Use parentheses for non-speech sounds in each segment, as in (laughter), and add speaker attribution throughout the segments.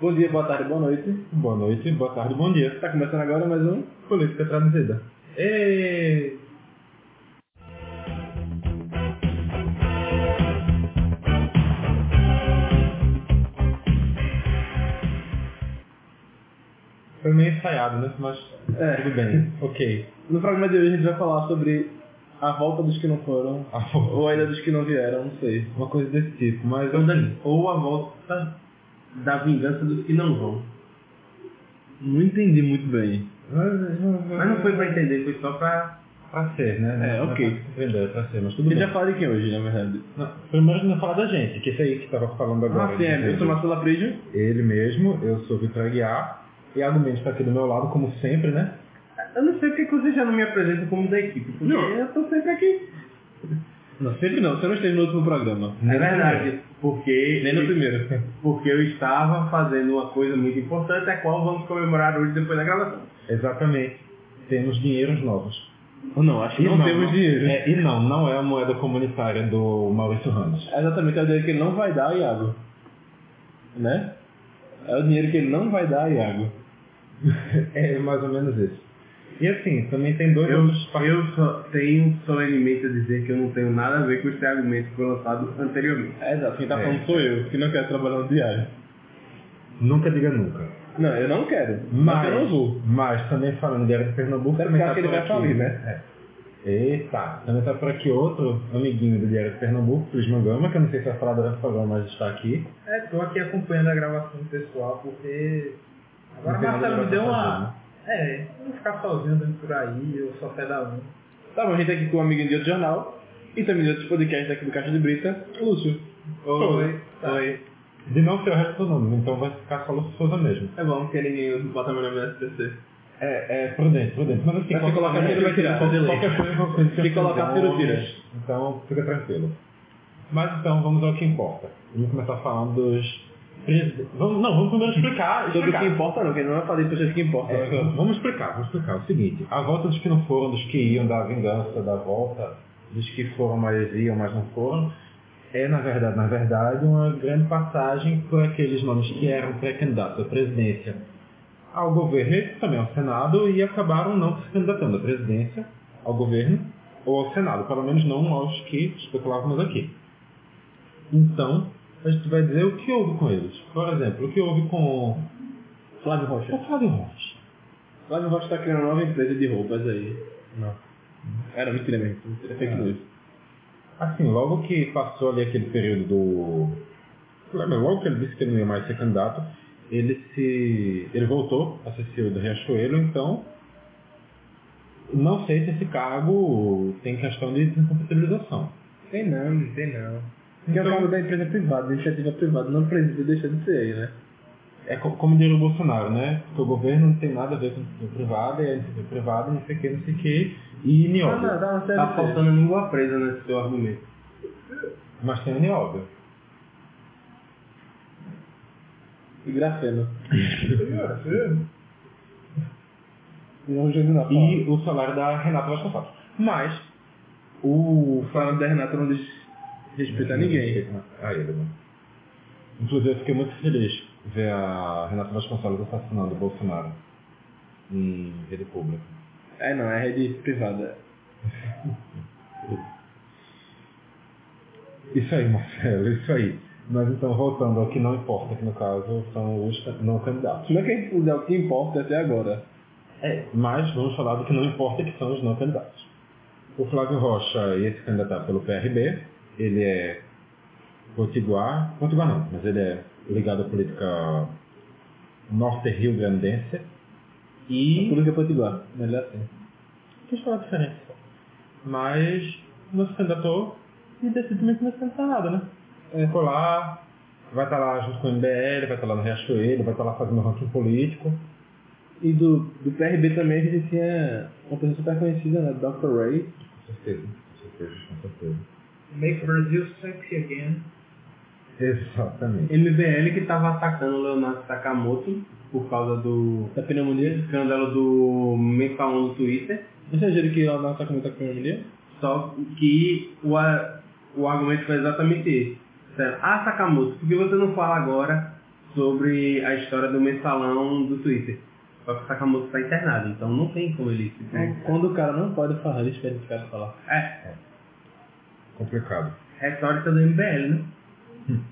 Speaker 1: Bom dia, boa tarde, boa noite.
Speaker 2: Boa noite, boa tarde, bom dia.
Speaker 1: Está começando agora mais um.
Speaker 2: Política traduzida. Ei! Foi meio ensaiado, né? Mas
Speaker 1: É.
Speaker 2: tudo bem. Ok.
Speaker 1: No programa de hoje a gente vai falar sobre a volta dos que não foram,
Speaker 2: A volta.
Speaker 1: ou ainda dos que não vieram, não sei. Então,
Speaker 2: Uma coisa desse tipo, mas
Speaker 3: Ou, da-
Speaker 2: assim,
Speaker 3: ou a volta da vingança dos que não vão.
Speaker 1: Não entendi muito bem.
Speaker 3: Mas não foi pra entender, foi só pra.
Speaker 2: pra ser, né?
Speaker 1: É,
Speaker 2: Não
Speaker 1: ok.
Speaker 2: pra se Entender, pra ser, mas
Speaker 1: A
Speaker 2: tudo
Speaker 1: gente
Speaker 2: bem.
Speaker 1: já fala de quem hoje, na verdade?
Speaker 2: Não, primeiro a gente vai falar da gente, que esse aí que tava falando agora.
Speaker 1: Ah, sim, é.
Speaker 2: entendeu?
Speaker 1: Eu sou Marcelo Aprijo.
Speaker 2: Ele mesmo, eu sou Vitor Aguiar. E argumento está aqui do meu lado, como sempre, né?
Speaker 3: Eu não sei porque que você já não me apresenta como da equipe, porque
Speaker 1: Não.
Speaker 3: eu tô sempre aqui.
Speaker 1: Não, sempre não, você não esteve no último programa.
Speaker 2: Nem
Speaker 3: É
Speaker 2: no
Speaker 3: verdade, porque,
Speaker 1: Nem no primeiro.
Speaker 2: (laughs)
Speaker 3: porque eu estava fazendo uma coisa muito importante, a qual vamos comemorar hoje depois da gravação.
Speaker 2: Exatamente. Temos dinheiros novos.
Speaker 1: Ou não, acho que não, temos dinheiro.
Speaker 2: É, e não, não é a moeda comunitária do Maurício Ramos.
Speaker 1: É Exatamente, é o dinheiro que ele não vai dar a Iago. Né? É o dinheiro que ele não vai dar a Iago.
Speaker 2: (laughs) É mais ou menos isso. E assim, também tem dois
Speaker 3: Eu,
Speaker 2: outros par-
Speaker 3: eu só tenho solenemente a dizer que eu não tenho nada a ver com esse argumento que foi lançado anteriormente.
Speaker 1: É exato, quem tá
Speaker 2: É.
Speaker 1: falando sou eu, que não quero trabalhar no diário.
Speaker 2: Nunca diga nunca.
Speaker 1: Não, eu não quero. Mas
Speaker 2: Mas,
Speaker 1: eu não vou.
Speaker 2: mas também falando de Era de Pernambuco,
Speaker 1: Deve
Speaker 2: também
Speaker 1: ficar
Speaker 2: tá
Speaker 1: que ele
Speaker 2: por
Speaker 1: vai
Speaker 2: aqui.
Speaker 1: falir, né?
Speaker 2: É. Eita, também tá por aqui outro amiguinho do Diário de Pernambuco, Prisma Gama, que eu não sei se vai falar durante o programa, mas está aqui.
Speaker 4: É, tô aqui acompanhando a gravação do pessoal, porque. Agora
Speaker 2: Não
Speaker 4: o
Speaker 2: tem nada
Speaker 4: Marcelo me
Speaker 2: melhor
Speaker 4: deu
Speaker 2: pra né?
Speaker 4: uma. É, não ficar sozinho andando por aí, eu sou pedalando.
Speaker 1: Tá bom, a gente tá aqui com um amiguinho de outro jornal e também de outros podcasts aqui do Caixa de Brita, Lúcio.
Speaker 4: Oi. Tá.
Speaker 3: Oi.
Speaker 2: De não ser o resto do nome, então vai ficar só Lúcio Souza mesmo.
Speaker 3: É bom, porque ninguém bota meu nome no SPC.
Speaker 2: É, é prudente, prudente. Mas assim,
Speaker 1: Mas se colocar
Speaker 2: qualquer-
Speaker 1: tiro, vai tirar.
Speaker 2: Qualquer coisa que eu
Speaker 1: Se colocar tiro, tira.
Speaker 2: Então, fica tranquilo. Mas então, vamos ao que importa. Vamos começar falando dos... presi- Vamos, não, vamos primeiro explicar.
Speaker 1: Sobre o
Speaker 2: explicar.
Speaker 1: que importa não, que não vai falar de pessoas que importam.
Speaker 2: É,
Speaker 1: né?
Speaker 2: vamos explicar, vamos explicar. O seguinte, a volta dos que não foram, dos que iam, da vingança, da volta, dos que foram, mas iam, mas não foram, é, na verdade, na verdade, uma grande passagem por aqueles nomes que eram pré-candidatos à presidência ao governo e também ao Senado e acabaram não se candidatando à presidência, ao governo ou ao Senado, pelo menos não aos que especulávamos aqui. Então, a gente vai dizer o que houve com eles. Por exemplo, o que houve com
Speaker 1: Flávio Rocha.
Speaker 2: o Flávio Rocha.
Speaker 1: Flávio Rocha tá criando uma nova empresa de roupas aí. Não. Era mentira mesmo, mentira, fake news.
Speaker 2: É. Assim, logo que passou ali aquele período do. Lembra, Logo que ele disse que ele não ia mais ser candidato, ele se. ele voltou a ser CEO do Riachuelo, então. Não sei se esse cargo tem questão de descompatibilização.
Speaker 1: Tem não, tem não. Que é o
Speaker 2: Então-
Speaker 1: cargo da empresa privada, da iniciativa privada, não precisa deixar de ser aí, né?
Speaker 2: É co- como diria o Bolsonaro, né? Porque o governo não tem nada a ver com a iniciativa privada, e a iniciativa privada não sei o que, não sei o que, e
Speaker 1: Ah, não,
Speaker 2: nióbio.
Speaker 1: dá uma série
Speaker 3: Tá
Speaker 1: de-
Speaker 3: faltando língua presa nesse seu argumento.
Speaker 2: Mas tem a nióbio.
Speaker 1: E
Speaker 2: (laughs)
Speaker 1: é grafeno. Não, E
Speaker 2: E o salário da Renata Vasconcelos. Mas,
Speaker 1: o salário da Renata não desrespeita ninguém.
Speaker 2: A ele, né? Inclusive, eu fiquei muito feliz ver a Renata Vasconcelos assassinando o Bolsonaro em rede pública.
Speaker 1: É não, é rede privada.
Speaker 2: Isso aí, Marcelo, isso aí. Mas então, voltando ao que não importa, que no caso são os can- não candidatos.
Speaker 1: Como é que a gente puder o que importa até agora?
Speaker 2: É, Mas vamos falar do que não importa, que são os não candidatos. O Flávio Rocha ia se candidatar é pelo PRB, ele é potiguar, potiguar não, mas ele é ligado à política norte-rio-grandense. E
Speaker 1: Tudo que é potiguar, melhor assim.
Speaker 2: Quis falar diferente. Mas não se candidatou e decididamente não se candidatou a nada, né? Ele ficou lá, vai estar lá junto com o MBL, vai estar lá no Riachuelo, vai estar lá fazendo ranking político.
Speaker 1: E do, do PRB também a gente tinha uma pessoa super conhecida, né? Dr. Ray.
Speaker 2: Com certeza, com certeza, com certeza.
Speaker 4: Make Brazil sexy again.
Speaker 2: Exatamente.
Speaker 3: MBL que estava atacando o Leonardo Sakamoto por causa do
Speaker 1: Da pneumonia.
Speaker 3: escândalo do mensalão do Twitter,
Speaker 1: Você sugeriu que ela não está comentando tá pneumonia?
Speaker 3: só que o, a- o argumento foi exatamente esse. Disseram, ah, Sakamoto, por que você não fala agora sobre a história do mensalão do Twitter. Só que o Sakamoto está internado, então não tem como ele se
Speaker 1: Então, Quando o cara não pode falar, eles pedem o cara falar.
Speaker 3: É,
Speaker 2: Complicado.
Speaker 3: retórica É do MBL, né?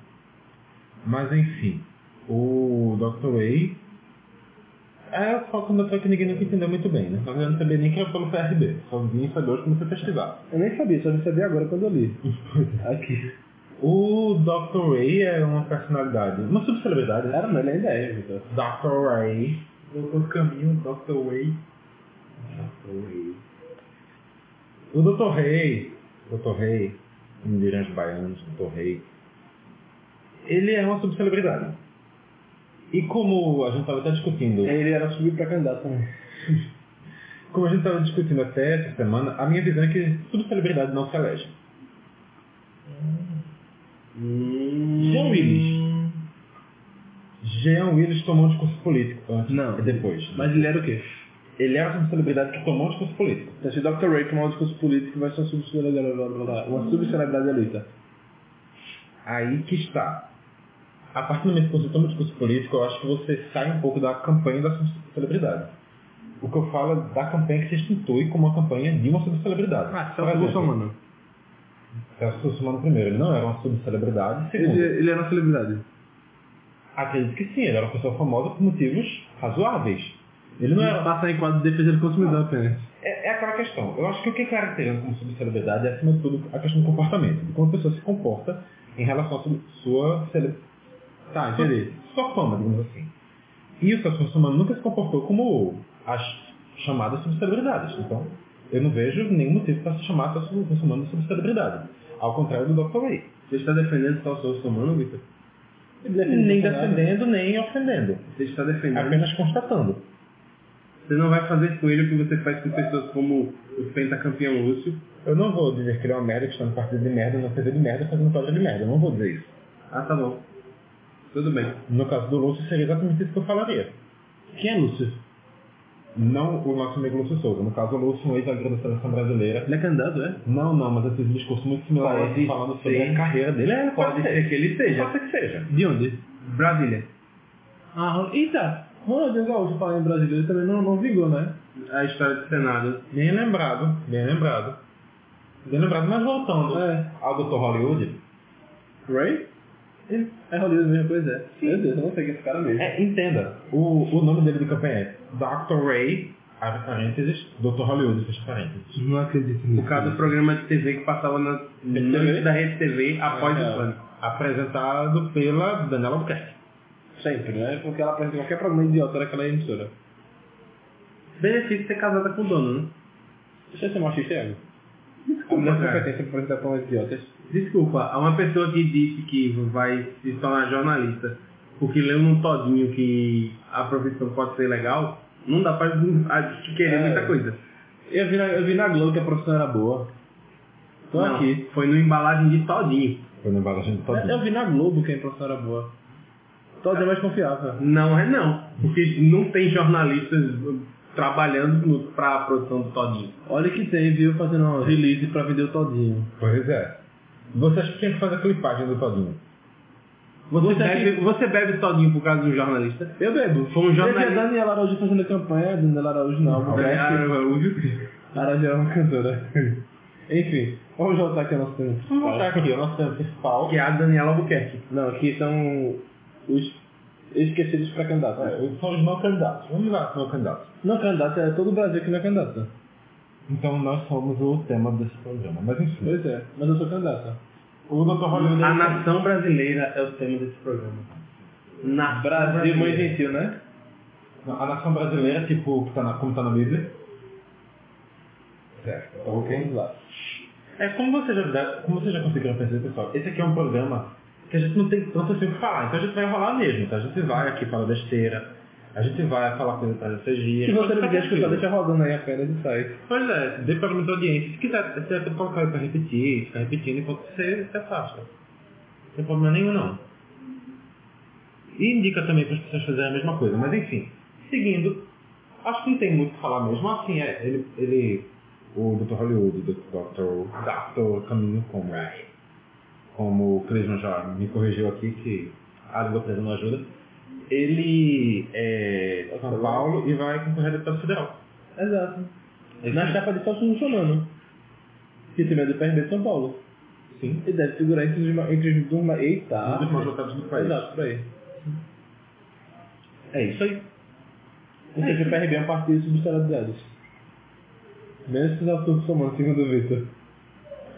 Speaker 2: (laughs) Mas enfim, o Dr. Way é o foco da que ninguém nunca entendeu muito bem, né? Só que eu não sabia nem que era pelo PRB, só vim saber hoje comecei a pesquisar.
Speaker 1: Eu nem sabia, só vim saber agora quando eu
Speaker 3: (laughs)
Speaker 1: li. Aqui.
Speaker 2: O Dr. Ray é uma personalidade, uma subcelebridade, né?
Speaker 1: Era não, ele é ideia, Vitor.
Speaker 2: Dr. Ray
Speaker 4: Voltou do caminho, Dr. Way.
Speaker 2: O Dr. Rei, Dr. Rei, como diriam os baianos, Dr. Rei, ele é uma subcelebridade. E como a gente estava até discutindo,
Speaker 1: Ele era subir pra candidato também.
Speaker 2: como a gente estava discutindo até essa semana, a minha visão é que subcelebridade não se elege.
Speaker 1: Hum.
Speaker 2: Jean Willis. Jean Willis tomou um discurso político antes
Speaker 1: Não.
Speaker 2: e depois. né?
Speaker 1: Mas ele era o quê?
Speaker 2: ele era uma celebridade que tomou um discurso político.
Speaker 1: Então, se o Dr. Ray tomar um discurso político, vai ser uma subcelebridade, blá, blá, blá, uma subcelebridade da luta.
Speaker 2: Aí que está. A partir do momento que você toma um discurso político, eu acho que você sai um pouco da campanha da subcelebridade. O que eu falo é da campanha que se institui como uma campanha de uma subcelebridade.
Speaker 1: Ah,
Speaker 2: Por
Speaker 1: Celso
Speaker 2: exemplo,
Speaker 1: Bolsonaro.
Speaker 2: Celso Russomano primeiro, ele não era uma subcelebridade. Segundo,
Speaker 1: Ele, ele era uma celebridade.
Speaker 2: acredito que sim, ele era uma pessoa famosa por motivos razoáveis. Ele não
Speaker 1: Não
Speaker 2: era
Speaker 1: era passar em quadro de defesa do consumidor apenas.
Speaker 2: É, é aquela questão. Eu acho que o que caracteriza como subcelebridade é, acima de tudo, a questão do comportamento. De como a pessoa se comporta em relação à sua, sua, cele-
Speaker 1: Tá,
Speaker 2: sua,
Speaker 1: entendi.
Speaker 2: sua fama, digamos assim. E o Celso Russomano nunca se comportou como as chamadas subcelebridades. Então, eu não vejo nenhum motivo para se chamar Celso Russomano de subcelebridade. Ao contrário do Dr. Ray.
Speaker 3: Você está defendendo só o seu somano, Vitor?
Speaker 1: Ele defende
Speaker 2: Nem
Speaker 1: Bolsonaro.
Speaker 2: defendendo, nem ofendendo.
Speaker 3: Você está defendendo.
Speaker 2: Apenas constatando.
Speaker 3: Você não vai fazer com ele o que você faz com pessoas como o pentacampeão Lúcio.
Speaker 2: Eu não vou dizer que ele é uma merda, que está no partido de merda, na TV de merda, fazendo página de merda. Eu não vou dizer isso.
Speaker 3: Ah, tá bom. Tudo bem.
Speaker 2: No caso do Lúcio, seria exatamente isso que eu falaria.
Speaker 1: Quem é Lúcio?
Speaker 2: Não o nosso amigo Lúcio Souza. No caso, o Lúcio, um ex-zagueiro da seleção brasileira.
Speaker 1: Ele é candidato, é?
Speaker 2: Não, não, mas eu fiz um discurso muito similar a esse,
Speaker 3: Pode
Speaker 2: falando sobre
Speaker 3: ser.
Speaker 2: a carreira dele. É,
Speaker 3: Pode ser que ele seja.
Speaker 2: Pode ser que seja.
Speaker 1: De onde?
Speaker 3: Brasília.
Speaker 1: Ah, Ro- eita! Ronaldinho Gaúcho falando em brasileiro também não, não vingou, né?
Speaker 3: A história do Senado.
Speaker 2: Bem lembrado, bem lembrado. Bem lembrado, mas voltando
Speaker 1: É.
Speaker 2: ao Dr. Hollywood.
Speaker 1: Ray? É Ronaldinho a mesma coisa, é? Meu Deus, eu não sei quem é esse cara mesmo.
Speaker 2: É, entenda, o, o nome dele de campanha é Dr. Ray, abre parênteses, Dr. Hollywood, fecha parênteses.
Speaker 1: Não acredito nisso.
Speaker 3: Por causa do programa de TV que passava na noite da Rede TV após
Speaker 1: É.
Speaker 3: o pânico.
Speaker 2: Apresentado pela Daniela Albuquerque.
Speaker 1: Sempre, né? Porque ela apresenta qualquer programa idiota daquela emissora.
Speaker 3: Benefício de ser casada com o dono, né?
Speaker 1: Deixa eu ser machista, Iago. A mulher tem competência pra apresentar programas idiotas.
Speaker 3: Desculpa, há uma pessoa que disse que vai se tornar jornalista porque leu num todinho que a profissão pode ser legal, não dá pra a- querer
Speaker 1: É.
Speaker 3: muita coisa.
Speaker 1: Eu vi, na, eu vi na Globo que a profissão era boa. Tô
Speaker 3: Não,
Speaker 1: aqui.
Speaker 3: Foi no embalagem de todinho.
Speaker 2: Foi no embalagem do Todinho.
Speaker 1: Eu vi na Globo que a profissão era boa. Todos é mais confiável.
Speaker 3: Não é não, porque não tem jornalistas trabalhando no, pra produção do todinho.
Speaker 1: Olha que tem, viu, fazendo uma release pra vender o todinho.
Speaker 2: Pois é. Você acha que tinha que fazer a clipagem do Todinho?
Speaker 3: Você,
Speaker 1: Você
Speaker 3: bebe, você bebe todinho por causa de um jornalista?
Speaker 1: Eu bebo.
Speaker 3: Foi um
Speaker 1: Eu vi a
Speaker 3: jornalista.
Speaker 1: Daniela Araújo fazendo campanha, a Daniela Araújo não,
Speaker 3: Ah,
Speaker 1: Albuquerque.
Speaker 3: Araújo.
Speaker 1: A Araújo era uma cantora. (laughs) Enfim, vamos voltar aqui ao nosso tema
Speaker 2: Vamos voltar
Speaker 1: principal.
Speaker 2: aqui, o nosso tema principal.
Speaker 3: Que é a Daniela Albuquerque.
Speaker 1: Não, aqui são os esquecidos pra candidato. né?
Speaker 2: É, São os não candidatos. Vamos lá, não candidatos.
Speaker 1: Não candidato, é todo o Brasil que não é candidato.
Speaker 2: Então nós somos o tema desse programa. Mas enfim.
Speaker 1: Pois é, mas eu sou candidato.
Speaker 2: O Dr. Hollywood.
Speaker 3: A nação brasileira é o tema desse programa. Na
Speaker 1: Brasil, mãe gentil, né?
Speaker 2: A nação brasileira, tipo, que tá na- como tá na Bíblia. Certo. Então, ok.
Speaker 1: Vamos lá.
Speaker 2: É como você já, deve- como você já conseguiram perceber, pessoal, esse aqui é um programa que a gente não tem tanto assim o que falar. Então a gente vai rolar mesmo. Então a gente vai aqui falar besteira. A gente vai falar coisa pra gente ser gíria.
Speaker 1: Se você não quiser
Speaker 2: Fica
Speaker 1: escutar,
Speaker 2: tranquilo.
Speaker 1: deixa rodando aí apenas e sai.
Speaker 2: Pois é, dê para muita audiência. Se quiser, você até colocar ele para repetir, ficar repetindo enquanto você se afasta. Não tem problema nenhum, não. E indica também para as pessoas fazerem a mesma coisa. Mas enfim, seguindo, acho que não tem muito o que falar mesmo. Assim, é, ele, ele, o Dr. Hollywood, o Dr. Dr. Caminho Conrad, como o Clisman já me corrigiu aqui, que a língua presa não ajuda. ele é de São
Speaker 1: Nossa,
Speaker 2: Paulo e vai concorrer a deputado federal.
Speaker 1: Exato.
Speaker 2: Ele-
Speaker 1: Na chapa de Celso Russomano. Que também é do PRB de São Paulo.
Speaker 2: Sim.
Speaker 1: E deve figurar entre os ma- entre os dois ma-
Speaker 2: Um
Speaker 1: Eita!
Speaker 2: dos mais votados do país.
Speaker 1: Exato, por aí.
Speaker 2: É isso aí.
Speaker 1: Ou seja, o PRB é um partido subsidiarizado. Menos que o Celso Russomano, segundo o Vitor.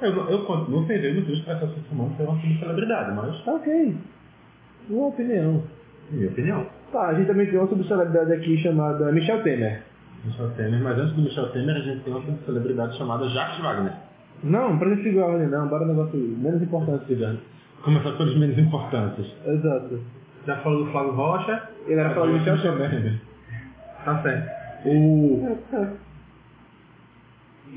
Speaker 2: Eu, eu continuo perdendo motivos para essa semana ser uma subcelebridade, mas
Speaker 1: Tá ok. Uma opinião.
Speaker 2: minha opinião.
Speaker 1: Tá, a gente também tem uma subcelebridade aqui chamada Michel Temer.
Speaker 2: Michel Temer, mas antes do Michel Temer a gente tem uma celebridade chamada Jacques Wagner.
Speaker 1: Não, pra gente segurar a ordem não, bora um negócio menos importante tirando.
Speaker 2: Começar pelos menos importantes.
Speaker 1: Exato.
Speaker 3: Já falou do Flávio Rocha?
Speaker 1: Ele era falando Michel Temer.
Speaker 3: (laughs) Tá certo.
Speaker 1: O...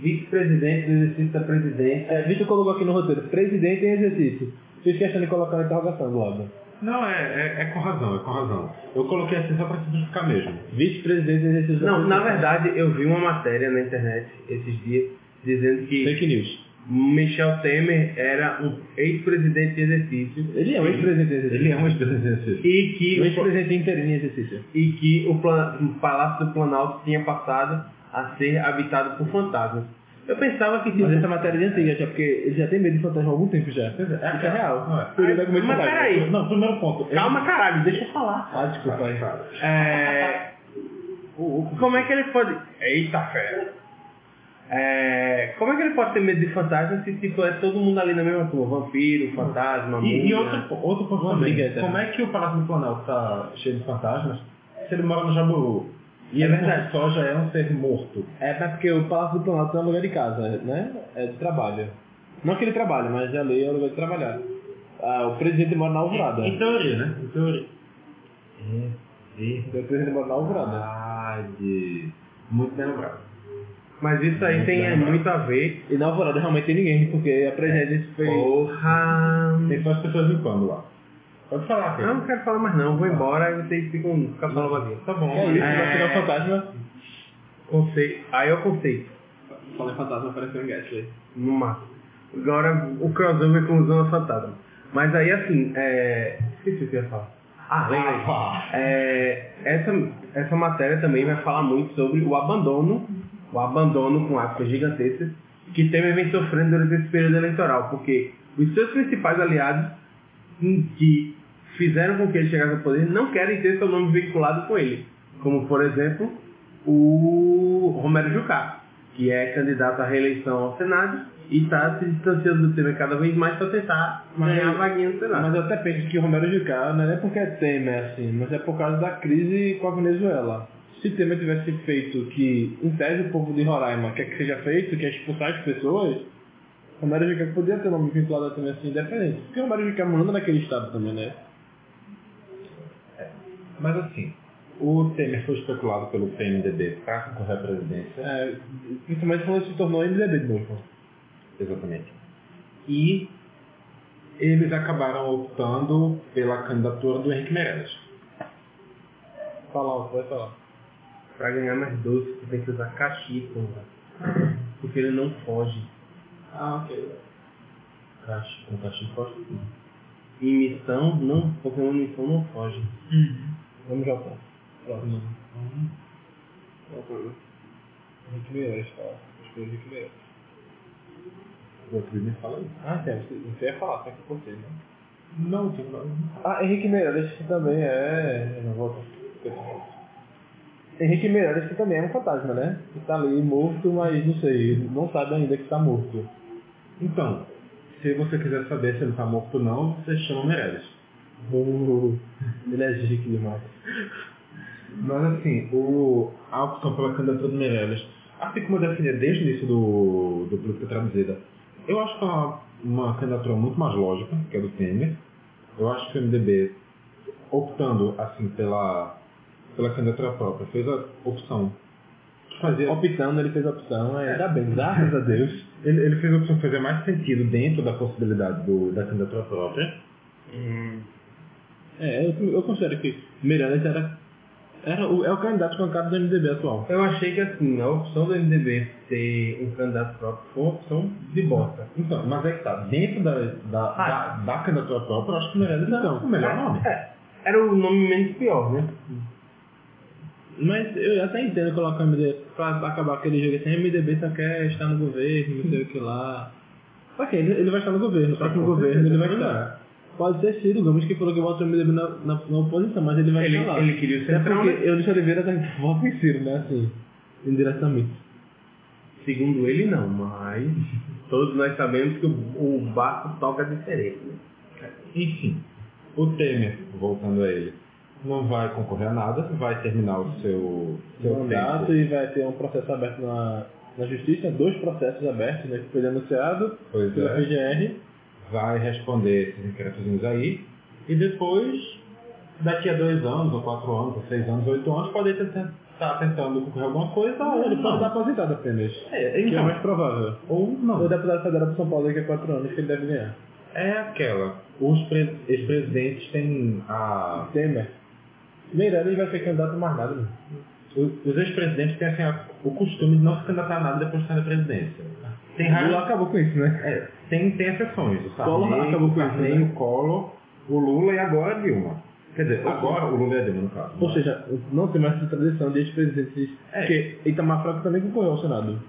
Speaker 3: Vice-presidente do exercício da presidência.
Speaker 1: É, Vitor colocou aqui no roteiro, presidente em exercício. Fiz questão de colocar uma interrogação do lado.
Speaker 2: Não, é, é, é com razão, é com razão. Eu coloquei assim só para simplificar mesmo.
Speaker 1: Vice-presidente em exercício da
Speaker 3: Não, na
Speaker 1: presidência.
Speaker 3: verdade, eu vi uma matéria na internet esses dias dizendo que
Speaker 1: Fake news.
Speaker 3: Michel Temer era um ex-presidente de exercício
Speaker 1: Ele é um ex-presidente em exercício.
Speaker 2: Ele é uma espécie de exercício.
Speaker 3: e que,
Speaker 1: Um
Speaker 3: o, pla-
Speaker 1: ex-presidente interino em exercício.
Speaker 3: e que o, pla- o Palácio do Planalto tinha passado a ser habitado por fantasmas. Eu pensava que tinha...
Speaker 1: Mas essa matéria é antiga já, porque ele já tem medo de fantasma há algum tempo já. Isso é real.
Speaker 2: Não é.
Speaker 1: Ele vai comer
Speaker 3: Mas
Speaker 1: fantasma.
Speaker 3: peraí.
Speaker 2: Não, primeiro ponto. ele-
Speaker 3: Calma, caralho, deixa eu falar.
Speaker 1: Ah, desculpa aí.
Speaker 3: É, como é que ele pode... Eita, fera. É, como é que ele pode ter medo de fantasma se tipo, é todo mundo ali na mesma turma? Vampiro, fantasma,
Speaker 2: E, e
Speaker 3: múmia.
Speaker 2: outro, po- outro ponto
Speaker 1: Uma
Speaker 2: também.
Speaker 1: briga eterna.
Speaker 2: Como é que o Palácio do Planalto tá cheio de fantasmas se ele mora no Jaburu? E
Speaker 1: É
Speaker 2: ele
Speaker 1: verdade.
Speaker 2: por só já é um ser morto.
Speaker 1: É mas porque o Palácio do Planalto é um lugar de casa, né? É de trabalho. Não que ele trabalhe, mas a lei é um lugar de trabalhar. Ah, o presidente mora na Alvorada.
Speaker 2: Em teoria, né? Em teoria. É
Speaker 1: O presidente mora na Alvorada.
Speaker 2: Verdade. Muito bem lembrado.
Speaker 3: Mas isso aí tem é, muito a ver.
Speaker 1: E na Alvorada realmente tem ninguém, porque a presidência foi...
Speaker 3: Porra!
Speaker 2: Tem só as pessoas limpando lá. Pode falar,
Speaker 3: Eu
Speaker 2: cara.
Speaker 3: Ah, não quero falar mais não, vou embora e vocês ficam ficam falando vazio.
Speaker 2: Tá bom.
Speaker 1: É isso,
Speaker 3: É.
Speaker 1: vai tirar o fantasma.
Speaker 3: Conceito. Aí eu conceito.
Speaker 1: Falei fantasma, apareceu um Gasly.
Speaker 3: No máximo. Agora o crossover com o Zona Fantasma. Mas aí assim, é. Esqueci o que eu ia falar. Ah, lembrei.
Speaker 2: Ah,
Speaker 3: É, essa, essa matéria também vai falar muito sobre o abandono, o abandono com aspas gigantescas, que Temer vem sofrendo durante esse período eleitoral, porque os seus principais aliados em que fizeram com que ele chegasse ao poder não querem ter seu nome vinculado com ele, como por exemplo o Romero Jucá, que é candidato à reeleição ao Senado e está se distanciando do Temer cada vez mais para tentar
Speaker 1: Mas-
Speaker 3: ganhar a vaguinha no Senado.
Speaker 1: Mas eu até penso que o Romero Jucá não é porque é Temer, assim, mas é por causa da crise com a Venezuela. Se Temer tivesse feito o que, em tese, o povo de Roraima quer que seja feito, que é expulsar as pessoas, Romero Jucá poderia ter um nome vinculado a Temer, assim, independente. Porque o Romero Jucá morando naquele estado também, né?
Speaker 2: Mas assim, o Temer foi especulado pelo PMDB para concorrer tá? à presidência.
Speaker 1: É, principalmente quando ele se tornou MDB de novo.
Speaker 2: Exatamente. E eles acabaram optando pela candidatura do Henrique Meirelles.
Speaker 1: Falar, pode falar.
Speaker 3: Pra ganhar mais doce, tu tem que usar cachimbo, velho. Porque ele não foge.
Speaker 1: Ah, ok.
Speaker 2: Cacho, um cachimbo forte.
Speaker 3: Em missão, não. Pokémon em missão não foge.
Speaker 1: Uhum. Vamos já, pô. Próximo. Uhum. Henrique Meirelles, fala. Acho que é Henrique Meirelles.
Speaker 2: O outro me fala isso.
Speaker 1: Ah, tem, você ia falar, só que por né?
Speaker 2: Não, tem problema.
Speaker 1: Ah, Henrique Meirelles que também é. eu não vou- Henrique Meirelles que também é um fantasma, né? Que tá ali morto, mas não sei, não sabe ainda que tá morto.
Speaker 2: Então, se você quiser saber se ele tá morto ou não, você chama o Meirelles.
Speaker 1: Uh, Ele é chique demais.
Speaker 2: Mas assim, o, a opção pela candidatura do é Meirelles, assim como eu defendia desde o início do, do Política Traduzida, eu acho que é uma, uma candidatura muito mais lógica, que é do Temer. Eu acho que o MDB, optando assim pela, pela candidatura própria, fez a opção que fazia
Speaker 1: Optando, ele fez a opção, é, ainda bem, graças a Deus.
Speaker 2: Ele, ele fez a opção que fazia mais sentido dentro da possibilidade do, da candidatura própria.
Speaker 3: hum,
Speaker 1: É, eu, eu considero que Meirelles era, era o, é o candidato bancado do MDB atual.
Speaker 3: Eu achei que assim, a opção do MDB ter um candidato próprio foi uma opção de bosta.
Speaker 2: Então, mas é que tá, dentro da, da, da, da candidatura própria, eu acho que o Meirelles era o tá melhor nome.
Speaker 3: Então, É, era o nome menos pior, né?
Speaker 1: Mas eu até entendo colocar o MDB pra acabar aquele jogo assim, MDB só quer estar no governo, não sei o que lá. Ok, ele, ele vai estar no governo, o próximo governo ele vai estar. Pode ser Ciro Gomes que falou que bota o MDB na, na, na oposição, mas ele vai
Speaker 3: Ele,
Speaker 1: estar lá.
Speaker 3: ele queria
Speaker 2: É
Speaker 3: o
Speaker 1: Até
Speaker 3: centrão,
Speaker 1: porque
Speaker 3: né?
Speaker 1: eu Eulis Oliveira tá volta em Ciro, né? Assim, indiretamente.
Speaker 3: Segundo ele, não, mas todos nós sabemos que o, o barco toca diferente. Né?
Speaker 2: Enfim, o Temer, voltando a ele, não vai concorrer a nada, vai terminar o seu, seu
Speaker 1: Mandato
Speaker 2: tempo.
Speaker 1: e vai ter um processo aberto na, na justiça, dois processos abertos, né? Que foi denunciado
Speaker 2: Pois
Speaker 1: pela
Speaker 2: é,
Speaker 1: PGR.
Speaker 2: vai responder esses inquéritozinhos aí e depois, daqui a dois anos, ou quatro anos, ou seis anos, ou oito anos, pode estar tentando concorrer alguma coisa
Speaker 1: Não,
Speaker 2: ou
Speaker 1: Ah, ele pode
Speaker 2: não.
Speaker 1: estar aposentado apenas.
Speaker 2: É,
Speaker 1: Que é o
Speaker 2: então,
Speaker 1: mais provável.
Speaker 2: ou não.
Speaker 1: O deputado federal de São Paulo daqui a quatro anos que ele deve ganhar.
Speaker 2: É aquela. Os pre- ex-presidentes têm a.
Speaker 1: Temer. Meirelles vai ser candidato mais nada. né?
Speaker 2: o- Os ex-presidentes têm assim, a- o costume de não se candidatar a nada depois de sair da presidência. Tem
Speaker 1: Lula
Speaker 2: raro.
Speaker 1: acabou com isso, né?
Speaker 2: É, tem, tem exceções. O
Speaker 1: Collor
Speaker 2: Sarney,
Speaker 1: acabou
Speaker 2: o,
Speaker 1: com isso, né?
Speaker 2: Sarney, o Collor, o Lula e agora a Dilma. Quer dizer, agora o Lula e a Dilma, no caso. né?
Speaker 1: Ou seja, não tem mais essa tradição de ex-presidentes.
Speaker 2: É.
Speaker 1: Porque Itamar Franco também concorreu ao Senado.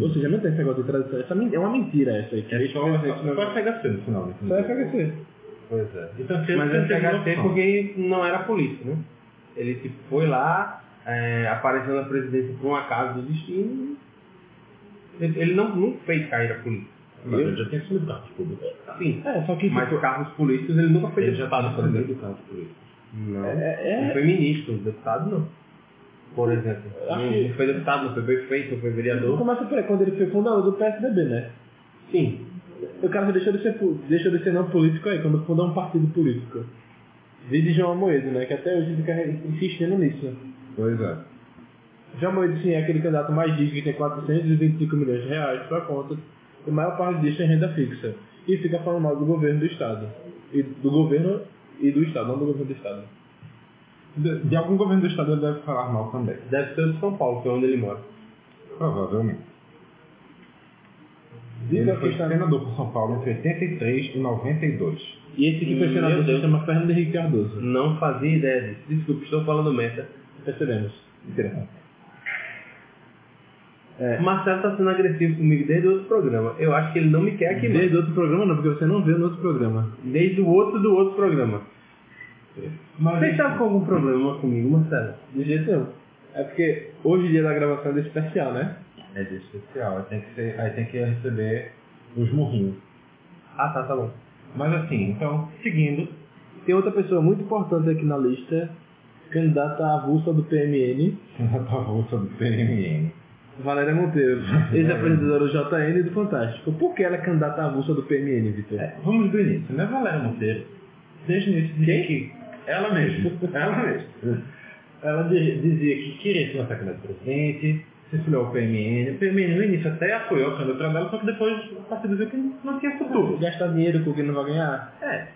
Speaker 1: Ou seja, não tem esse negócio de tradição. Essa men- é uma mentira essa aí. que assim,
Speaker 2: é só, só,
Speaker 1: ex-presidente não-
Speaker 2: só é FHC no final. né?
Speaker 1: Só é FHC.
Speaker 2: Pois é. Então,
Speaker 3: Mas
Speaker 2: tem
Speaker 3: é
Speaker 2: que ter uma
Speaker 3: PHC
Speaker 2: opção.
Speaker 3: porque não era político, né? Ele tipo, foi lá, é, apareceu na presidência por um acaso do destino. Ele ele não, não fez carreira política.
Speaker 2: Mas ele já tem assumido cargos públicos.
Speaker 3: Sim,
Speaker 1: É, só que
Speaker 3: mas
Speaker 1: tipo,
Speaker 3: cargos políticos ele nunca foi
Speaker 2: Ele já tá
Speaker 3: deputado,
Speaker 2: está
Speaker 3: por exemplo.
Speaker 2: assumindo cargos públicos.
Speaker 3: Não.
Speaker 1: é- é-
Speaker 3: Ele foi ministro, deputado não. Por exemplo. Não,
Speaker 1: Acho que-
Speaker 3: não foi deputado, não foi prefeito, não foi vereador.
Speaker 1: começa por aí, quando ele foi fundador do PSDB, né?
Speaker 3: Sim.
Speaker 1: O cara deixou de ser, pu- deixou de ser não político aí, quando fundou um partido político. Vide João Amoedo, né? Que até hoje fica insistindo nisso.
Speaker 2: Pois é.
Speaker 1: João Amoedo, sim, é aquele candidato mais rico que tem 425 milhões de reais pra conta. E a maior parte disso é renda fixa. E fica falando mal do governo do Estado. E do governo e do Estado, não do governo do Estado.
Speaker 2: De, de algum governo do estado ele deve falar mal também.
Speaker 3: Deve ser de São Paulo, que é onde ele mora.
Speaker 2: Provavelmente.
Speaker 1: Diga
Speaker 2: Ele foi
Speaker 1: que está-
Speaker 2: senador por São Paulo entre 83 e 92.
Speaker 1: E esse que foi
Speaker 3: Meu
Speaker 1: senador se
Speaker 3: Deus.
Speaker 1: chama Fernando Henrique Cardoso.
Speaker 3: Não fazia ideia disso. Desculpa, estou falando merda.
Speaker 1: Percebemos.
Speaker 2: Interessante.
Speaker 3: Marcelo tá sendo agressivo comigo desde o outro programa. Eu acho que ele não me quer aqui mesmo.
Speaker 1: Desde outro programa não, porque você não viu no outro programa.
Speaker 3: Desde o outro do outro programa.
Speaker 2: Mas,
Speaker 3: Você tá com algum problema comigo, Marcelo?
Speaker 1: De jeito nenhum. É porque hoje o dia da gravação é desse especial, né?
Speaker 2: É de especial, aí tem que, ser, aí tem que receber os murrinhos.
Speaker 3: Ah, tá, tá bom.
Speaker 2: Mas assim, então, (laughs) seguindo,
Speaker 1: Tem outra pessoa muito importante aqui na lista, candidata avulsa do PMN,
Speaker 2: senador avulsa do PMN.
Speaker 1: Valéria Monteiro, ex-apresentadora do JN e do Fantástico. Por que ela é candidata avulsa do PMN, Vitor?
Speaker 2: É, vamos do início, né? Valéria Monteiro, desde o início dizia que ela mesma, ela mesma, ela di- dizia que queria ser uma candidata a é presidente, se filiou ao PMN, o PMN no início até apoiou a candidatura dela, só que depois o partido viu que não tinha futuro.
Speaker 1: Gastar dinheiro com quem não vai ganhar?
Speaker 2: É.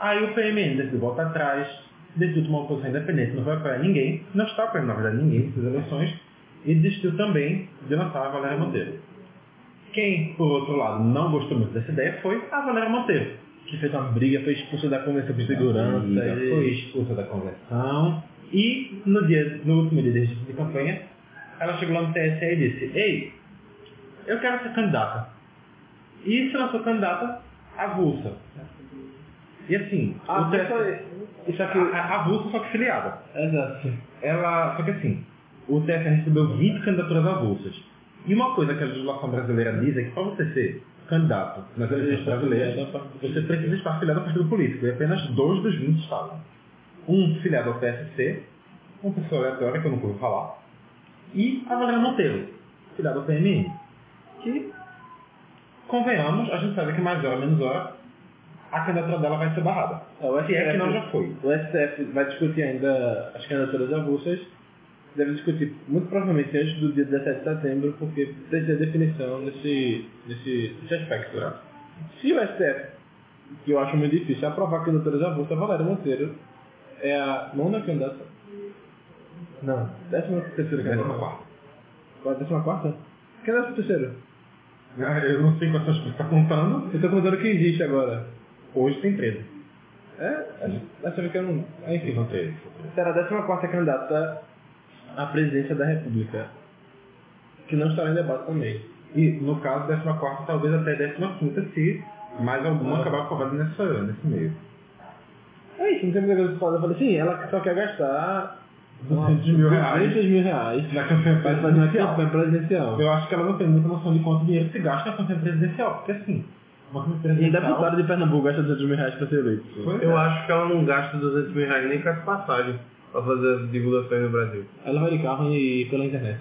Speaker 2: Aí o PMN decidiu voltar atrás, decidiu tomar uma posição independente, não vai apoiar ninguém, não está apoiando na verdade ninguém nessas eleições, e desistiu também de lançar a Valéria Monteiro. Quem, por outro lado, não gostou muito dessa ideia foi a Valéria Monteiro.
Speaker 1: Que fez uma briga, foi expulsa da convenção de segurança.
Speaker 2: Amiga,
Speaker 1: e-
Speaker 2: Foi expulsa da convenção. E no, dia, no último dia de registro de campanha, ela chegou lá no TSE e disse, ei, eu quero ser candidata. E se ela for candidata, avulsa. E assim,
Speaker 1: Ah,
Speaker 2: o TSE
Speaker 1: isso
Speaker 2: a, a, avulsa só que filiada.
Speaker 1: Exato.
Speaker 2: Ela, só que assim, o TSE recebeu 20 candidaturas avulsas. E uma coisa que a legislação brasileira diz é que para você ser candidato nas eleições brasileiras, você precisa estar filiado ao partido político. E apenas dois dos 20 estavam. Um filiado ao PSC, uma pessoa aleatória que eu nunca ouvi falar, e a Valéria Monteiro, filiada ao PMN. Que, convenhamos, a gente sabe que mais hora, menos hora, a candidatura dela vai ser barrada.
Speaker 1: É, o
Speaker 2: Se é que
Speaker 1: STF
Speaker 2: não já foi.
Speaker 1: O STF vai discutir ainda as candidaturas avulsas. Deve discutir muito provavelmente antes do dia 17 de setembro, porque precisa de definição nesse, nesse, nesse aspecto. né? Se o STF, que eu acho muito difícil, aprovar candidaturas avulsas, a Valéria Monteiro é a nona candidata. Não, décima terceira
Speaker 2: Décima
Speaker 1: candidata.
Speaker 2: quarta.
Speaker 1: Qual- Décima quarta? Que é décima terceira?
Speaker 2: Ah, Eu não sei quantas pessoas está contando.
Speaker 1: Eu tô contando que existe agora.
Speaker 2: Hoje tem 13.
Speaker 1: É, É, acho- acho que eu não. Enfim.
Speaker 2: Não teve.
Speaker 1: Será a 14 candidata à presidência da República. Que não estará em debate também.
Speaker 2: E no caso, 14 talvez até 15 se mais alguma
Speaker 3: É.
Speaker 2: acabar aprovada nessa, nesse meio.
Speaker 1: É isso, não tem muita coisa pra falar. Eu falei assim, ela só quer gastar
Speaker 2: 200 mil reais.
Speaker 1: 200 mil reais
Speaker 2: Na campanha
Speaker 1: para fazer uma
Speaker 2: presidencial.
Speaker 1: campanha presidencial.
Speaker 2: Eu acho que ela não tem muita noção de quanto dinheiro se gasta na campanha presidencial, porque assim, uma campanha
Speaker 1: E um
Speaker 2: presidencial...
Speaker 1: deputado de Pernambuco gasta 200 mil reais para ser eleito.
Speaker 2: Pois
Speaker 3: Eu
Speaker 2: é.
Speaker 3: acho que ela não gasta 200 mil reais nem com as passagens pra fazer as divulgações no Brasil.
Speaker 1: Ela vai de carro e pela internet.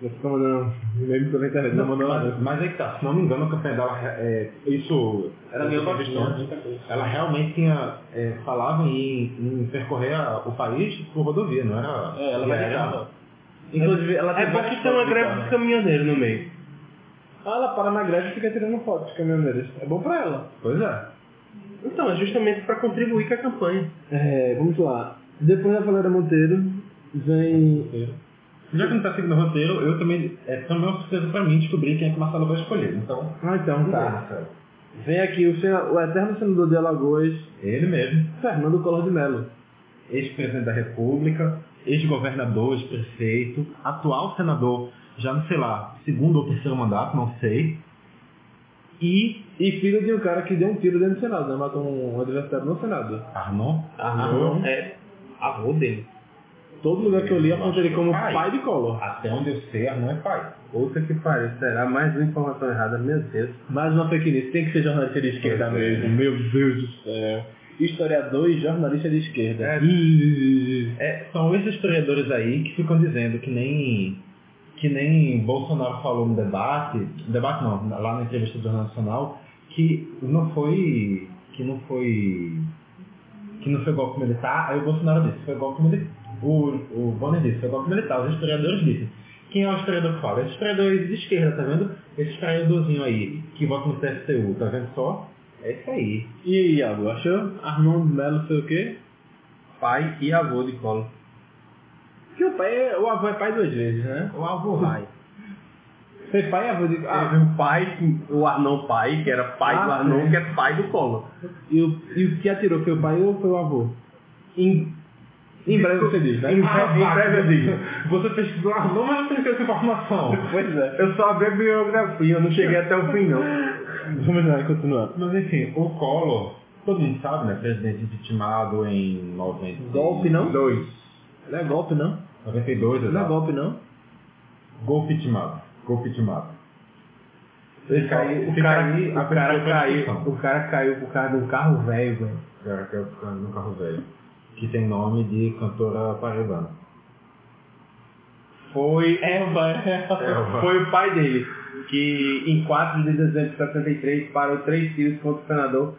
Speaker 1: Eu fico mandando meme pela internet,
Speaker 3: é
Speaker 1: não
Speaker 2: Não,
Speaker 1: mandando nada.
Speaker 2: mas, mas aí que tá, se não me engano, a campanha dela, é, isso...
Speaker 3: Era
Speaker 2: isso
Speaker 3: meio
Speaker 2: foi
Speaker 3: baixinha, né?
Speaker 2: visto antes.
Speaker 3: muita coisa.
Speaker 2: Ela realmente tinha, é, falava em, em percorrer a- o país por rodovia, não era...
Speaker 1: É, ela vai de
Speaker 2: era-
Speaker 1: carro. Inclusive, ela
Speaker 3: É
Speaker 1: tem várias
Speaker 3: porque tem uma
Speaker 1: fotos de
Speaker 3: greve tá-
Speaker 1: carro.
Speaker 3: dos caminhoneiros no meio.
Speaker 1: Ah, ela para na greve e fica tirando fotos dos caminhoneiros. É bom pra ela.
Speaker 2: Pois é.
Speaker 3: Então, é justamente pra contribuir com a campanha.
Speaker 1: É, vamos lá. Depois da Valéria Monteiro, vem...
Speaker 2: Já que não tá seguindo o roteiro, eu também... É também uma surpresa pra mim descobrir quem é que o Marcelo vai escolher, então...
Speaker 1: Ah, então, tá.
Speaker 2: Marcelo.
Speaker 1: Vem aqui o, sena- o eterno senador de Alagoas,
Speaker 2: Ele mesmo.
Speaker 1: Fernando Collor de Mello.
Speaker 2: ex-presidente da República, ex-governador, ex-prefeito, atual senador, já não sei lá, segundo ou terceiro mandato, não sei. E
Speaker 1: E filho de um cara que deu um tiro dentro do Senado, né? Matou um adversário no Senado.
Speaker 2: Arnon?
Speaker 3: Arnon é avô dele.
Speaker 1: Todo lugar que eu li aponta ele como
Speaker 2: Pai.
Speaker 1: pai de Collor.
Speaker 2: Até onde eu sei, Arnon é pai.
Speaker 3: Outra que pariu, será mais uma informação errada, meu Deus.
Speaker 1: Mais uma fake news. Tem que ser jornalista de esquerda
Speaker 2: Pois é.
Speaker 1: mesmo. Meu Deus do céu. Historiador e jornalista de esquerda.
Speaker 2: É, são esses historiadores aí que ficam dizendo que nem que nem Bolsonaro falou no debate, debate não, lá na entrevista do Jornal Nacional, que não foi que não foi que não foi golpe militar, aí o Bolsonaro disse, foi golpe militar. O, o Bonner disse, foi golpe militar, os historiadores dizem. Quem é o historiador que fala? Esses historiadores de esquerda, tá vendo? Esse historiadorzinho aí, que vota no TSTU, tá vendo só? É isso aí.
Speaker 1: E aí, Iago, achou? Armando Melo sei o quê?
Speaker 3: Pai e avô de Collor.
Speaker 1: Que o pai é, o avô é pai duas vezes, né?
Speaker 3: O avô pai.
Speaker 1: Foi pai e avô
Speaker 2: É,
Speaker 1: de... Ah,
Speaker 3: Teve um pai, que- o Arnon pai, que era pai
Speaker 1: Ah,
Speaker 3: do Arnon,
Speaker 1: sim.
Speaker 3: que é pai do Collor.
Speaker 1: e o, e o que atirou foi o pai ou foi o avô?
Speaker 3: Em,
Speaker 1: Em breve você diz, né?
Speaker 3: em breve, em breve eu digo.
Speaker 2: Você pesquisou Arnon, mas não pesquisou essa informação.
Speaker 1: Pois é.
Speaker 3: Eu só abri a biografia, eu não cheguei até o fim não.
Speaker 1: Vamos lá, continuar.
Speaker 2: Mas enfim, o Collor, todo mundo sabe, né? Presidente intimado em 90...
Speaker 1: Golpe, não?
Speaker 2: Dois.
Speaker 1: Não é golpe, não?
Speaker 2: 92,
Speaker 1: Não é
Speaker 2: exato.
Speaker 1: golpe, não?
Speaker 2: Golpe intimado. Golpe intimado. Ele
Speaker 3: Caiu-
Speaker 2: caiu,
Speaker 3: o,
Speaker 2: se
Speaker 3: cara,
Speaker 2: cair,
Speaker 3: o
Speaker 2: a
Speaker 3: cara
Speaker 2: pessoa
Speaker 3: caiu,
Speaker 2: foi na
Speaker 3: o cara caiu por causa de um carro velho, velho.
Speaker 2: extinção. Cara, que é o cara no carro velho. Que tem nome de cantora paraibana.
Speaker 3: Foi,
Speaker 1: Elba,
Speaker 2: Elba.
Speaker 3: (laughs) foi o pai dele, que em 4 de dezembro de 63 parou três tiros contra o senador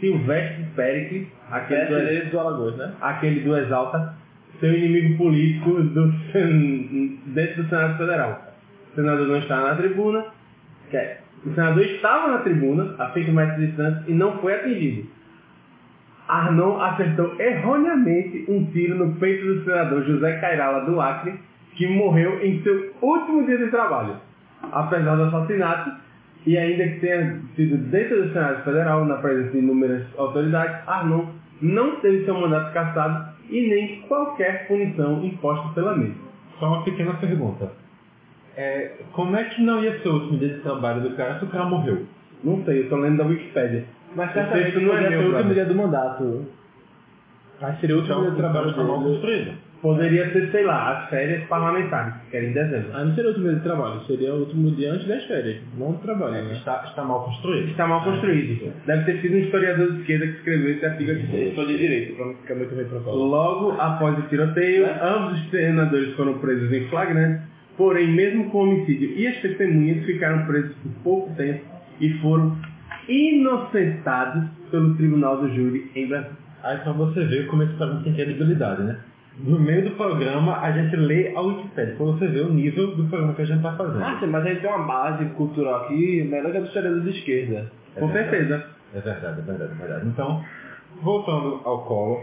Speaker 3: Silvestre Pericles, aquele, do-
Speaker 1: Pérez é do Alagoas, né?
Speaker 3: aquele do Exalta, seu inimigo político do, (laughs) sen- dentro do Senado Federal. O senador não estava na tribuna, quer, o senador estava na tribuna, a 5 metros de distância, e não foi atingido. Arnon acertou erroneamente um tiro no peito do senador José Cairala do Acre, que morreu em seu último dia de trabalho. Apesar do assassinato, e ainda que tenha sido dentro do Senado Federal, na presença de inúmeras autoridades, Arnon não teve seu mandato cassado e nem qualquer punição imposta pela mesma.
Speaker 2: Só uma pequena pergunta. É, como é que não ia ser o último dia de trabalho do cara se o cara morreu?
Speaker 3: Não sei, eu tô lendo da Wikipédia.
Speaker 1: Mas
Speaker 3: certamente
Speaker 1: certamente não
Speaker 3: poderia
Speaker 1: é o
Speaker 3: ser o último
Speaker 1: último dia do mandato. Mas seria o último dia do trabalho
Speaker 2: tá mal construído.
Speaker 3: Poderia ser, sei lá, as férias parlamentares, que era em dezembro.
Speaker 1: Ah, não seria o último dia de trabalho, seria o último dia antes das férias, não do
Speaker 3: É,
Speaker 1: trabalho, né?
Speaker 2: Está, está mal construído.
Speaker 3: Está mal construído. Deve ter sido um historiador de esquerda que escreveu esse artigo aqui.
Speaker 1: Estou de direito, pra não ficar muito bem pra falar. Né?
Speaker 3: Logo após o tiroteio, ambos os senadores foram presos em flagrante, porém, mesmo com o homicídio e as testemunhas ficaram presos por pouco tempo e foram inocentados pelo Tribunal do Júri em Brasília.
Speaker 2: Aí pra você ver como esse programa tem credibilidade, né? No meio do programa, a gente lê a Wikipédia, pra você ver o nível do programa que a gente tá fazendo.
Speaker 1: Ah, sim, mas a gente tem uma base cultural aqui, melhor que a do historiador de esquerda.
Speaker 3: Com
Speaker 2: É
Speaker 3: certeza.
Speaker 2: É verdade, é verdade, é verdade. Então, voltando ao colo,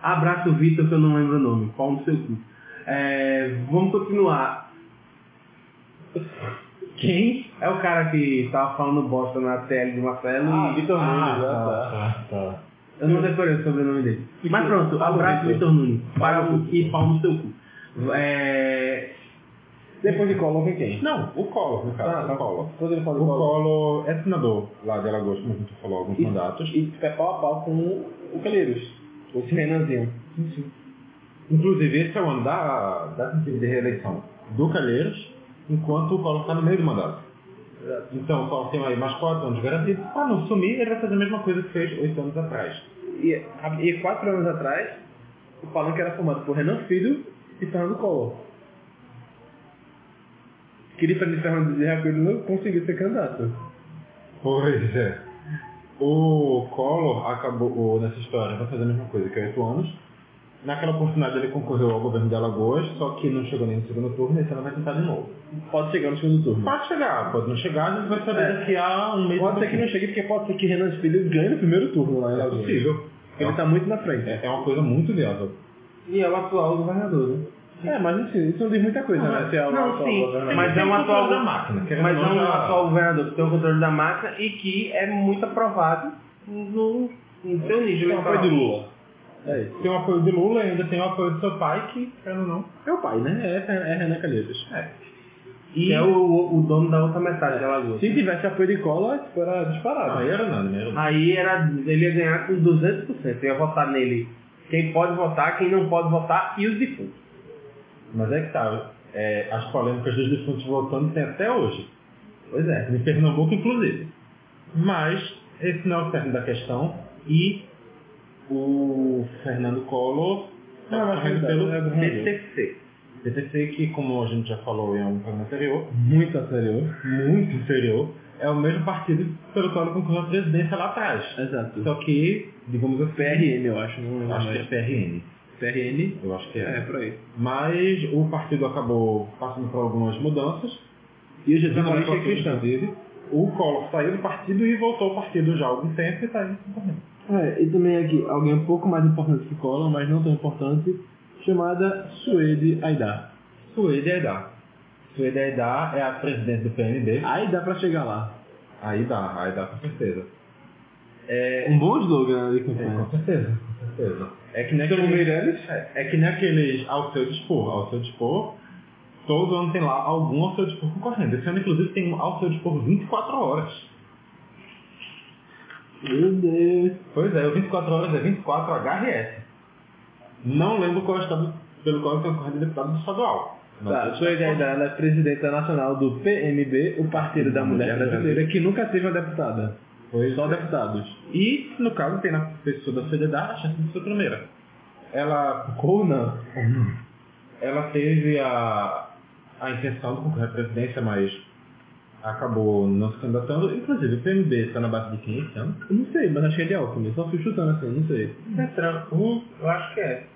Speaker 3: Abraço Vitor, que eu não lembro o nome. Pau no seu cu. É, vamos continuar.
Speaker 2: quem?
Speaker 3: É o cara que tava falando bosta na tele de Marcelo.
Speaker 1: Ah,
Speaker 3: e-
Speaker 1: Vitor Nunes,
Speaker 2: tá,
Speaker 1: ah,
Speaker 2: tá, tá.
Speaker 3: Eu não decorei o sobrenome dele. Mas pronto, abraço Vitor Nunes. Para
Speaker 1: Tá
Speaker 3: o e pau no seu cu. É...
Speaker 1: Depois de Collor vem quem?
Speaker 2: Não, o Collor, no
Speaker 1: Ah,
Speaker 2: caso,
Speaker 1: tá.
Speaker 2: o Collor.
Speaker 1: Quando ele fala
Speaker 2: O
Speaker 1: de Collor.
Speaker 2: Collor é senador lá de Alagoas, como a gente falou, alguns
Speaker 1: Isso.
Speaker 2: mandatos.
Speaker 1: E é pau a pau com o Calheiros. O Renanzinho.
Speaker 2: Inclusive, esse é o ano da, da tentativa de reeleição do Calheiros, enquanto o Collor está no meio do mandato. Então, o Collor tem aí mais quatro anos garantidos. Para não sumir, ele vai fazer a mesma coisa que fez oito anos atrás.
Speaker 1: E, e quatro anos atrás, o Palanque era formado por Renan Filho e Fernando Collor. Queria fazer Fernando de Reacuelo não conseguiu ser candidato.
Speaker 2: Pois é. O Collor acabou o- nessa história, vai fazer a mesma coisa que há oito anos. Naquela oportunidade ele concorreu ao governo de Alagoas, só que não chegou nem no segundo turno, esse ano vai tentar de novo.
Speaker 1: Pode chegar no segundo turno.
Speaker 2: Pode chegar, pode não chegar, a gente vai saber
Speaker 1: É.
Speaker 2: daqui a um mês.
Speaker 1: Pode ser que não chegue, porque pode ser que Renan Filho ganhe no primeiro turno lá em
Speaker 2: É
Speaker 1: Alagoas.
Speaker 2: possível.
Speaker 1: Ele tá muito na frente.
Speaker 2: É, é uma coisa muito viável.
Speaker 3: E é o atual governador, né?
Speaker 1: É, mas enfim, isso não diz muita coisa, né? Se é o
Speaker 3: não,
Speaker 1: atual
Speaker 3: sim.
Speaker 1: governador.
Speaker 3: Mas
Speaker 2: Ele tem
Speaker 3: é um
Speaker 2: controle
Speaker 3: atual-
Speaker 2: da máquina. querendo
Speaker 3: Mas
Speaker 2: ou
Speaker 3: é um
Speaker 2: já-
Speaker 3: atual governador que tem o controle da máquina e que é muito aprovado no, no seu nicho
Speaker 1: Tem um apoio de
Speaker 3: eleitoral.
Speaker 1: Lula. É isso.
Speaker 2: Tem o apoio de Lula e ainda tem o apoio do seu pai, que, querendo ou não,
Speaker 1: É o pai, né? É, é Renan Calheiros. É.
Speaker 3: Que é o, o dono da outra
Speaker 4: É.
Speaker 3: metade da Lagoa.
Speaker 1: Se tivesse apoio de cola, tipo, era disparado.
Speaker 2: aí era unânime. era-
Speaker 3: Ah.
Speaker 2: um-
Speaker 3: Aí era, ele ia ganhar com 200%. Ia votar nele quem pode votar, quem não pode votar e os defuntos.
Speaker 2: Mas é que tá, é, as polêmicas dos defuntos voltando tem até hoje.
Speaker 3: Pois é.
Speaker 2: Em Pernambuco, inclusive. Mas esse não é o cerne da questão. E o Fernando Collor
Speaker 1: Não,
Speaker 2: está
Speaker 1: mas
Speaker 2: correndo
Speaker 1: é
Speaker 2: pelo
Speaker 1: verdade, é verdade.
Speaker 2: PCC. PCC que, como a gente já falou em algum programa anterior,
Speaker 1: é Muito anterior.
Speaker 2: muito inferior, é o mesmo partido pelo qual ele concorreu à presidência lá atrás.
Speaker 1: Exato.
Speaker 2: Só que, digamos assim,
Speaker 1: PRN, eu Então, acho. Não
Speaker 2: acho que é PRN.
Speaker 1: PRN.
Speaker 2: Eu acho que
Speaker 1: É,
Speaker 2: é.
Speaker 1: por aí.
Speaker 2: Mas o partido acabou passando por algumas mudanças.
Speaker 1: E o
Speaker 2: Jesus
Speaker 1: Jesus
Speaker 2: Morista
Speaker 1: Morista
Speaker 2: é cristão. O Collor saiu do partido e voltou ao partido já há algum tempo e tá aí concorrendo.
Speaker 1: É, e também aqui, alguém um pouco mais importante que Collor, mas não tão importante, chamada Suede Aidar.
Speaker 2: Suede Aidar. Suede Aidar é a presidente do PMB.
Speaker 1: Aí dá pra chegar lá.
Speaker 2: Aí dá, aí dá com certeza.
Speaker 1: Um bom slogan ali
Speaker 2: É,
Speaker 1: campanha.
Speaker 2: com certeza, com certeza. É que nem
Speaker 1: Então,
Speaker 2: aqueles,
Speaker 1: Meirelles?
Speaker 2: é, é que nem aqueles ao seu dispor. Ao seu dispor, todo ano tem lá algum ao seu dispor concorrendo. Esse ano, inclusive, tem um ao seu dispor 24 horas.
Speaker 1: Meu Deus.
Speaker 2: Pois é, o 24 horas é 24 HRS. Não lembro qual é o estado pelo qual eu tenho correndo deputado estadual.
Speaker 1: Tá, Suede Aidar ela é presidenta nacional do PMB, o Partido da Mulher Brasileira, que nunca teve uma deputada.
Speaker 2: Pois
Speaker 1: Só
Speaker 2: é.
Speaker 1: deputados.
Speaker 2: E, no caso, tem na pessoa da CDDA a chance de ser primeira. Ela,
Speaker 1: Ou não.
Speaker 2: ela teve a, a intenção de concorrer à presidência, mas acabou não se candidatando. Inclusive, o PMB está na base de quem esse ano?
Speaker 1: Eu Não sei, mas acho que é de Alckmin. Só fui chutando assim, não sei.
Speaker 2: Centrão. O-
Speaker 3: Eu acho que é.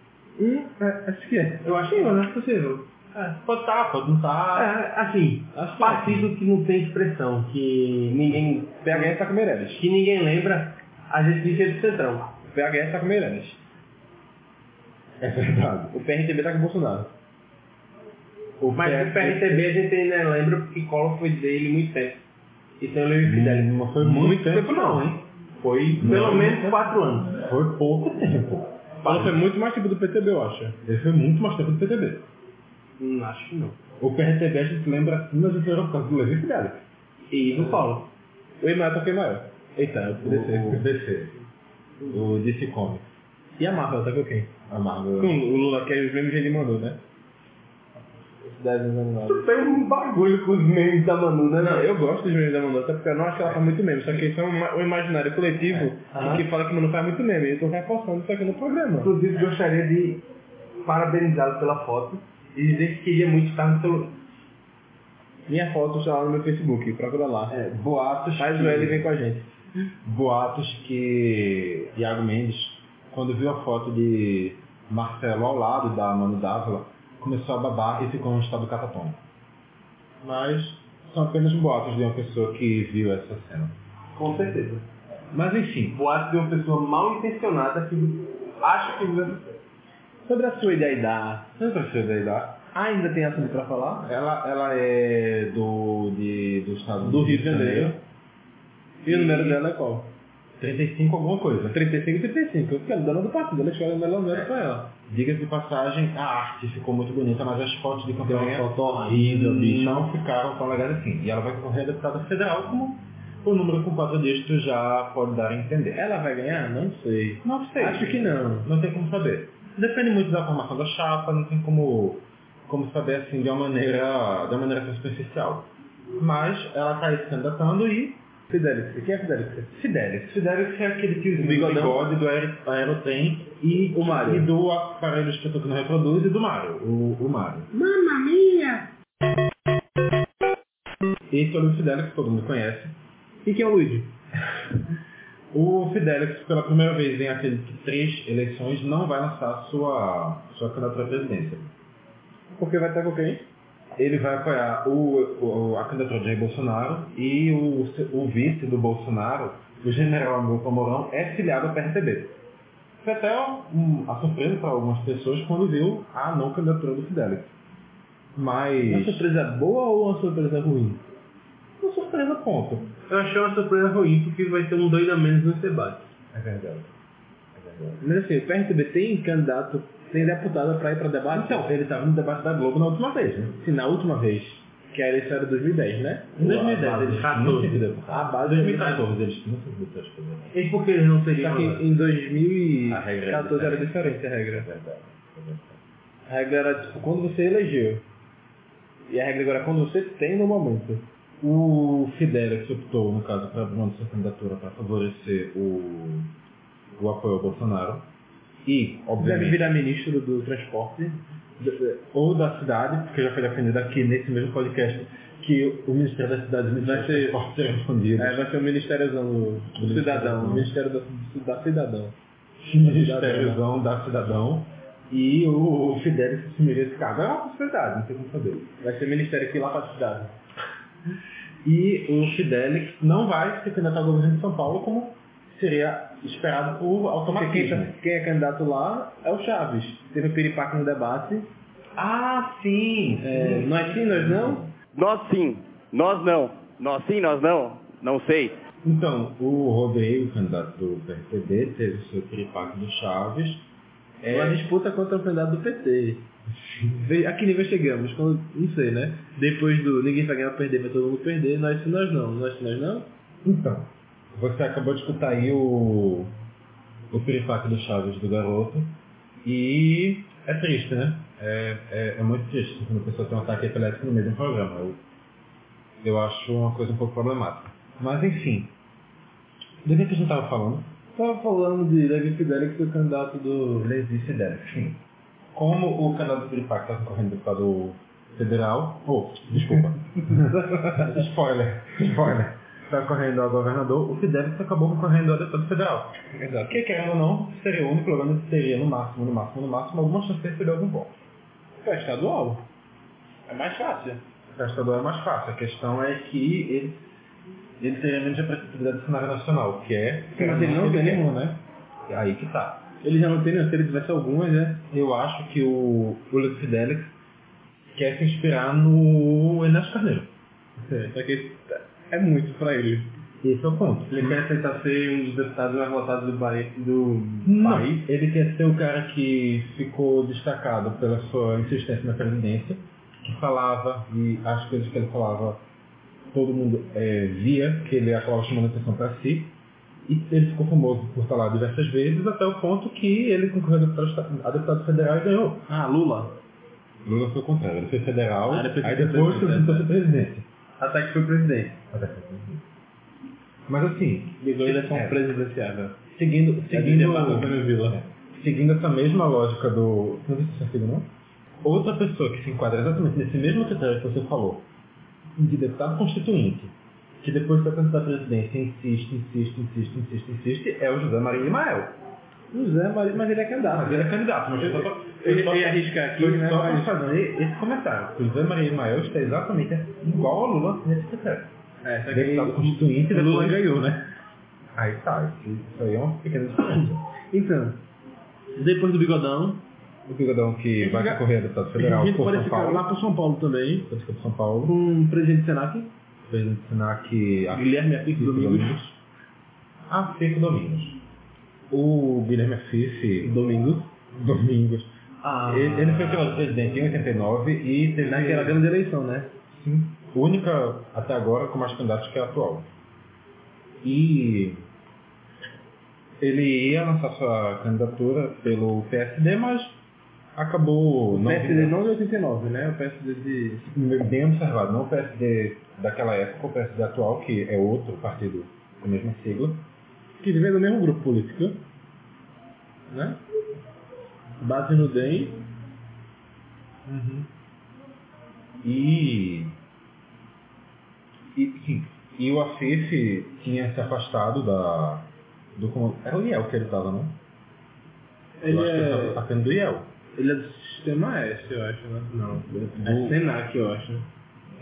Speaker 1: Hum, é, acho que é.
Speaker 3: Eu acho que não é possível.
Speaker 2: é, pode estar, pode não tá.
Speaker 3: É,
Speaker 2: estar.
Speaker 3: assim,
Speaker 1: Acho que é.
Speaker 3: partido que não tem expressão, que ninguém,
Speaker 1: PHS tá com Meirelles.
Speaker 3: que ninguém lembra, a gente diz que é do Centrão.
Speaker 1: PHS tá com Meirelles.
Speaker 2: É verdade.
Speaker 1: O PRTB tá com Bolsonaro.
Speaker 2: O
Speaker 3: Mas o PRTB a gente ainda lembra porque Collor foi dele muito tempo. Então ele
Speaker 1: é
Speaker 2: Fidel,
Speaker 3: Fidel.
Speaker 2: não foi muito, tempo,
Speaker 3: não,
Speaker 2: não,
Speaker 3: hein?
Speaker 2: hein? Foi
Speaker 3: Pelo
Speaker 2: não,
Speaker 3: menos quatro anos.
Speaker 2: Foi pouco tempo.
Speaker 1: Paulo foi muito mais tipo do PTB, eu acho.
Speaker 2: Ele foi muito mais tempo do PTB.
Speaker 3: Hum, acho que não.
Speaker 2: O PRTB a gente lembra assim, mas eu por causa do Levi Fidel.
Speaker 3: E do Collor.
Speaker 1: O Emael tá com Emael. Eita, é o DC.
Speaker 2: O DC. O DC Comics.
Speaker 1: E a Marvel tá com quem?
Speaker 2: A Marvel.
Speaker 1: Com o Lula, que é os memes que ele mandou, né? Os desenhos animados.
Speaker 3: Tem um bagulho com os memes da Manu, né?
Speaker 1: Não, eu gosto dos memes da Manu, até porque eu não acho que ela faz muito meme, só que isso é um, ma- um imaginário coletivo
Speaker 3: Aham.
Speaker 1: em que fala que Manu faz muito meme. Eu tô reforçando isso aqui no programa.
Speaker 3: Inclusive, gostaria de parabenizá-lo pela foto e dizer que queria muito estar no seu
Speaker 1: Minha foto está lá no meu Facebook, procura lá.
Speaker 2: É, boatos.
Speaker 1: Mas
Speaker 2: que-
Speaker 1: o L vem com a gente.
Speaker 2: Boatos que Iago Mendes, quando viu a foto de Marcelo ao lado da Manu Dávila, começou a babar e ficou em um estado catatônico. Mas são apenas boatos de uma pessoa que viu essa cena.
Speaker 3: Com certeza.
Speaker 2: Mas enfim,
Speaker 3: Boato de uma pessoa mal intencionada que acha que vive
Speaker 1: Sobre a sua ideia da...
Speaker 2: eu não sei da idade.
Speaker 1: Ainda tem assunto pra falar?
Speaker 2: Ela, ela é do, de, do estado
Speaker 1: Do Rio de Janeiro. E o número dela é qual?
Speaker 2: 35 alguma coisa.
Speaker 1: 35 e 35, porque ela é dona do partido, ela escolhe o melhor número pra ela.
Speaker 2: Diga-se de passagem, a arte ficou muito bonita, mas as fotos de
Speaker 1: Deu
Speaker 2: campanha
Speaker 1: uma foto horrível, bicho.
Speaker 2: não ficaram tão legais assim. E ela vai concorrer a deputada federal, como o número com quatro dígitos já pode dar a entender.
Speaker 1: Ela vai ganhar? Não sei.
Speaker 2: Não sei.
Speaker 1: Acho que não.
Speaker 2: Não tem como saber. Depende muito da formação da chapa, não tem como, como saber assim de uma maneira, de uma maneira tão superficial. Mas ela está se candidatando e
Speaker 1: Fidelix, quem é Fidelix?
Speaker 2: Fidelis. Fidelis é aquele que usa
Speaker 1: O
Speaker 2: o
Speaker 1: bigodão.
Speaker 2: bigode do aer- aerotrem e,
Speaker 1: O Mario.
Speaker 2: e do aparelho espetor que não reproduz e do Mario, o, o Mario.
Speaker 3: Mamma mia!
Speaker 2: Esse é o Luiz Fidelis, que todo mundo conhece.
Speaker 1: E quem é o Luigi?
Speaker 2: O Fidelis, pela primeira vez em aqueles três eleições, não vai lançar sua, sua candidatura à presidência.
Speaker 1: Porque vai estar com quem?
Speaker 2: Ele vai apoiar o, o- a candidatura de Jair Bolsonaro e o, se- o vice do Bolsonaro, o general Hamilton Mourão, é filiado ao PRTB. Foi até um- uma surpresa para algumas pessoas quando viu a não candidatura do Fidelis.
Speaker 1: Uma
Speaker 2: Mas é
Speaker 1: surpresa boa ou uma surpresa ruim?
Speaker 2: uma surpresa ponto.
Speaker 3: Eu achei uma surpresa ruim porque vai ter um doido a menos no debate.
Speaker 2: É verdade. É verdade.
Speaker 1: Mas assim, o PRTB tem candidato, tem deputada pra ir pra debate?
Speaker 2: Então, ele estava no debate da Globo na última vez, né?
Speaker 1: Sim, na última vez, que a eleição era 2010, né?
Speaker 2: Em 2010, eles tinham
Speaker 3: 14.
Speaker 2: sido deputados.
Speaker 1: A base
Speaker 2: 2014, eles tinham sido deputados. também. né?
Speaker 3: E por que eles não
Speaker 1: Só
Speaker 3: seriam?
Speaker 1: que em em
Speaker 2: A regra
Speaker 1: 2014
Speaker 2: era
Speaker 1: era diferente a regra.
Speaker 2: É verdade. é verdade.
Speaker 1: A regra era tipo quando você elegeu. E a regra agora é quando você tem no momento.
Speaker 2: O Fidelis optou, no caso, para abrir mão de sua candidatura para favorecer o, o apoio ao Bolsonaro. E,
Speaker 1: Deve
Speaker 2: obviamente,
Speaker 1: virar ministro do transporte.
Speaker 2: ou da cidade, porque já foi defendido aqui nesse mesmo podcast, que o Ministério da Cidade e o
Speaker 1: Vai ser-
Speaker 2: Ministério pode ser refundido.
Speaker 1: É, vai ser o ministériozão do, do cidadão. O ministério do, da cidadão.
Speaker 2: Ministériozão um da Cidadão. E o Fidelis assumiria esse cargo. É uma possibilidade, não tem como saber.
Speaker 1: Vai ser o ministério que lá pra cidade.
Speaker 2: E o Fidelis não vai se candidatar ao governo de São Paulo como seria esperado por
Speaker 1: Porque quem,
Speaker 2: automatismo.
Speaker 1: tá- quem é candidato lá é o Chaves. Teve o piripaque no debate.
Speaker 2: Ah, sim!
Speaker 1: É, nós sim, nós não.
Speaker 5: Nós sim, nós não. Nós sim, nós não. Não sei.
Speaker 2: Então, o Rodrigo, candidato do PRTB, teve o seu piripaque do Chaves.
Speaker 1: É. Uma
Speaker 2: É,
Speaker 1: disputa contra o candidato do PT. (laughs) Vê A que nível chegamos? Quando, não sei, né? Depois do ninguém vai ganhar ou perder, vai todo mundo perder. Nós sim, nós não. Nós sim, nós não.
Speaker 2: então, você acabou de escutar aí o, o piripaque do Chaves do garoto. E é triste, né? É, é, é muito triste quando a pessoa tem um ataque epilético no meio de um programa. Eu, eu acho uma coisa um pouco problemática. Mas, enfim. Do que que a gente estava falando?
Speaker 1: Tava falando de Levi Fidelix, o candidato do...
Speaker 2: Levi Fidelix. Como o canal do Piripaque está concorrendo deputado federal, ou, (laughs) desculpa, spoiler, spoiler, está correndo ao governador, o Fidelix acabou concorrendo a deputado federal. Exato. Que, querendo ou não, seria o único programa que teria, no máximo, no máximo, no máximo, alguma chance de receber algum voto.
Speaker 1: É estadual. É mais fácil.
Speaker 2: Para estadual é mais fácil, a questão é que ele, ele teria menos representatividade do cenário nacional, que é...
Speaker 1: Mas ele não tem nenhum, né?
Speaker 2: É Aí que tá.
Speaker 1: Ele já não tem nenhum, se ele tivesse algumas, né?
Speaker 2: Eu acho que o, o Lux Fidelix quer se inspirar no Enes Carneiro.
Speaker 1: Só que é muito pra ele.
Speaker 2: Esse é o ponto.
Speaker 3: Ele quer tentar ser um dos deputados mais votados do, Bahia, do
Speaker 2: Não,
Speaker 3: país.
Speaker 2: ele quer ser o cara que ficou destacado pela sua insistência na presidência, que falava e as coisas que ele falava todo mundo eh, via, que ele acabava chamando atenção para si. E ele ficou famoso por falar diversas vezes, até o ponto que ele concorreu a deputado esta- a deputado federal e ganhou.
Speaker 1: Ah, Lula.
Speaker 2: Lula foi o contrário, ele foi federal,
Speaker 1: Ah, ele foi
Speaker 2: aí depois
Speaker 1: presidente,
Speaker 2: se tentou ser presidente. né?
Speaker 1: Até que foi presidente.
Speaker 2: Mas assim,
Speaker 1: Ligou eleição
Speaker 2: É.
Speaker 1: presidenciável.
Speaker 2: seguindo,
Speaker 1: Seguindo a
Speaker 2: seguindo,
Speaker 1: Vila.
Speaker 2: seguindo essa mesma lógica do. Não sei se isso é filho, não. Outra pessoa que se enquadra exatamente nesse mesmo critério que você falou, de deputado constituinte, que depois da candidatura à presidência insiste, insiste, insiste, insiste, insiste, é o José Maria Imael.
Speaker 1: José, mas, mas ele é
Speaker 2: Mas
Speaker 1: candidato.
Speaker 2: ele é candidato, mas
Speaker 1: Eu-
Speaker 2: só pra-
Speaker 1: Eu
Speaker 2: eu só-
Speaker 1: ia arriscar aqui,
Speaker 2: Foi
Speaker 1: né?
Speaker 2: só para
Speaker 1: mas-
Speaker 2: fazer esse comentário. O José Maria Imael está exatamente igual ao Lula nesse critério.
Speaker 1: É, só
Speaker 2: Deputado
Speaker 1: que
Speaker 2: constituinte,
Speaker 1: o Lula
Speaker 2: depois-
Speaker 1: ganhou, né?
Speaker 2: Aí tá, isso isso aí é uma pequena diferença.
Speaker 1: Então, depois do Bigodão,
Speaker 2: O Bigodão que vai concorrer a deputado
Speaker 1: a
Speaker 2: federal
Speaker 1: gente
Speaker 2: por
Speaker 1: pode
Speaker 2: São
Speaker 1: ficar
Speaker 2: Paulo.
Speaker 1: lá pro São Paulo também,
Speaker 2: Pode ficar por São Paulo. um
Speaker 1: com o presidente do Senac,
Speaker 2: Presidente do Senac, a
Speaker 1: Guilherme Apito
Speaker 2: Felipe
Speaker 1: Domingos,
Speaker 2: Domingos. a Fico Domingos. O Guilherme Afif,
Speaker 3: Domingos.
Speaker 2: Domingos,
Speaker 3: Ah.
Speaker 2: ele, ele foi candidato a presidente em 89 e teve
Speaker 3: Naquela grande eleição, né?
Speaker 2: Sim. Única até agora com mais candidatos que a atual. E ele ia lançar sua candidatura pelo PSD, mas acabou
Speaker 1: O
Speaker 2: não
Speaker 1: PSD não de 89, né? O PSD de.
Speaker 2: bem observado, não o PSD daquela época, o PSD atual, que é outro partido com a mesma sigla.
Speaker 1: que vem do mesmo grupo político. Né? Base no DEM.
Speaker 2: E, e, sim, e o Afif tinha se afastado da. Do, com- era o IEL que ele estava, não?
Speaker 1: Ele
Speaker 2: Eu acho que ele tá- estava
Speaker 1: é,
Speaker 2: partindo do IEL.
Speaker 1: ele é do sistema S, eu acho, né? Não. É
Speaker 2: Do-
Speaker 1: Senac, eu acho. né?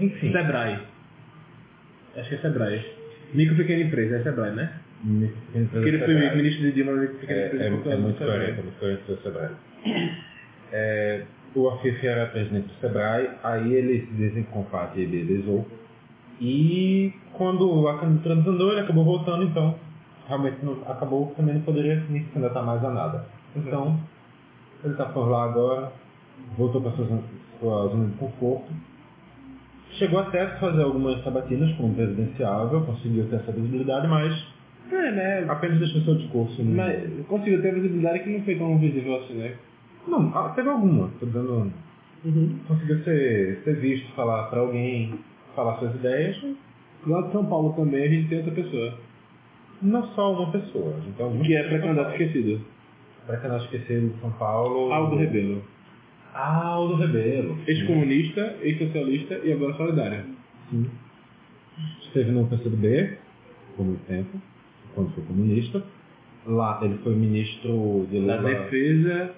Speaker 2: Enfim.
Speaker 1: Sebrae. Acho que é Sebrae. Micro Pequena Empresa, é Sebrae, né? Porque ele
Speaker 2: Ele
Speaker 1: foi ministro de Dilma né? Micro
Speaker 2: É,
Speaker 1: Pequena
Speaker 2: é,
Speaker 1: Empresa.
Speaker 2: é
Speaker 1: portanto,
Speaker 2: muito
Speaker 1: Sebrae.
Speaker 2: coerente, é muito coerente do Sebrae. É, o Afif era presidente do Sebrae, aí ele se desincompatibilizou. E quando a candidatura desandou, ele acabou voltando, então realmente não, acabou também não poderia nem se candidatar mais a nada. Então, ele está por lá agora, voltou para sua, zona- sua zona de conforto. Chegou até a fazer algumas sabatinas como presidenciável, conseguiu ter essa visibilidade, mas
Speaker 1: É, né?
Speaker 2: apenas deixou seu discurso. no-
Speaker 1: Mas conseguiu ter a visibilidade que não foi tão visível assim, né?
Speaker 2: Não, ah, teve alguma. Tô dando.
Speaker 1: Uhum.
Speaker 2: Conseguiu ser, ser visto, falar pra alguém, falar suas ideias.
Speaker 1: Lá de São Paulo também a gente tem outra pessoa.
Speaker 2: Não só uma pessoa, então
Speaker 1: Que é pré-candidato esquecido.
Speaker 2: Pra quem não esquecer de São Paulo. Ah,
Speaker 1: Aldo Rebelo.
Speaker 2: Aldo Rebelo.
Speaker 1: Ex-comunista, ex-socialista e agora solidária.
Speaker 2: Sim. Esteve no PCdoB por muito tempo, quando foi comunista. Lá ele foi ministro de
Speaker 1: Da
Speaker 2: Lula.
Speaker 1: defesa,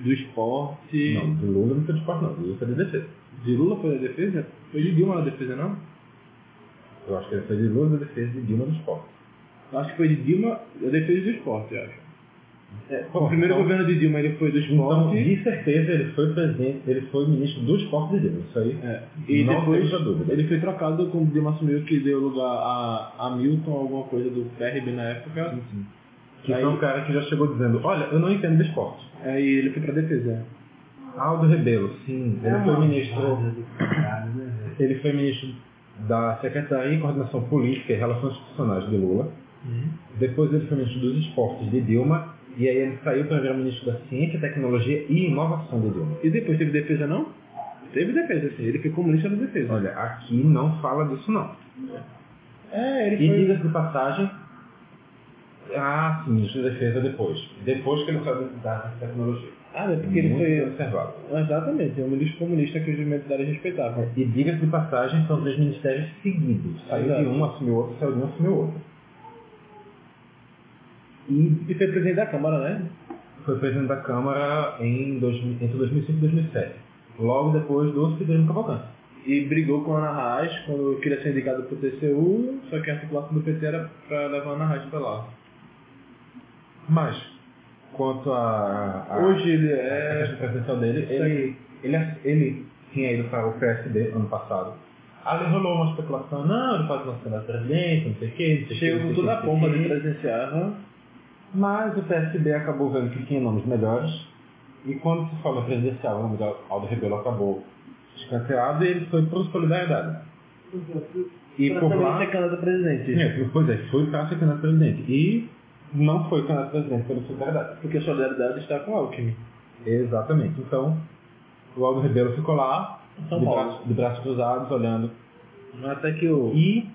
Speaker 1: do esporte.
Speaker 2: Não, de Lula não foi de esporte, não. De Lula foi de defesa.
Speaker 1: De Lula foi da defesa? Foi de Dilma da defesa, não?
Speaker 2: Eu acho que ele foi de Lula da defesa de Dilma do esporte.
Speaker 1: Eu Acho que foi de Dilma, da defesa do esporte, eu acho.
Speaker 2: Bom,
Speaker 1: É, o primeiro
Speaker 2: então-
Speaker 1: governo de Dilma ele foi do
Speaker 2: Então,
Speaker 1: esporte.
Speaker 2: de certeza, ele foi presidente, ele foi ministro do esporte de Deus, isso aí.
Speaker 1: É. E
Speaker 2: não
Speaker 1: depois
Speaker 2: temos a dúvida.
Speaker 1: ele foi trocado quando Dilma assumiu que deu lugar a, a Milton, alguma coisa do PRB na época.
Speaker 2: Que
Speaker 1: Aí-
Speaker 2: foi um cara que já chegou dizendo, olha, eu não entendo de esporte.
Speaker 1: Aí é, ele foi pra defesa.
Speaker 2: Aldo Rebelo, sim, ele foi né, ministro. Ele foi ministro da Secretaria de Coordenação Política e Relações Institucionais de Lula. Hum. Depois ele foi ministro dos esportes de Dilma. E aí ele saiu para virar ministro da Ciência, Tecnologia e Inovação de Dilma.
Speaker 1: E depois teve defesa, não? Teve defesa, sim. Ele foi comunista da defesa.
Speaker 2: Olha, aqui não fala disso não.
Speaker 1: É, ele
Speaker 2: E diga-se de passagem. Ah, sim, ministro da defesa depois. Depois que ele saiu da tecnologia.
Speaker 1: Ah, é porque ele
Speaker 2: Muito bem
Speaker 1: foi...
Speaker 2: observado.
Speaker 1: Exatamente, é um ministro comunista que os militares respeitavam.
Speaker 2: E diga-se de passagem, são três ministérios seguidos. Saiu
Speaker 1: Exato.
Speaker 2: de um, assumiu outro, saiu de um, assumiu outro.
Speaker 1: E foi presidente da Câmara, né?
Speaker 2: Foi presidente da Câmara em dois, entre 2005 e 2007. Logo depois do Figueiredo Cavalcante.
Speaker 1: E brigou com a Ana Raiz quando queria ser indicado pro TCU, só que a articulação do PT era pra levar a Ana Raiz pra lá.
Speaker 2: Mas, quanto a... a
Speaker 1: Hoje ele
Speaker 2: a
Speaker 1: é...
Speaker 2: questão (laughs) presidencial dele, ele, ele, ele tinha ido para o PSD ano passado. Ali rolou uma especulação, não, ele faz uma cena presidente, não sei o que, não sei o quê,
Speaker 1: Chegou
Speaker 2: não
Speaker 1: com
Speaker 2: sei o
Speaker 1: toda
Speaker 2: quê,
Speaker 1: a
Speaker 2: não sei o
Speaker 1: pompa de né?
Speaker 2: quê.
Speaker 1: presenciava.
Speaker 2: Mas o PSB acabou vendo que tinha nomes melhores. E quando se fala presidencial, o nome do Aldo Rebelo acabou escanteado e ele foi para Solidariedade. E por lá...
Speaker 1: ser candidato a presidente.
Speaker 2: É, pois é, foi para ser candidato a presidente. E não foi candidato a presidente pelo Solidariedade.
Speaker 1: Porque a solidariedade está com o Alckmin.
Speaker 2: Exatamente. Então, o Aldo Rebelo ficou lá,
Speaker 1: São
Speaker 2: de,
Speaker 1: Paulo.
Speaker 2: braços- de braços cruzados, olhando.
Speaker 1: Até que o
Speaker 2: E,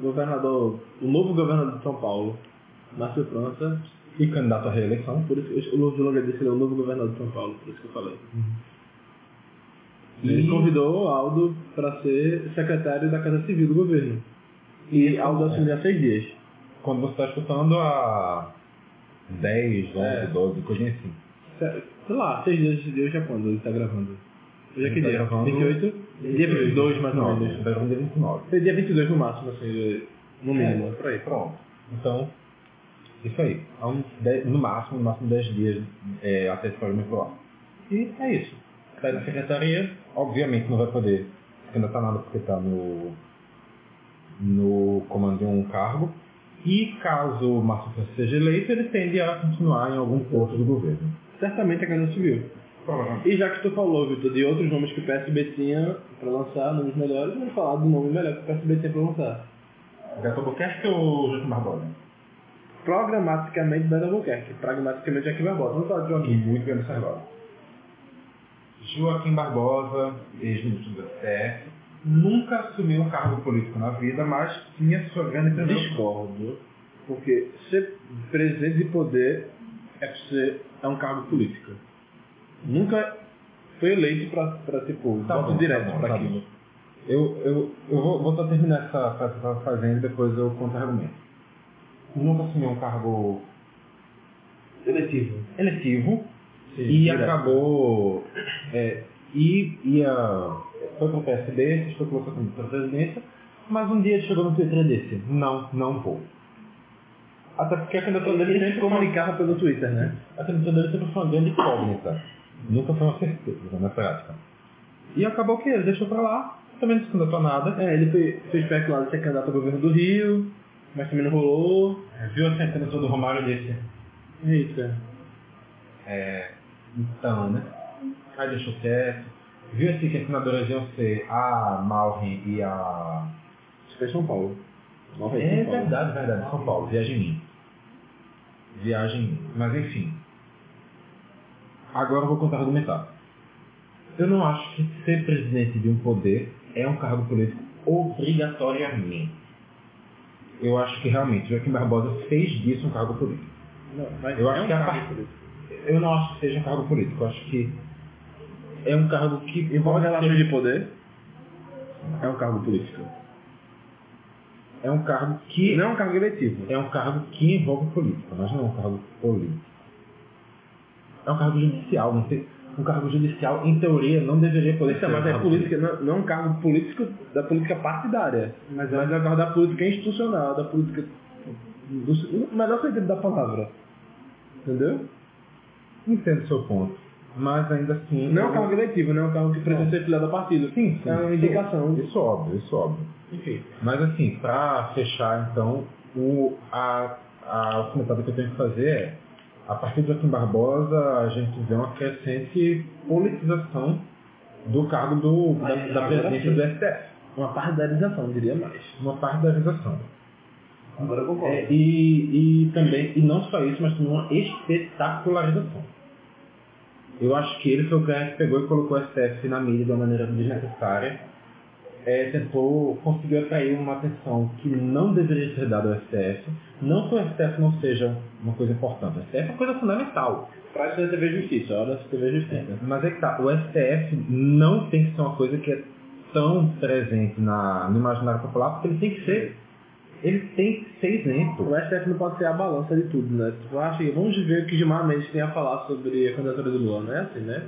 Speaker 1: governador, o novo governador de São Paulo, Márcio França,
Speaker 2: e candidato à reeleição.
Speaker 1: por isso, o Lula de Longa disse que ele é o novo governador de São Paulo, por isso que eu falei.
Speaker 2: E-
Speaker 1: Ele convidou o Aldo para ser secretário da Casa Civil do governo. E Aldo assumiu há seis dias.
Speaker 2: Quando você está escutando a 10, 11,
Speaker 1: É.
Speaker 2: 12, coisinha assim.
Speaker 1: Se- Sei lá, seis dias de hoje é quando ele está gravando. Hoje é que
Speaker 2: Ele tá
Speaker 1: dia?
Speaker 2: gravando-
Speaker 1: 28? Dia 22 mais ou menos.
Speaker 2: verão de 29.
Speaker 1: É Dia 22 no máximo, assim, no mínimo.
Speaker 2: É, por aí, pronto. Então, isso aí. Há uns 10, no máximo, no máximo 10 dias é, até esse programa pro ar. E é isso. Sai da secretaria, obviamente não vai poder tá candidatar nada porque está no, no comando de um cargo. E caso o Márcio França seja eleito, ele tende a continuar em algum posto do governo.
Speaker 1: É, Certamente a Casa Civil. E já que tu falou, Vitor, de outros nomes que o PSB tinha pra lançar, nomes melhores, vamos falar do nome melhor que o PSB tinha pra lançar.
Speaker 2: Beto Albuquerque ou Júlio é Barbosa?
Speaker 1: Programaticamente Beto Albuquerque, pragmaticamente Jack Barbosa. Vamos falar de
Speaker 2: E
Speaker 1: Joaquim.
Speaker 2: muito bem observado. Joaquim Barbosa, ex-ministro do STF, nunca assumiu um cargo político na vida, mas tinha sua grande presença.
Speaker 1: Discordo, porque ser presidente de poder é, ser, é um cargo político. Nunca foi eleito pra, pra tipo,
Speaker 2: Tá
Speaker 1: voto
Speaker 2: bom,
Speaker 1: direto
Speaker 2: tá bom,
Speaker 1: pra
Speaker 2: tá
Speaker 1: aquilo.
Speaker 2: Eu, eu, eu vou, vou só terminar essa frase que eu estava fazendo e depois eu conto o argumento. Nunca assumiu um cargo
Speaker 1: Eletivo.
Speaker 2: eletivo
Speaker 1: Sim,
Speaker 2: e
Speaker 1: direto.
Speaker 2: acabou. É, e ia, foi pro PSB, foi colocado como presidência, mas um dia ele chegou no Twitter e disse: Não, não vou. Até porque a candidatura dele
Speaker 1: Ele se
Speaker 2: sempre foi uma
Speaker 1: comunicava pelo Twitter, né?
Speaker 2: a candidatura dele sempre foi uma grande incógnita. Nunca foi uma certeza né, na prática. E acabou que ele deixou pra lá, também não se candidatou a nada.
Speaker 1: É, ele foi, foi especulado de ser candidato ao governo do Rio, mas também não rolou.
Speaker 2: É, Viu a sentença do Romário e disse, é,
Speaker 1: Eita.
Speaker 2: então, né? Aí deixou quieto. Viu assim que as senadoras iam ser a Malrin e a.
Speaker 1: Isso foi São Paulo. Nova
Speaker 2: É
Speaker 1: São Paulo.
Speaker 2: verdade, verdade, São Paulo, viagem minha. Viagem minha. Mas enfim. Agora eu vou contar argumentar. Eu não acho que ser presidente de um poder é um cargo político obrigatoriamente. Eu acho que realmente Joaquim Barbosa fez disso um cargo político.
Speaker 1: Não, mas
Speaker 2: Eu
Speaker 1: é
Speaker 2: acho
Speaker 1: um
Speaker 2: que a
Speaker 1: cargo
Speaker 2: parte-
Speaker 1: político.
Speaker 2: Eu não acho que seja um cargo político. Eu acho que é um cargo que
Speaker 1: Envolve
Speaker 2: pode
Speaker 1: relações
Speaker 2: ser-
Speaker 1: de poder.
Speaker 2: É um cargo político. É um cargo que
Speaker 1: Não é um cargo eletivo.
Speaker 2: é um cargo que envolve política, mas não é um cargo político. É um cargo judicial, não tem, um cargo judicial em teoria não deveria poder
Speaker 1: Então,
Speaker 2: ser.
Speaker 1: mas
Speaker 2: um
Speaker 1: é
Speaker 2: cargo
Speaker 1: política, não, não é um cargo político da política partidária. Mas é, mas é um cargo da política institucional, da política. Do, no melhor sentido da palavra. Entendeu?
Speaker 2: Entendo o seu ponto, mas ainda assim.
Speaker 1: Não é
Speaker 2: eu-
Speaker 1: um cargo eletivo, não é um cargo que precisa ser filiado a partido.
Speaker 2: Sim, sim.
Speaker 1: É uma
Speaker 2: sim.
Speaker 1: indicação.
Speaker 2: Isso óbvio, isso óbvio.
Speaker 1: Enfim.
Speaker 2: Mas assim, pra fechar então, o, a, a comentada que eu tenho que fazer é, a partir do Joaquim Barbosa, a gente vê uma crescente politização do cargo do, da,
Speaker 1: Aí,
Speaker 2: da
Speaker 1: agora
Speaker 2: presidência
Speaker 1: sim.
Speaker 2: do STF.
Speaker 1: Uma partidarização, eu diria mais.
Speaker 2: Uma partidarização.
Speaker 1: Agora eu concordo.
Speaker 2: É, e, e também, e não só isso, mas também uma espetacularização. Eu acho que ele foi o cara que pegou e colocou o STF na mídia de uma maneira desnecessária. É, tentou, conseguiu atrair uma atenção que não deveria ser dada ao STF. Não que o STF não seja uma coisa importante, o STF é uma coisa fundamental.
Speaker 1: Prática da TV Justiça,
Speaker 2: é
Speaker 1: hora da TV Justiça.
Speaker 2: Mas é que tá, o STF não tem que ser uma coisa que é tão presente na, no imaginário popular, porque ele tem que ser. Ele tem que ser exemplo.
Speaker 1: O STF não pode ser a balança de tudo, né? Tipo, ah, chega, vamos ver o que Gilmar Mendes tem a falar sobre a candidatura do Lula, não é assim, né?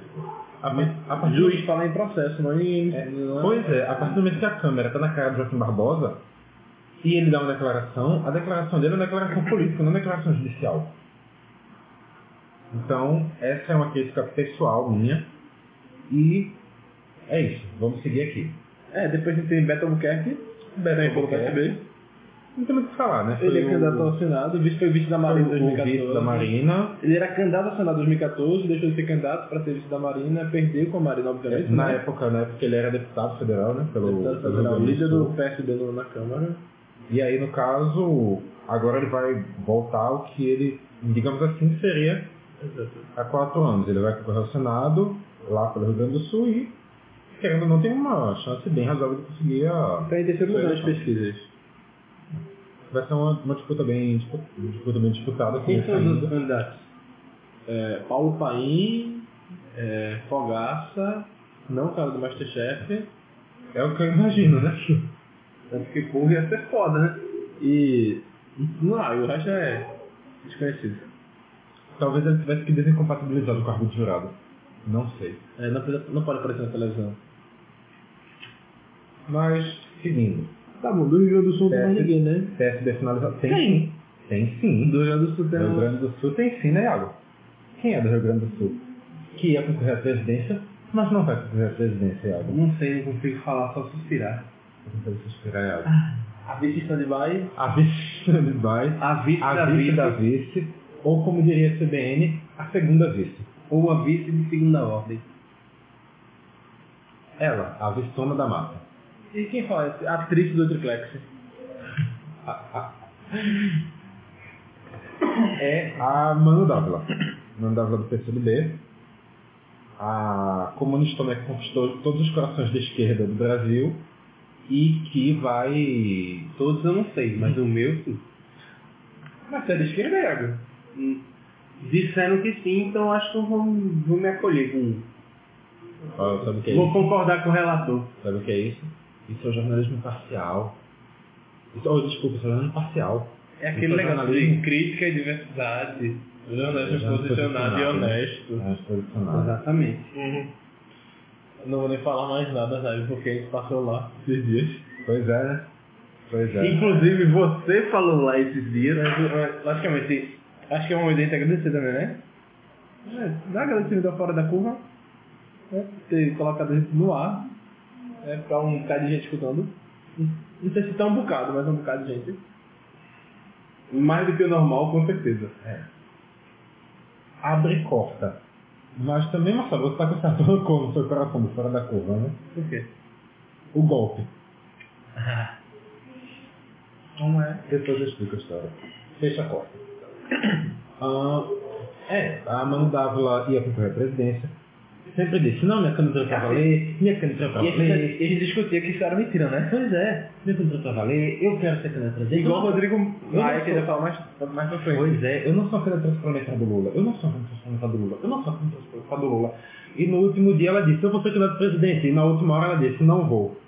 Speaker 2: A, par- a partir
Speaker 1: Juiz fala em processo, não em...
Speaker 2: É,
Speaker 1: não é-
Speaker 2: Pois é, a partir do momento que a câmera está na cara do Joaquim Barbosa e ele dá uma declaração, a declaração dele é uma declaração política, não uma declaração judicial. Então, essa é uma crítica pessoal minha e é isso, vamos seguir aqui.
Speaker 1: É, depois a gente tem Beto Albuquerque, também pelo
Speaker 2: Albuquerque.
Speaker 1: PSB.
Speaker 2: Não tem muito o que falar, né?
Speaker 1: Ele é
Speaker 2: o-
Speaker 1: candidato ao Senado, vice foi vice da Marina
Speaker 2: foi
Speaker 1: em
Speaker 2: o vice
Speaker 1: 2014.
Speaker 2: da Marina.
Speaker 1: Ele era candidato ao Senado em 2014, deixou de ser candidato para ser vice da Marina, perdeu com a Marina, obviamente,
Speaker 2: Na
Speaker 1: né?
Speaker 2: época, na época ele era deputado federal, né? Pelo,
Speaker 1: Deputado
Speaker 2: pelo
Speaker 1: federal,
Speaker 2: Rio Grande
Speaker 1: líder
Speaker 2: Sul.
Speaker 1: do PSB no- na Câmara.
Speaker 2: E aí, no caso, agora ele vai voltar ao que ele, digamos assim, seria há quatro anos. Ele vai concorrer ao Senado, lá pelo Rio Grande do Sul, e querendo ou não tem uma chance bem razoável de conseguir a...
Speaker 1: Está Tá em terceiro lugar nas pesquisas.
Speaker 2: Vai ser uma, uma disputa, bem, dispu- uma disputa bem disputada. com
Speaker 1: Quem
Speaker 2: isso
Speaker 1: são os outros
Speaker 2: ainda.
Speaker 1: candidatos? É, Paulo Paim, é, Fogaça, não o cara do Masterchef,
Speaker 2: É o que eu imagino, né?
Speaker 1: tanto que Curry ia ser foda, né? E. Não, e o resto é desconhecido.
Speaker 2: (laughs) Talvez ele tivesse que desincompatibilizar do cargo de jurado. Não sei.
Speaker 1: É, não, precisa- não pode aparecer na televisão.
Speaker 2: Mas, seguindo.
Speaker 1: Tá bom, do Rio Grande do Sul
Speaker 2: não tem mais
Speaker 1: ninguém, né?
Speaker 2: PSB finalizado. Tem
Speaker 1: Tem.
Speaker 2: sim. Tem sim.
Speaker 1: Do Rio Grande do Sul tem
Speaker 2: Rio
Speaker 1: um...
Speaker 2: Grande do Sul tem sim, né, Iago? Quem é do Rio Grande do Sul? Que ia concorrer à presidência, mas não vai concorrer à presidência, Iago.
Speaker 1: Não sei, não consigo falar, só suspirar.
Speaker 2: Ah. Não sei se suspirar, Iago.
Speaker 1: A vista de vai.
Speaker 2: a vice vai,
Speaker 3: A vice
Speaker 2: a
Speaker 3: da
Speaker 2: vice
Speaker 3: vice,
Speaker 1: tá.
Speaker 2: da vice, ou como diria a CBN, a segunda vice.
Speaker 3: ou a vice de segunda ordem.
Speaker 2: Ela, a vicona da mata.
Speaker 1: E quem fala? isso? A atriz do Triplex.
Speaker 2: É a Manu Dávila. Manu Dávila do PCdoB. A comunistona que conquistou todos os corações da esquerda do Brasil e que vai...
Speaker 3: Todos eu não sei, mas o meu sim.
Speaker 1: Mas você é de esquerda, Iago?
Speaker 3: Hum. Disseram que sim, então acho que eu vou, vou me acolher com.
Speaker 2: Ó, Sabe o que é
Speaker 3: Vou
Speaker 2: isso?
Speaker 3: concordar com o relator.
Speaker 2: Sabe o que é isso? Isso é o jornalismo parcial. Isso, oh, desculpa, isso é o jornalismo parcial.
Speaker 1: É aquele
Speaker 2: Então,
Speaker 1: negócio de
Speaker 2: jornalismo.
Speaker 1: crítica e diversidade.
Speaker 3: é
Speaker 2: Jornalismo
Speaker 1: Jornalismo é posicionado e
Speaker 2: posicionado, né?
Speaker 1: honesto.
Speaker 2: Né? Posicionado.
Speaker 3: Exatamente.
Speaker 1: Uhum. Não vou nem falar mais nada, sabe? Porque a gente passou lá esses dias.
Speaker 2: Pois é, né? Pois é.
Speaker 3: Inclusive você falou lá esses dias.
Speaker 1: Mas, mas, logicamente, acho que é um momento de gente agradecer também, né? É, dá agradecimento ao Fora da Curva. Né? Ter colocado a gente no ar. É, pra um bocado de gente escutando. Não sei se tá um bocado, mas um bocado de gente.
Speaker 3: Mais do que o normal, com certeza.
Speaker 2: Abre e corta. Mas também, Marcelo, você tá (laughs) consertando como no seu coração, do fora da curva, né?
Speaker 1: Por quê? (laughs)
Speaker 2: O golpe.
Speaker 4: Não é.
Speaker 2: Depois eu explico a história. Fecha a corta. (clears throat) Ah, é, a Manu Dávila ia concorrer à presidência. Sempre disse, não, minha candidatura pra valer, minha candidatura pra
Speaker 1: E a
Speaker 2: valer.
Speaker 1: gente, a gente discutia que isso era mentira, né?
Speaker 2: Pois é, minha candidatura pra valer, eu quero ser candidata a presidente.
Speaker 1: Igual o Rodrigo
Speaker 2: Eu
Speaker 1: Maia,
Speaker 2: não
Speaker 1: que
Speaker 2: sou-
Speaker 1: ele vai Ah, falar mais, mais pra frente.
Speaker 2: Pois é, eu não sou a candidata parlamentar do Lula, eu não sou a candidata parlamentar do Lula, eu não sou a candidata parlamentar do Lula. E no último dia ela disse, eu vou ser candidata a presidente. E na última hora ela disse, não vou.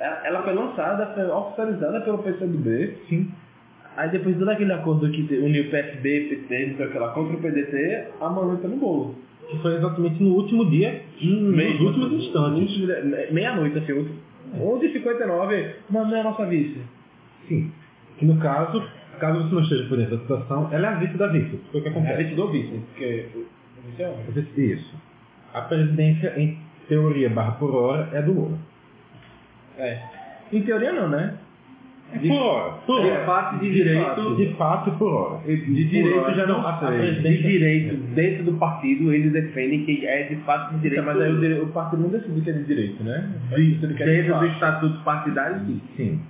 Speaker 1: Ela, ela foi lançada, foi oficializada pelo PCdoB.
Speaker 2: Sim.
Speaker 1: Aí depois de todo aquele acordo que uniu o PSB, PT, não sei o que lá, contra o PDT, a Manu entrou no bolo.
Speaker 2: Que foi exatamente no último dia, nos últimos instantes.
Speaker 1: Último- me- Meia-noite, assim, outro- 11h59, Manu é a nossa vice.
Speaker 2: Sim. Que no caso, caso você não esteja por dentro da situação, ela é a vice da vice. Foi o que
Speaker 1: É a
Speaker 2: acontece.
Speaker 1: vice do vice, porque o vice é homem.
Speaker 2: Eu disse Isso. A presidência, em teoria barra por hora, é do Lula.
Speaker 1: É. Em teoria não, né?
Speaker 2: por hora. Por
Speaker 3: De
Speaker 2: hora.
Speaker 3: fato e de,
Speaker 2: fato.
Speaker 3: direito.
Speaker 2: De fato e por hora.
Speaker 3: De
Speaker 2: Por hora, não
Speaker 3: a
Speaker 2: sei.
Speaker 3: presidência- De direito, dentro do partido, eles defendem que é de fato de direito.
Speaker 2: tá,
Speaker 1: Então, mas aí o, dire- o partido não decidiu que é de direito, né? Decidiu que é de
Speaker 3: dentro do
Speaker 1: fato.
Speaker 3: estatuto partidário, sim.
Speaker 2: Sim.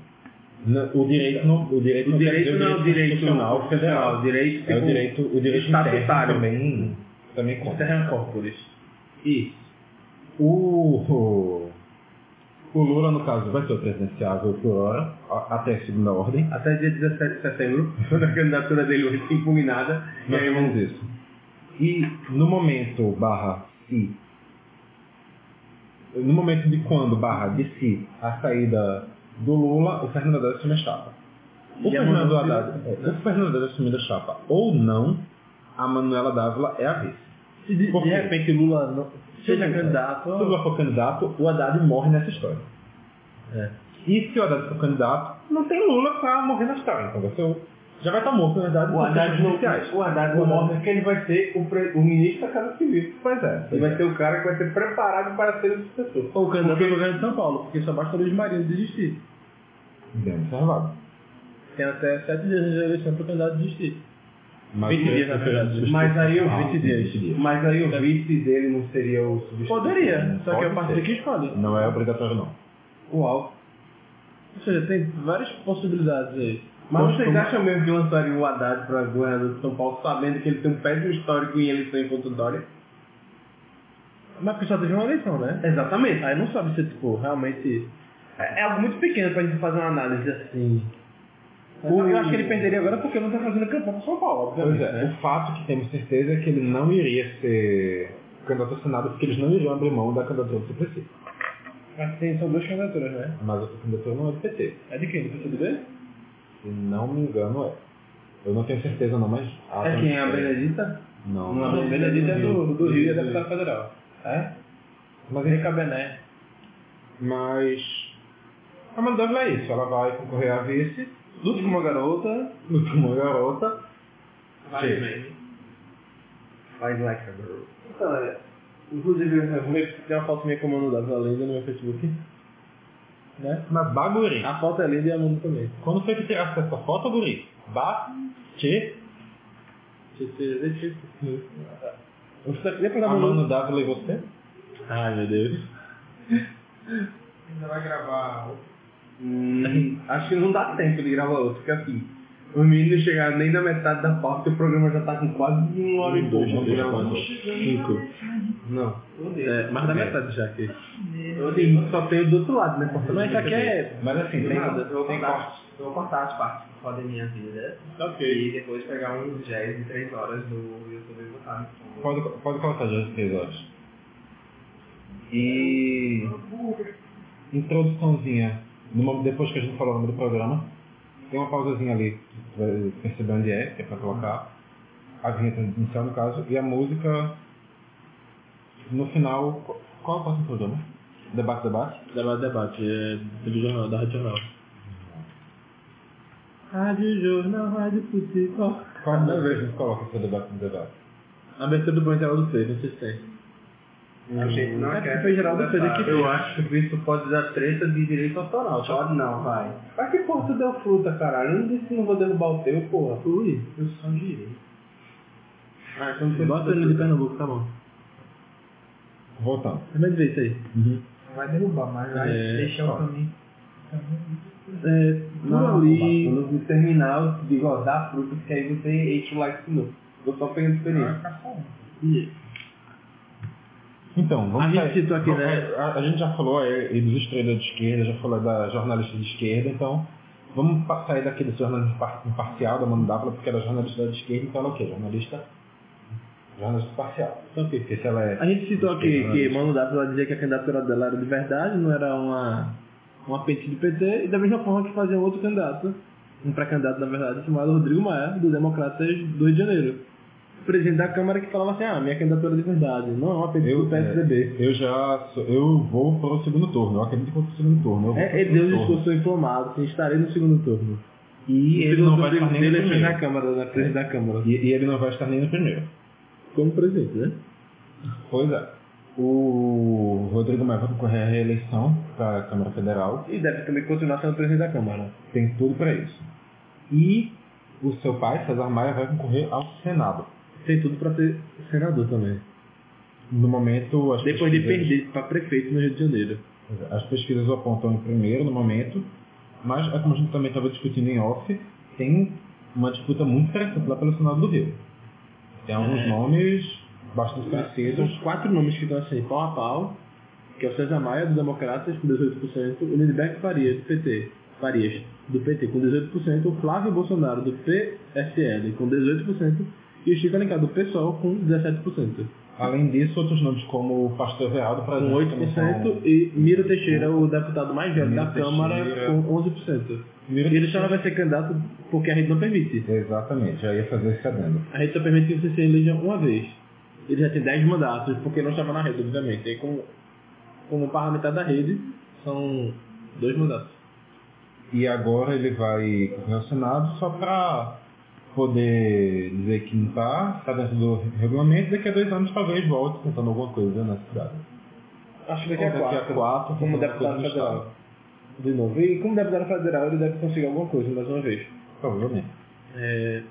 Speaker 2: Na- O direito não, o direito
Speaker 3: O
Speaker 2: não
Speaker 3: direito
Speaker 2: quer dizer
Speaker 3: não é
Speaker 2: o
Speaker 3: o
Speaker 2: direito
Speaker 3: direito
Speaker 2: constitucional federal.
Speaker 3: O direito,
Speaker 2: É o
Speaker 3: tipo,
Speaker 2: direito, o direito interno
Speaker 3: estatutário.
Speaker 2: também, também conta.
Speaker 1: Terra corporis.
Speaker 3: Isso. é
Speaker 2: O, o Lula, no caso, vai ser o presidenciável por hora, a- até a segunda ordem.
Speaker 3: Até dia 17 de
Speaker 1: (laughs)
Speaker 3: setembro, quando a candidatura dele vai ser impugnada. E
Speaker 2: Nós
Speaker 3: aí vamos
Speaker 2: vamos isso. E no momento barra se no momento de quando barra de se a saída do Lula, o Fernando Haddad assume a chapa. O
Speaker 1: E a
Speaker 2: Fernando,
Speaker 1: Manuela-
Speaker 2: Haddad, é, o Fernando Haddad assumindo a chapa ou não, a Manuela Dávila é a vice.
Speaker 1: Se de,
Speaker 2: Por
Speaker 1: de
Speaker 2: quê?
Speaker 1: repente Lula não, seja
Speaker 2: Sim, é.
Speaker 1: candidato,
Speaker 2: Se o Lula for candidato, o Haddad morre nessa história.
Speaker 1: É.
Speaker 2: E se o Haddad for candidato, não tem Lula pra morrer na história. Então você já vai estar morto, na verdade,
Speaker 3: O
Speaker 2: por
Speaker 3: Haddad
Speaker 2: questões
Speaker 3: não,
Speaker 2: judiciais.
Speaker 3: o Haddad não morre porque ele vai ser o, pre- o ministro da Casa Civil.
Speaker 2: Pois é.
Speaker 3: Ele
Speaker 2: pois é.
Speaker 3: vai ser o cara que vai ser preparado para ser o sucessor.
Speaker 1: ou candidato ao governo de São Paulo, porque só basta o Luiz Marinho desistir.
Speaker 2: Bem observado.
Speaker 1: Tem até sete dias de eleição para o candidato desistir.
Speaker 2: Mas
Speaker 1: 20
Speaker 2: o
Speaker 1: dias, na verdade.
Speaker 2: substituto-
Speaker 3: Mas aí o
Speaker 2: Ah,
Speaker 3: 20
Speaker 2: dias. dias.
Speaker 3: Mas aí o vice dele não seria o substituto.
Speaker 1: Poderia, só que é o
Speaker 2: Pode
Speaker 1: partido
Speaker 2: ser.
Speaker 1: que escolhe.
Speaker 2: Não é obrigatório não.
Speaker 3: Uau.
Speaker 1: Ou seja, tem várias possibilidades aí.
Speaker 3: Mas
Speaker 1: Costuma-
Speaker 3: vocês acham mesmo que lançaria o Haddad para um governador de São Paulo sabendo que ele tem um péssimo histórico em eleição contra o Dória?
Speaker 1: Mas porque só teve uma eleição, né?
Speaker 3: Exatamente.
Speaker 1: Aí não sabe se, tipo, realmente... É, é algo muito pequeno pra gente fazer uma análise assim. Eu, eu acho que ele perderia agora porque não tá fazendo campanha para São Paulo,
Speaker 2: Pois
Speaker 1: obviamente,
Speaker 2: é,
Speaker 1: né?
Speaker 2: o fato que temos certeza é que ele não iria ser candidato ao Senado porque eles não iriam abrir mão da candidatura do CPC.
Speaker 1: Mas tem, são duas candidaturas, né?
Speaker 2: Mas a candidatura não é do PT.
Speaker 1: É de quem? Do PCdoB?
Speaker 2: Se não me engano é. Eu não tenho certeza não, mas... Ah,
Speaker 3: É
Speaker 2: não
Speaker 3: quem é a
Speaker 2: sei.
Speaker 3: Benedita?
Speaker 2: Não.
Speaker 3: Não,
Speaker 1: Não,
Speaker 3: não.
Speaker 1: Benedito é do, do Rio e é deputado federal. É?
Speaker 2: Mas, enfim,
Speaker 1: Vem Bené.
Speaker 2: mas... A Mandávila é isso. Ela vai concorrer a vice,
Speaker 1: Lute com uma garota.
Speaker 2: luta com uma garota. Sim.
Speaker 3: Faz like a girl.
Speaker 1: Então, é, inclusive, eu vou- tem uma foto minha com o Manu Dávila ainda no meu Facebook. né?
Speaker 2: Mas baguri.
Speaker 1: A foto é linda e a mão também.
Speaker 2: Quando foi que tiraste essa foto, guri? Bate.
Speaker 1: Hum. Você tá querendo
Speaker 2: A
Speaker 1: pegar
Speaker 2: mano Dávila e você?
Speaker 1: Ai, meu Deus.
Speaker 4: Ainda vai gravar.
Speaker 3: Hum, acho que não dá tempo de gravar outro, porque assim, os meninos chegaram nem na metade da pauta e o programa já tá com quase uma hora e pouco. de gravação.
Speaker 1: tá Cinco.
Speaker 3: Não,
Speaker 1: É, mais da metade já aqui.
Speaker 3: Sim, só tem o do outro lado, né? Porta
Speaker 1: Mas isso aqui é...
Speaker 2: Mas assim, tem,
Speaker 4: Nada, eu vou
Speaker 2: tem corte.
Speaker 4: contar, eu vou contar as partes que podem minha vida
Speaker 1: Ok.
Speaker 4: e depois pegar uns jazz de 3 horas do YouTube e botar no fundo.
Speaker 2: Pode, pode colocar já as três horas. E. Introduçãozinha. No momento- depois que a gente falou o nome do programa, tem uma pausazinha ali, tu vai perceber onde é, que é pra colocar. A vinheta inicial, no caso, e a música. No final. qu- Qual é o próximo programa? Debate, debate?
Speaker 1: Debate, debate. É do jornal, da Rádio Jornal. Rádio Jornal, Rádio Futebol.
Speaker 2: Qual é a primeira vez que a gente coloca esse debate no debate?
Speaker 1: A abertura do Banho do Feio, não sei se tem.
Speaker 3: A gente não
Speaker 1: É, porque
Speaker 3: quer.
Speaker 1: foi Geraldo Freire que
Speaker 3: Eu acho que isso pode dar treta de direito autoral. tá? Pode não, vai. Mas que porra tu deu fruta, caralho? Eu não disse que não vou derrubar o teu, porra.
Speaker 1: Ui.
Speaker 3: Eu sou um direito. Ah, então você
Speaker 1: Bota ele de Pernambuco, tá bom.
Speaker 2: Voltando.
Speaker 1: É mais ver isso aí.
Speaker 4: Não vai derrubar, mas vai
Speaker 1: É,
Speaker 4: deixar o caminho.
Speaker 1: É, por ali...
Speaker 3: Quando você terminar, eu digo, ó, dá fruta, porque aí você enche o like de novo. Eu só pegando experiência.
Speaker 2: Então, vamos
Speaker 1: A gente
Speaker 2: sair-
Speaker 1: citou aqui,
Speaker 2: vamos-
Speaker 1: né?
Speaker 2: A, a gente já falou é, e dos historiadores de esquerda, já falou da jornalista de esquerda, então vamos pa- sair daquele jornalismo par- imparcial da Mandápola, porque ela é jornalista da esquerda, então ela é o quê? Jornalista? Jornalista parcial.
Speaker 1: Ok.
Speaker 2: Porque se ela é...
Speaker 1: A gente citou aqui que Mano Dávila dizia que a candidatura dela era de verdade, não era uma, uma pente do PT, e da mesma forma que fazia um outro candidato, um pré-candidato, na verdade, chamado Rodrigo Maia, do Democratas do Rio de Janeiro. Presidente da Câmara que falava assim, ah, minha candidatura é de verdade, não é uma pente
Speaker 2: Eu, é,
Speaker 1: do PSDB.
Speaker 2: eu já... sou- eu vou para o segundo turno, eu acredito que vou para o segundo turno. eu vou pro
Speaker 1: É, é
Speaker 2: segundo
Speaker 1: Deus
Speaker 2: turno.
Speaker 1: discursou inflamado, assim, estarei no segundo turno.
Speaker 2: E ele não vai estar nem no É.
Speaker 1: Ele foi na
Speaker 2: primeiro.
Speaker 1: Câmara, na presidente da Câmara.
Speaker 2: E, e ele não vai estar nem no primeiro.
Speaker 1: Como presidente, né?
Speaker 2: Pois é. O Rodrigo Maia vai concorrer à reeleição para a Câmara Federal.
Speaker 1: E deve também continuar sendo presidente da Câmara.
Speaker 2: Tem tudo para isso. E o seu pai, César Maia, vai concorrer ao Senado.
Speaker 1: Tem tudo pra ser senador também.
Speaker 2: No momento, as
Speaker 1: Depois de
Speaker 2: pesquisas,
Speaker 1: perder pra prefeito no Rio de Janeiro.
Speaker 2: as pesquisas o apontam em primeiro no momento, mas é como a gente também estava discutindo em off, tem uma disputa muito interessante lá pelo Senado do Rio. Tem
Speaker 1: É.
Speaker 2: alguns nomes bastante
Speaker 1: São
Speaker 2: conhecidos.
Speaker 1: os quatro nomes que estão assim, pau a pau, que é o César Maia, do Democratas, com 18%, o Lindbergh Faria, do PT, Farias, do PT, com 18%, o Flávio Bolsonaro, do PSL, com 18%, e o Chico Alencar, do PSOL, com 17%.
Speaker 2: Além disso, outros nomes como o Pastor Everaldo, por
Speaker 1: Com
Speaker 2: exemplo, também são-
Speaker 1: 8%, e Miro Teixeira, o deputado mais velho
Speaker 2: tá Miro
Speaker 1: da Câmara,
Speaker 2: Teixeira.
Speaker 1: com 11%.
Speaker 2: Primeiro-
Speaker 1: Ele só não vai ser candidato porque a rede não permite.
Speaker 2: é um- Exatamente, já ia fazer esse adendo.
Speaker 1: A rede só permite que você se eleja uma vez. Ele já tem 10 mandatos, porque não estava na rede, obviamente. E como, como parlamentar da rede, são dois mandatos.
Speaker 2: E agora ele vai correr ao Senado só para poder dizer que não está, está dentro do regulamento, daqui a dois anos talvez volte tentando alguma coisa na cidade.
Speaker 1: Acho que
Speaker 2: Ou
Speaker 1: daqui a quatro.
Speaker 2: quatro,
Speaker 1: como
Speaker 2: tentando
Speaker 1: deputado
Speaker 2: alguma coisa no
Speaker 1: federal.
Speaker 2: estado.
Speaker 1: De novo. E como deputado federal, ele deve conseguir alguma coisa, mais uma vez.
Speaker 2: Provavelmente.
Speaker 1: É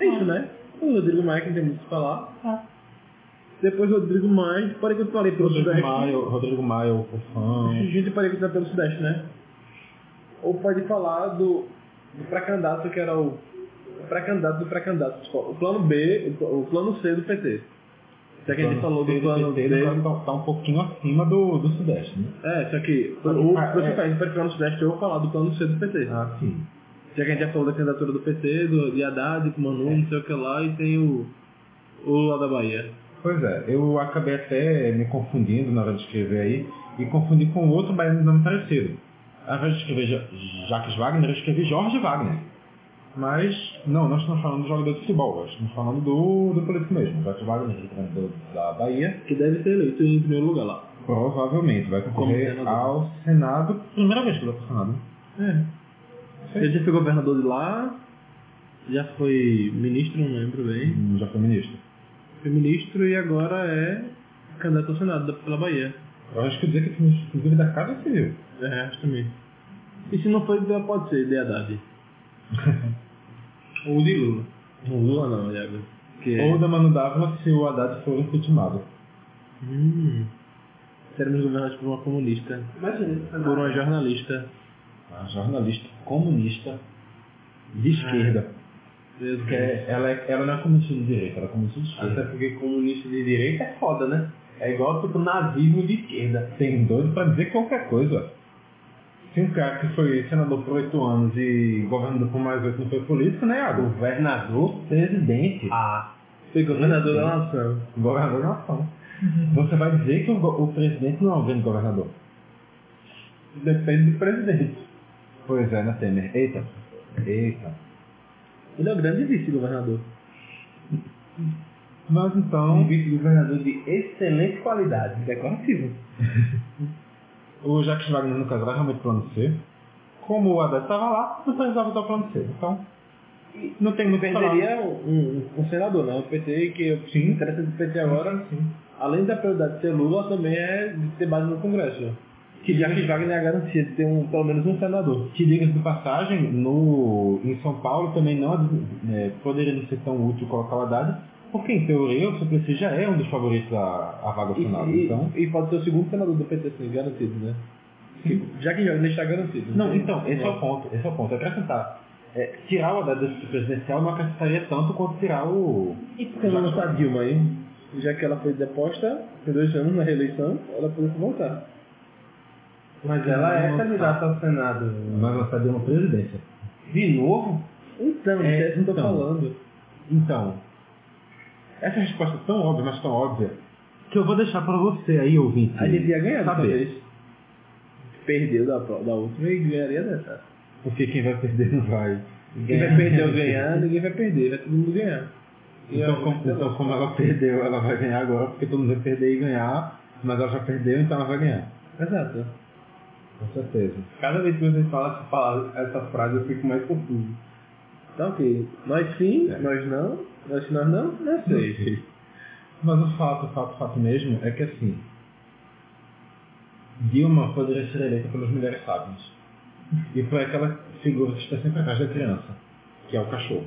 Speaker 1: isso, né? O Rodrigo Maia, que não tem muito o que falar. Depois o Rodrigo Maia, parei que eu falei pelo
Speaker 2: Rodrigo
Speaker 1: Sudeste.
Speaker 2: Maia, Rodrigo Maia, o Fofão.
Speaker 1: Gente, parei que eu falei pelo Sudeste, né? Ou pode falar do, do pré-candidato que era o pré-candidato do pré-candidato. Tipo, O plano B, o pl- o plano C do PT. Só que a gente falou do né? plano B.
Speaker 2: Está um pouquinho acima do, do Sudeste, né?
Speaker 1: É, só que
Speaker 2: Só que
Speaker 1: o,
Speaker 2: pa-
Speaker 1: você
Speaker 2: é.
Speaker 1: faz para ficar no Sudeste, eu vou falar do plano C do PT.
Speaker 2: Ah, sim.
Speaker 1: Já que a gente já falou da candidatura do PT, do, de Haddad, com Manu, não sei o que lá, e tem o, o lá da Bahia.
Speaker 2: Pois é, eu acabei até me confundindo na hora de escrever aí e confundi com outro baiano de nome parecido. Ao invés de escrever Ja- Jacques Wagner, eu escrevi Jorge Wagner. Mas, não, nós estamos falando do jogador de futebol, nós estamos falando do, do político mesmo. Jacques Wagner, representante da Bahia,
Speaker 1: Que deve ser eleito em primeiro lugar lá.
Speaker 2: provavelmente vai concorrer
Speaker 1: senador.
Speaker 2: ao Senado, primeira vez que ele vai pro Senado. né?
Speaker 1: Ele já foi governador de lá, já foi ministro, não lembro bem.
Speaker 2: Hum, Já foi ministro.
Speaker 1: Foi ministro e agora é candidato ao Senado da- pela Bahia.
Speaker 2: Eu acho que o Dizer que foi inclusive da Casa Civil.
Speaker 1: É, acho também. E se não foi, pode ser de Haddad.
Speaker 3: (laughs) Ou de Lula.
Speaker 1: O Lula não, Iago. Que... é-
Speaker 2: Ou da Manu Dávila se o Haddad for impeachmentado.
Speaker 1: Hum. Seremos governados por uma comunista,
Speaker 4: Imagina.
Speaker 1: por uma jornalista.
Speaker 2: A jornalista comunista de
Speaker 1: É.
Speaker 2: esquerda.
Speaker 1: Meu
Speaker 2: Porque ela, é- ela não é comunista de direita, ela é comunista de esquerda.
Speaker 3: Até porque comunista de direita é foda, né? É igual tipo nazismo de
Speaker 1: É.
Speaker 3: esquerda.
Speaker 2: Tem doido pra dizer qualquer coisa. Se um cara que foi senador por oito anos e governador por mais oito não foi político, né? Ah, governador, presidente.
Speaker 3: Ah,
Speaker 1: Foi governador da nação. Uhum.
Speaker 2: Governador da nação. Você vai dizer que o, go- o presidente não é um grande governador.
Speaker 3: depende do presidente.
Speaker 2: Pois é, né, Temer? Eita. Eita.
Speaker 1: Ele é
Speaker 3: um
Speaker 1: o grande vice-governador.
Speaker 2: Mas
Speaker 3: Um
Speaker 2: então,
Speaker 3: vice-governador de excelente qualidade. Decorativo.
Speaker 2: (laughs) o Jacques Wagner, no caso, vai realmente plano C. Como o Haddad estava lá, não precisava do plano C. Então, não tem muito o que falar.
Speaker 1: Perderia um, um- um senador, né? O PT, que o que interessa do PT agora, além da prioridade de ser Lula, também é de ter base no Congresso. Que já que Wagner é a garantia de ter um, pelo menos um senador.
Speaker 2: Que diga-se de passagem, no, em São Paulo também não é, poderia não ser tão útil colocar o Haddad, porque em teoria o Suplicy já é um dos favoritos à, à vaga
Speaker 1: E,
Speaker 2: final.
Speaker 1: e-
Speaker 2: Então,
Speaker 1: e pode ser o segundo senador do PT, assim, garantido, né? Que, já que Wagner está garantido.
Speaker 2: não, então, esse é o ponto, esse é o ponto. Acrescentar. é, tirar o Haddad desse presidencial não acrescentaria tanto quanto tirar o.
Speaker 1: E por que não lançar a Dilma aí? Já que ela foi deposta por dois anos na reeleição, ela poderia voltar.
Speaker 3: Mas ela é candidata ao Senado.
Speaker 2: Mas lançar de uma presidência.
Speaker 3: De novo?
Speaker 1: Então,
Speaker 2: É,
Speaker 1: é isso que eu tô
Speaker 2: então.
Speaker 1: falando.
Speaker 2: Então, essa resposta é tão óbvia, mas tão óbvia, que eu vou deixar pra você aí, ouvinte.
Speaker 1: A gente ia ganhar dessa
Speaker 2: saber.
Speaker 1: vez. Perdeu da, pro- da última e ganharia dessa.
Speaker 2: Porque quem vai perder não vai.
Speaker 1: Quem vai perder ou ganhar, ninguém vai perder, vai todo mundo ganhar. E
Speaker 2: (laughs) Então,
Speaker 1: eu-
Speaker 2: como, então, como ela perdeu, ela vai ganhar agora, porque todo mundo vai perder e ganhar, mas ela já perdeu, então ela vai ganhar.
Speaker 1: Exato.
Speaker 2: Com certeza.
Speaker 3: Cada vez que vocês falam essa, palavra- essa frase eu fico mais confuso.
Speaker 1: Então ok. Nós sim,
Speaker 2: É.
Speaker 1: nós não, nós nós não, né, não sei.
Speaker 2: Mas o fato, o fato, o fato mesmo é que assim, Dilma poderia ser eleita pelas mulheres sábias. E por aquela figura que está sempre atrás da criança, que é o cachorro.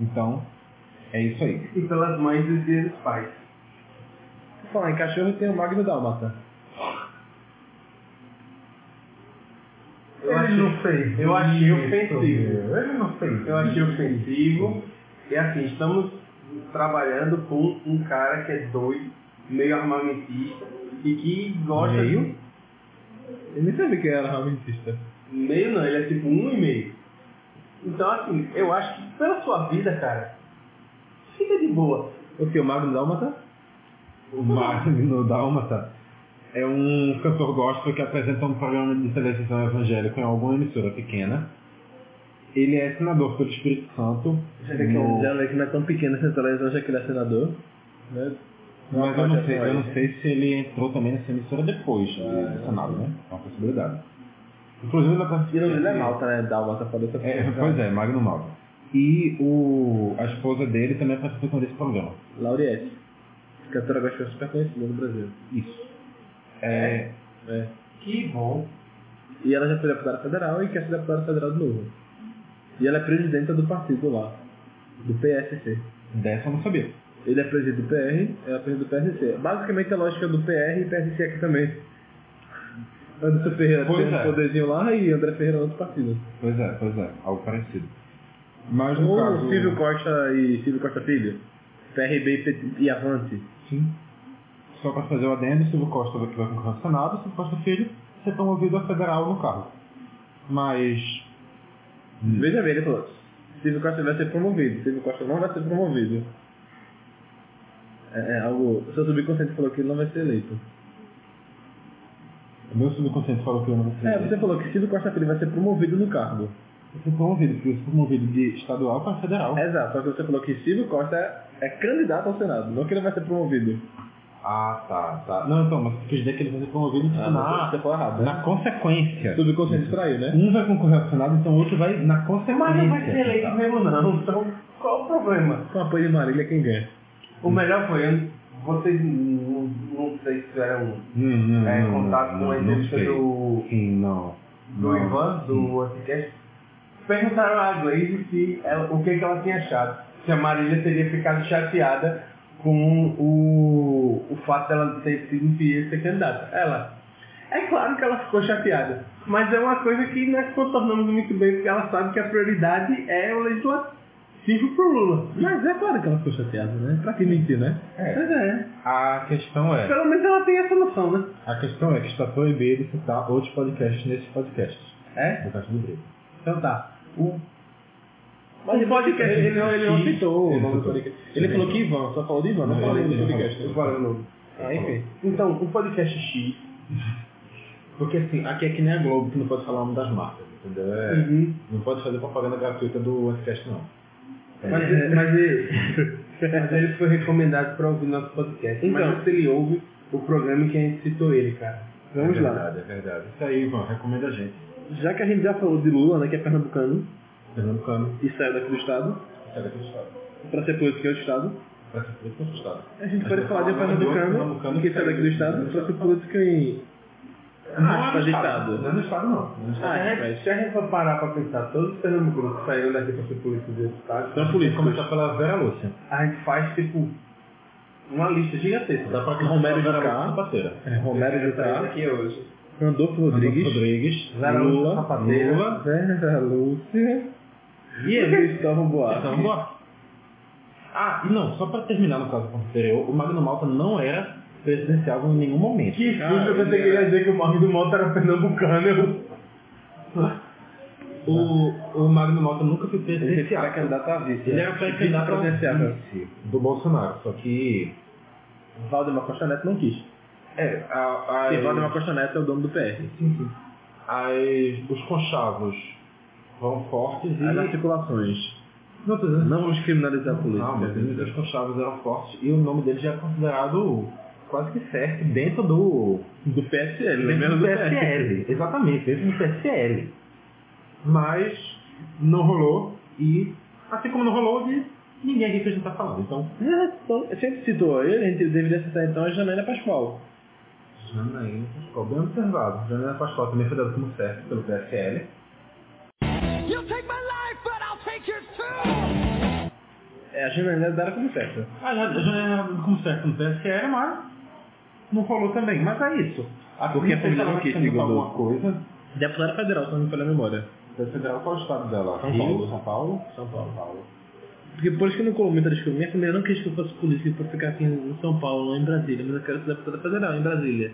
Speaker 2: Então, é isso aí.
Speaker 3: E pelas mães dos dias dos pais.
Speaker 1: Vou falar em cachorro tem o Magno Dálmata.
Speaker 3: Eu achei, não fez. Eu achei ofensivo.
Speaker 2: Ele não fez.
Speaker 3: Eu achei ofensivo. E assim, estamos trabalhando com um cara que é doido, meio armamentista e que gosta.
Speaker 2: Meio?
Speaker 1: Eu nem sabia que era
Speaker 2: é
Speaker 1: armamentista.
Speaker 3: Meio não, ele é tipo um e meio. Então assim, eu acho que pela sua vida, cara, fica de boa.
Speaker 1: O que? O Magno Dálmata?
Speaker 2: O Magno Dálmata é um cantor gospel que apresenta um programa de televisão evangélico em alguma emissora pequena. Ele é senador pelo Espírito Santo.
Speaker 1: Já que,
Speaker 2: no-
Speaker 1: já que não é tão pequeno essa televisão, já que ele é senador. Né?
Speaker 2: Mas eu não,
Speaker 1: pode
Speaker 2: sei,
Speaker 1: atuar
Speaker 2: eu não
Speaker 1: aí.
Speaker 2: sei se ele entrou também nessa emissora depois de- do Senado, né? É uma possibilidade. Inclusive, ele tá...
Speaker 1: E o nome dele é né? Malta, né? Dálmata, falei essa
Speaker 2: É, pois é, Magno Malta. E o, a esposa dele também participou desse programa.
Speaker 1: Lauriette. Cantora gospel é super conhecida no Brasil.
Speaker 2: Isso. É,
Speaker 3: Que bom.
Speaker 1: E ela já foi deputada federal e quer ser deputada federal de novo. E ela é presidenta do partido lá, do PSC.
Speaker 2: dessa eu não sabia.
Speaker 1: Ele é presidente do PR, ela é presidente do PSC. Basicamente a lógica do PR e PSC aqui também. Anderson Ferreira
Speaker 2: Pois
Speaker 1: tem
Speaker 2: é.
Speaker 1: um poderzinho lá e André Ferreira é outro partido.
Speaker 2: Pois é, pois é, algo parecido. Mas no
Speaker 1: Ou
Speaker 2: caso...
Speaker 1: Silvio Costa e Silvio Costa Filho. PRB e, PT, e Avante.
Speaker 2: Sim. Só para fazer o adendo, Silvio Costa vai que vai concorrer ao Senado, Silvio Costa Filho ser promovido a federal no carro. Mas Hum.
Speaker 1: Veja bem, ele falou, Silvio Costa vai ser promovido, Silvio Costa não vai ser promovido. É, é algo. O seu subconsciente falou que ele não vai ser eleito.
Speaker 2: o meu subconsciente falou que eu não vou ser
Speaker 1: É, você falou que Silvio Costa Filho vai ser promovido no cargo.
Speaker 2: Eu fui promovido, porque eu fui promovido de estadual para federal.
Speaker 3: É.
Speaker 1: Exato, só que você falou que Silvio Costa é, é candidato ao Senado, não que ele vai ser promovido.
Speaker 2: Ah, tá, tá. Não, então, mas eu quis dizer que ele vai ser promovido tipo,
Speaker 3: Ah,
Speaker 1: mas você
Speaker 2: na,
Speaker 1: falou errado, né?
Speaker 2: na consequência.
Speaker 1: Subconsciente traiu, né?
Speaker 2: Um vai concorrer ao Senado, então o outro vai na consequência.
Speaker 3: Mas não vai ser
Speaker 2: tá?
Speaker 3: eleito mesmo não. Então, qual o problema?
Speaker 1: Com apoio de Marília, quem ganha?
Speaker 3: O melhor foi eu vocês não, não sei se tiveram
Speaker 2: Não, não,
Speaker 3: é,
Speaker 2: não,
Speaker 3: contato
Speaker 2: não,
Speaker 3: com a
Speaker 2: hum, não
Speaker 3: entrevista
Speaker 2: sei.
Speaker 3: do,
Speaker 2: Sim, não.
Speaker 3: do
Speaker 2: Não.
Speaker 3: Ivan, do Anticast. Perguntaram a Glaze se ela- o que, que ela tinha achado. Se a Marília teria ficado chateada com o, o fato dela ter sido impedida de ser candidata. Ela. É claro que ela ficou chateada. Mas é uma coisa que nós contornamos muito bem, porque ela sabe que a prioridade é o legislativo pro Lula.
Speaker 1: Mas é claro que ela ficou chateada, né? Pra que mentir, né?
Speaker 3: Mas é.
Speaker 2: A questão é,
Speaker 3: Pelo menos ela tem essa noção, né?
Speaker 2: a questão é que está proibido citar outros podcasts nesse podcast.
Speaker 3: É?
Speaker 2: No caso do Brito.
Speaker 3: Então tá. O
Speaker 1: Mas
Speaker 3: O podcast
Speaker 1: Ele, ele, ele não
Speaker 3: X,
Speaker 1: citou o
Speaker 2: ele
Speaker 1: nome do
Speaker 2: citou.
Speaker 1: podcast. Ele
Speaker 2: Sim.
Speaker 1: falou que Ivan, só falou de Ivan, não
Speaker 2: Não,
Speaker 1: falou
Speaker 2: ele-
Speaker 1: do
Speaker 2: ele
Speaker 1: podcast.
Speaker 3: Eu falei o nome.
Speaker 1: É, enfim.
Speaker 3: Então, o podcast X.
Speaker 2: Porque assim, aqui é que nem a Globo que não pode falar o nome das marcas, entendeu? É,
Speaker 3: Uhum.
Speaker 2: Não pode fazer propaganda gratuita do podcast não. É.
Speaker 3: Mas, é, mas ele, mas ele foi recomendado pra ouvir nosso podcast.
Speaker 1: Então.
Speaker 3: mas se ele ouve o programa em que a gente citou ele, cara.
Speaker 1: Vamos
Speaker 2: é
Speaker 1: lá.
Speaker 2: verdade, é verdade. Isso aí, Ivan, recomenda a gente.
Speaker 1: Já que a gente já falou de Lula, né, que é pernambucano,
Speaker 2: Fernando Cano,
Speaker 1: e saiu daqui do estado,
Speaker 2: será que estado?
Speaker 1: pra ser político é outro estado,
Speaker 2: Vai ser político ou estado?
Speaker 1: a gente
Speaker 2: Mas
Speaker 1: pode
Speaker 2: eu
Speaker 1: falar de
Speaker 2: falava de outro
Speaker 1: pernambucano,
Speaker 2: pernambucano
Speaker 1: que
Speaker 2: que
Speaker 1: saiu daqui do
Speaker 2: saiu
Speaker 1: estado,
Speaker 2: do
Speaker 1: pra ser político em... Ah,
Speaker 2: é
Speaker 1: pra
Speaker 2: no
Speaker 1: ditado.
Speaker 2: Não é no estado não. Não é no estado.
Speaker 1: Ah,
Speaker 3: se, a gente, se a gente for parar pra pensar todos os pernambucanos que saíram daqui pra ser políticos desse estado,
Speaker 1: São
Speaker 2: Vamos
Speaker 1: políticos.
Speaker 2: Então, começar pela Vera Lúcia.
Speaker 1: Tá.
Speaker 3: a gente faz tipo uma lista gigantesca.
Speaker 2: Dá pra
Speaker 1: Romero
Speaker 2: Vera
Speaker 1: de Cá.
Speaker 2: Lúcia parceira.
Speaker 1: É, Romero de Tá,
Speaker 3: aqui hoje.
Speaker 1: Randolfo
Speaker 2: Rodrigues,
Speaker 1: Rodrigues,
Speaker 2: Rodrigues
Speaker 3: Vera
Speaker 1: Lula,
Speaker 3: Lula, Sapateira.
Speaker 2: Lula,
Speaker 1: Vera Lúcia
Speaker 3: E
Speaker 1: e
Speaker 3: ele?
Speaker 1: Cristóvão
Speaker 2: Então,
Speaker 1: Buarque.
Speaker 2: boa. Ah, e não, só pra terminar no caso anterior, o Magno Malta não era presidenciável em nenhum momento.
Speaker 3: Que susto,
Speaker 1: Ah,
Speaker 3: eu pensei
Speaker 1: ele
Speaker 3: que ele
Speaker 1: era-
Speaker 3: ia dizer que o Marco do Malta era pernambucano. Eu...
Speaker 2: O, o Magno Malta nunca foi
Speaker 3: é
Speaker 1: Ele era
Speaker 2: presidenciável.
Speaker 1: candidato a vice.
Speaker 2: Ele
Speaker 1: né?
Speaker 2: era pré-candidato ao
Speaker 1: Vice-presidenciável.
Speaker 2: vice do Bolsonaro, só que...
Speaker 1: Valdemar Costa Neto não quis.
Speaker 2: É, a,
Speaker 1: E
Speaker 2: a,
Speaker 1: Valdemar Costa Neto é o dono do PR.
Speaker 2: as- os conchavos vão fortes e...
Speaker 1: As articulações.
Speaker 2: não, tô dizendo-
Speaker 1: Não vamos criminalizar a polícia.
Speaker 2: Não, mas eles- os conchavos eram fortes e o nome deles já é considerado quase que certo dentro do
Speaker 1: do PSL,
Speaker 2: Dentro
Speaker 1: lembrando
Speaker 2: do
Speaker 1: do PSL.
Speaker 2: PSL, exatamente, dentro do PSL. Mas não rolou e, assim como não rolou, de ninguém aqui que a gente tá falando. Então,
Speaker 1: É, então, sempre citou ele, a gente deveria citar então a Janaina Pascoal.
Speaker 2: Janaína Pascoal, bem observado. Janaína Pascoal também foi dado como certo pelo PSL.
Speaker 1: É, a Janaina dela como certa.
Speaker 2: A Jana- a Janaína dado é como certo no PSL, mas não rolou também. Mas é isso. Aqui,
Speaker 1: Porque a
Speaker 2: não sei se
Speaker 1: família
Speaker 2: ela
Speaker 1: não quis,
Speaker 2: vai tentar
Speaker 1: segundo-
Speaker 2: alguma coisa.
Speaker 1: Deputada federal, se não me falha a memória.
Speaker 2: Deve federal, qual é o estado dela?
Speaker 1: São
Speaker 2: Rio,
Speaker 1: Paulo.
Speaker 2: São Paulo?
Speaker 1: São
Speaker 2: São Paulo.
Speaker 1: Porque por isso que eu não colo muita discussão. Minha família não quis que eu fosse política por ficar aqui em São Paulo, em Brasília, mas eu quero ser deputada federal em Brasília.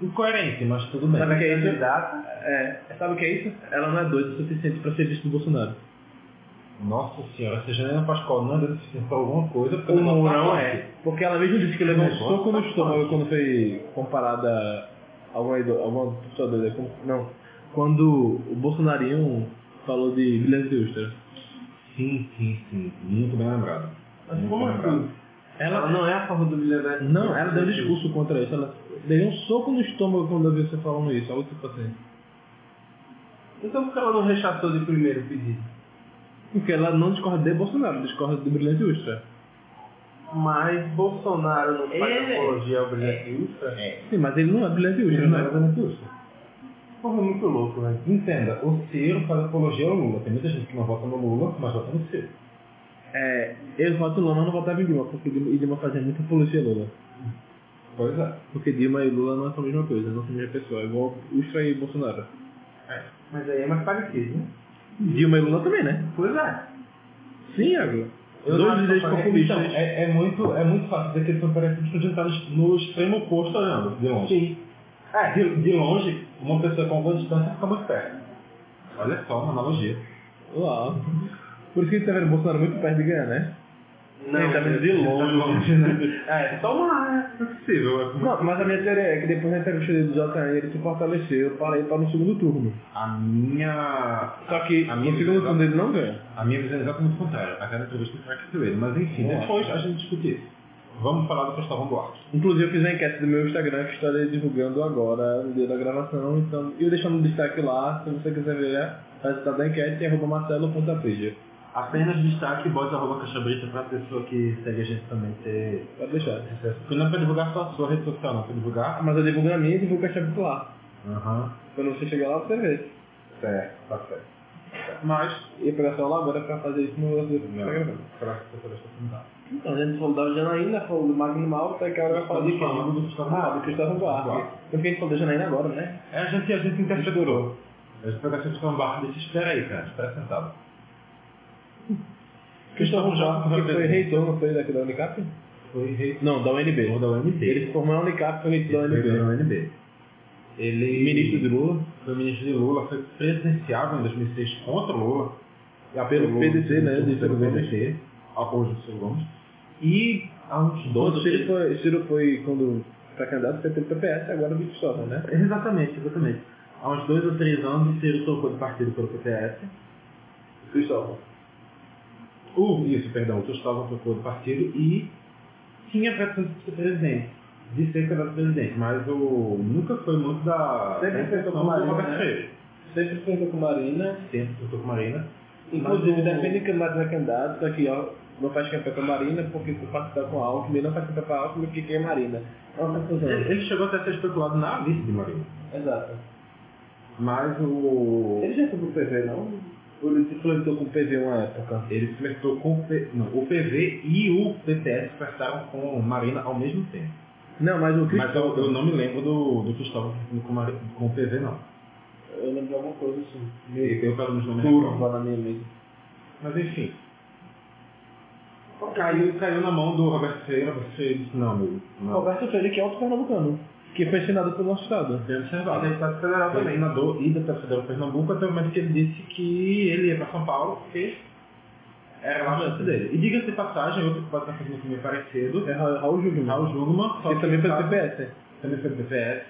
Speaker 2: Incoerente, mas tudo bem.
Speaker 1: Sabe o que é isso? É, sabe o que é isso? Ela não é doida o suficiente pra ser vice do Bolsonaro.
Speaker 2: Nossa senhora, se a Janaína Pascoal não é dando assistência pra alguma coisa, porque
Speaker 1: O
Speaker 2: o negócio tá
Speaker 1: Mourão
Speaker 2: forte.
Speaker 1: é. Porque ela mesmo disse que levou um soco no estômago quando foi comparada a alguma, ido- alguma pessoa doida. com- Não. Quando o Bolsonarinho falou de Guilherme de né? Ustra.
Speaker 2: Sim, sim, sim. Muito bem lembrado.
Speaker 3: Mas
Speaker 2: Muito
Speaker 3: como
Speaker 2: bem lembrado.
Speaker 3: assim? Ela não é a favor do milionário. é
Speaker 1: Não, ela deu um discurso contra isso. Ela deu um soco no estômago quando eu vi você falando isso. Algo tipo assim.
Speaker 3: Então por que ela não rechaçou de primeiro pedido?
Speaker 1: Porque ela não discorda de Bolsonaro, discorda de Brilhante Ustra.
Speaker 3: Mas Bolsonaro não faz
Speaker 1: Ele-
Speaker 3: apologia ao brilhante ultra?
Speaker 1: Sim, mas ele não é Brilhante Ustra,
Speaker 2: Ele não
Speaker 1: né?
Speaker 2: era benefício.
Speaker 3: Porra, muito louco, velho.
Speaker 2: Entenda, o Ciro faz apologia ao Lula. Tem muita gente que não vota no Lula, mas vota no Ciro.
Speaker 1: É, eu voto Lula, mas não votava em Dilma, porque Dilma, e Dilma fazia muita apologia a Lula.
Speaker 2: Pois é.
Speaker 1: Porque Dilma e Lula não são a mesma coisa, não são a mesma pessoa, é igual Ustra e Bolsonaro.
Speaker 3: Mas aí é mais parecido, né?
Speaker 1: Dilma e Lula também, né?
Speaker 3: Pois é.
Speaker 1: Sim, Iago.
Speaker 2: não
Speaker 1: Dois
Speaker 2: acho
Speaker 1: líderes
Speaker 2: que eu faria-
Speaker 1: populistas.
Speaker 2: Então, é, é muito, é muito fácil dizer que eles são parecidos porque eles estão no extremo oposto olhando, de longe.
Speaker 3: Sim. É.
Speaker 2: De, de longe, uma pessoa com alguma distância fica muito perto. Olha só, uma analogia.
Speaker 1: Uau. Por isso que tá vendo o Bolsonaro muito perto de ganhar, né? Ele tá vendo de
Speaker 2: Ele (laughs) tá
Speaker 1: longe. (laughs)
Speaker 2: longe, né?
Speaker 3: É, tomara.
Speaker 2: É possível, é
Speaker 1: Não, mas a minha teoria é que depois da entrevista dele do JN ele se fortaleceu para ir para o segundo turno.
Speaker 2: A minha.
Speaker 1: Só que
Speaker 2: A minha é
Speaker 1: no segundo
Speaker 2: visão-
Speaker 1: turno ele não ganha.
Speaker 2: A minha visão é exatamente contrária. A cada entrevista enfraqueceu ele. Mas enfim,
Speaker 1: Vamos lá.
Speaker 2: depois a gente discute isso. Vamos falar do Cristóvão Duarte.
Speaker 1: Inclusive eu fiz uma enquete do meu Instagram que estarei divulgando agora no dia da gravação, é então eu deixando um destaque lá, se você quiser ver o resultado da enquete, é arroba marcelo.aprigia.
Speaker 2: Apenas destaque bots.cachabrita pra pessoa que segue a gente também ter
Speaker 1: Pode deixar. Ah,
Speaker 2: sucesso. Porque não é pra divulgar só a sua rede social, não. É pra divulgar.
Speaker 1: Mas eu divulgo a minha e divulgo a chave lá.
Speaker 2: Aham.
Speaker 1: Quando você chegar lá, você vê.
Speaker 2: Certo, tá certo.
Speaker 1: Mas, ia pegar só lá agora é pra fazer isso no outro vídeo que tá gravando.
Speaker 2: Será que você pode perguntar?
Speaker 1: Então, a gente falou da Janaína, falou do Magno Malta, que agora vai falar de quem?
Speaker 2: falando do Gustavo
Speaker 1: Ah, do Cristóvão Buarque. Porque a gente falou da Janaína agora, né?
Speaker 2: É, a gente, a gente interpretou. A gente pegou essa discussão barra e disse, um espera aí, cara, espera sentado.
Speaker 1: Cristóvão Buarque, que foi reitor, não foi daqui da Unicap?
Speaker 2: Foi reitor
Speaker 1: Não, da UNB.
Speaker 2: da UNB.
Speaker 1: Ele se formou na Unicap, foi reitor da
Speaker 2: Foi
Speaker 1: UNB.
Speaker 2: da UNB. Ele...
Speaker 1: Ministro de Lula.
Speaker 2: Foi ministro de Lula, foi presidenciável em 2006 contra o Lula. E
Speaker 1: Pelo
Speaker 2: Lula,
Speaker 1: PDT, né, de Ciro
Speaker 2: Pelo
Speaker 1: Gomes.
Speaker 2: PDT, apoio do Ciro Gomes. E há uns
Speaker 1: Bom, o
Speaker 2: 12
Speaker 1: Ciro foi, Ciro foi quando pra candidato foi pelo PPS, agora do Cristóvão, né?
Speaker 2: Exatamente, exatamente. Há uns dois ou três anos o Ciro trocou de partido pelo PPS.
Speaker 1: Cristóvão.
Speaker 2: O, isso, perdão, o Cristóvão trocou de partido e tinha pretensão de ser presidente, de ser candidato a presidente, mas o, nunca foi muito da
Speaker 1: Sempre
Speaker 2: da
Speaker 1: pensou com
Speaker 2: intenção do
Speaker 1: Marina,
Speaker 2: Roberto
Speaker 1: né?
Speaker 2: Freire.
Speaker 1: Sempre enfrentou com Marina.
Speaker 2: Sempre trocou com Marina.
Speaker 1: Inclusive,
Speaker 2: o-
Speaker 1: depende que Marina é candidato, aqui ó, não faz campanha com Marina, porque se participar com a Alckmin, não faz campanha com a Alckmin, porque quem é Marina. É uma confusão.
Speaker 2: Ele, ele chegou até a ser especulado na vice de Marina.
Speaker 1: Exato.
Speaker 2: Mas o.
Speaker 1: Ele já foi pro PV, não? Ou ele se plantou com o PV uma época?
Speaker 2: Ele flertou com o, P, não, o PV e o PPS flertaram com Marina ao mesmo tempo.
Speaker 1: Não, mas o
Speaker 2: Mas
Speaker 1: Cristóvão...
Speaker 2: eu, eu não me lembro do, do Cristóvão flertando com, Mari- com o PV, não.
Speaker 1: Eu lembro de alguma coisa assim. meio
Speaker 2: Eu, pelo menos, não me lembro.
Speaker 1: Turva na minha mente.
Speaker 2: Mas enfim. Caiu, caiu na mão do Roberto Ferreira, você disse, não, amigo. Não.
Speaker 1: Roberto Freire, que é outro pernambucano, que foi senador pelo nosso estado.
Speaker 2: Bem observado.
Speaker 3: deputado federal
Speaker 2: Foi
Speaker 3: também.
Speaker 2: senador e deputado federal de Pernambuco, até o momento que ele disse que ele ia para São Paulo, porque era lá a chance dele. E diga-se de passagem, outro que pode estar fazendo um filme parecido,
Speaker 1: É Ra- Raul Júlio.
Speaker 2: Raul Jungmann, só
Speaker 1: Ele
Speaker 2: que
Speaker 1: também foi
Speaker 2: ele
Speaker 1: do
Speaker 2: sabe-
Speaker 1: PPS.
Speaker 2: também foi do PPS.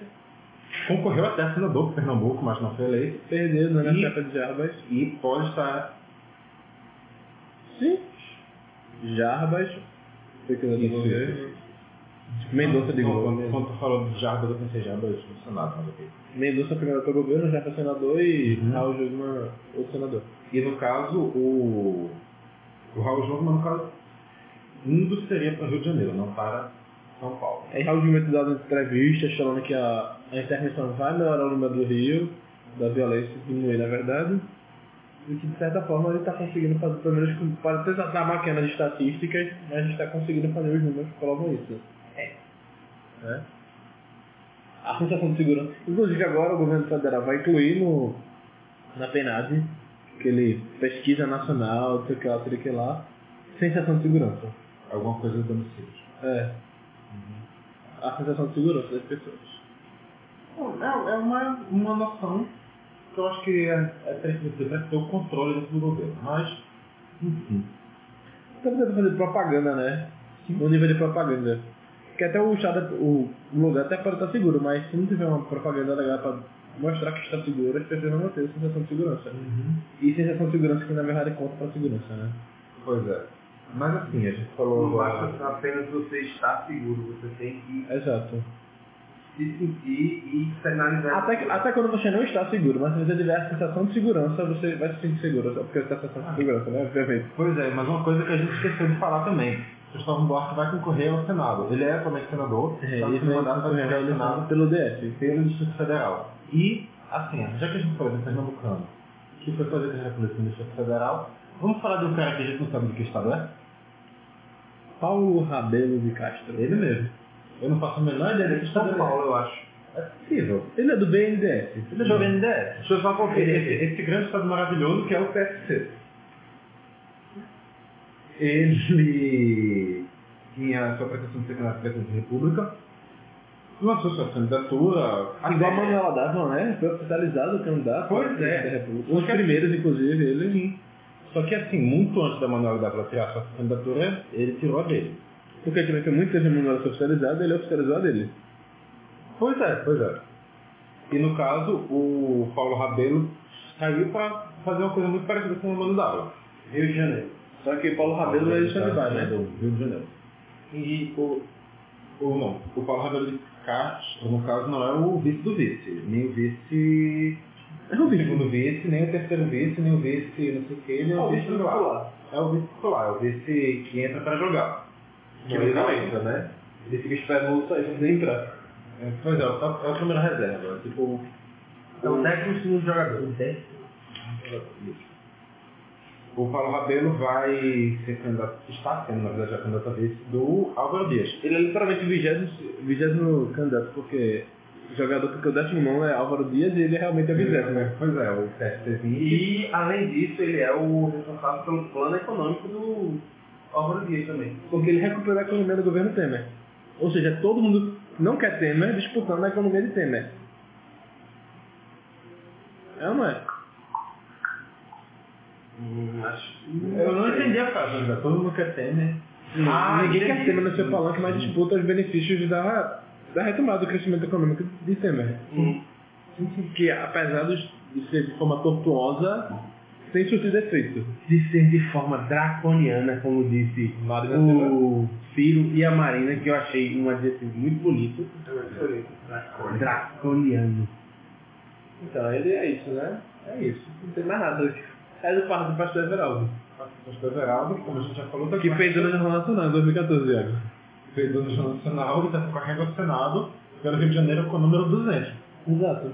Speaker 2: Concorreu até a senador por Pernambuco, mas não foi eleito.
Speaker 1: Perdeu, né? Na
Speaker 2: E-
Speaker 1: chapa de Jarbas.
Speaker 2: E pode estar
Speaker 1: Sim. Jarbas. Foi que eu não
Speaker 2: Isso,
Speaker 1: vi. Mendonça de
Speaker 2: Não,
Speaker 1: Gol.
Speaker 2: Quando, quando tu falou de Jarbas, eu pensei Jarbas no Senado, mas ok.
Speaker 1: Mendonça primeiro para governo, já foi senador e
Speaker 2: Uhum.
Speaker 1: Raul Júlio outro senador.
Speaker 2: E no caso, o, o Raul Jungmann, no caso, indo seria para o Rio de Janeiro, não para São Paulo.
Speaker 1: Aí Raul Gilberto dá uma entrevista falando que a, a intervenção vai melhorar o número do Rio, da violência diminuir, na verdade. E que, de certa forma, ele está conseguindo fazer, pelo menos com- para tentar dar máquina de estatísticas, mas a gente está conseguindo fazer os números que colocam isso. É. A sensação de segurança. Inclusive, agora o governo federal vai incluir no, na PNAD, aquele pesquisa nacional, não sei o que lá, não sei o que lá, sensação de segurança.
Speaker 2: Alguma coisa do domicílio.
Speaker 1: É. A sensação de segurança das pessoas.
Speaker 2: É, é uma, uma noção que eu acho que é, é transmitida para ter o controle dentro do governo. Mas, enfim.
Speaker 1: Tá tentando fazer propaganda, né? Um nível de propaganda. Que até o chá, da- o lugar até pode estar seguro, mas se não tiver uma propaganda legal pra mostrar que está seguro, as pessoas não vão ter a sensação de segurança. né?
Speaker 2: Uhum.
Speaker 1: E sensação de segurança que na verdade conta pra segurança, né?
Speaker 2: Pois é. Mas assim, a gente falou.
Speaker 3: Não
Speaker 2: agora-
Speaker 3: basta apenas você estar seguro, você tem que
Speaker 1: Exato.
Speaker 3: se sentir e externalizar.
Speaker 1: Até, que- até quando você não está seguro, mas se você tiver a sensação de segurança, você vai se sentir seguro, só porque você tem a
Speaker 2: Ah.
Speaker 1: sensação de segurança, né? Obviamente.
Speaker 2: Pois é, mas uma coisa que a gente esqueceu de falar também. Cristóvão Buarque vai concorrer ao Senado. Ele é atualmente senador,
Speaker 1: É,
Speaker 2: tá no
Speaker 1: isso
Speaker 2: segundo mandato, vai concorrer ao Senado.
Speaker 1: é pelo DF.
Speaker 2: pelo Distrito Federal. E, assim, já que a gente falou de um pernambucano que foi fazer carreira política no Distrito Federal, vamos falar de um cara que a gente não sabe de que estado é?
Speaker 1: Paulo Rabelo de Castro.
Speaker 2: Ele mesmo. Eu não faço a menor ideia de que estado
Speaker 3: São
Speaker 2: ele é.
Speaker 3: Paulo, eu acho.
Speaker 2: É possível.
Speaker 1: Ele é do BNDES.
Speaker 2: Ele é jovem NDS.
Speaker 3: Deixa eu só conferir
Speaker 2: Esse,
Speaker 3: aqui.
Speaker 2: esse grande estado maravilhoso que é o PSC. Ele tinha sua pretensão de ser candidato à presidência da República, lançou sua candidatura,
Speaker 1: Igual a Manuela Dávila, né? Foi oficializado o candidato.
Speaker 2: Pois
Speaker 1: né?
Speaker 2: é.
Speaker 1: Da República. Os primeiros, inclusive, ele.
Speaker 2: Só que assim, muito antes da Manuela Dávila tirar sua candidatura, ele tirou a dele.
Speaker 1: Porque também foi muito tempo que Manuela foi oficializada, ele é oficializou a dele.
Speaker 2: Pois é, pois é. E no caso, o Paulo Rabelo saiu pra fazer uma coisa muito parecida com o Mano Dávila.
Speaker 1: Rio de Janeiro. Só que Paulo
Speaker 2: Ah,
Speaker 1: Rabelo é
Speaker 2: tá
Speaker 1: de Xanibá, né?
Speaker 2: Do Rio de Janeiro. E o... o não, o Paulo Rabelo de Castro, no caso, não é o vice do vice, nem o vice... É o segundo vice, nem o terceiro vice, nem o vice não sei o que, ele é o vice titular. É o vice titular, é o vice que entra pra jogar. Que ele não entra, né? Ele fica esperando o sair pra entrar. É, pois é, é o é o primeiro reserva. Tipo,
Speaker 4: É o décimo segundo jogador. O décimo.
Speaker 2: o Paulo Rabelo vai ser candidato, está sendo, na verdade, já candidato a vice do Álvaro Dias.
Speaker 1: Ele é literalmente o vigésimo, vigésimo candidato, porque o jogador porque o décimo nono é Álvaro Dias e ele realmente é vigésimo, né?
Speaker 2: Pois é, o PSTV.
Speaker 3: E, além disso, ele é o responsável pelo plano econômico do Álvaro Dias também.
Speaker 1: Porque ele recuperou a economia do governo Temer. Ou seja, todo mundo não quer Temer disputando a economia de Temer. É ou não é?
Speaker 2: Eu Hum. não entendi a frase, ainda. Todo mundo quer né? Temer.
Speaker 3: Ah,
Speaker 1: Ninguém
Speaker 3: entendi.
Speaker 1: quer Temer no seu palanque, mas
Speaker 2: Hum.
Speaker 1: disputa os benefícios da, da retomada do crescimento econômico de Temer.
Speaker 3: Hum.
Speaker 1: Que apesar dos- de ser de forma tortuosa, tem surtido efeito.
Speaker 3: De ser de forma draconiana, como disse o Ciro e a Marina, que eu achei um adjetivo muito bonito. Draconiano.
Speaker 1: Então, ele é isso, né? É isso. Não tem mais nada. É do parto do pastor Everaldo.
Speaker 2: Pastor Everaldo, como a gente já falou, tá
Speaker 1: Que fez o Jornal Nacional em 2014, Iago.
Speaker 2: fez o Jornal Nacional e tá com a carreira do Senado pelo Rio de Janeiro com o número 200.
Speaker 1: Exato.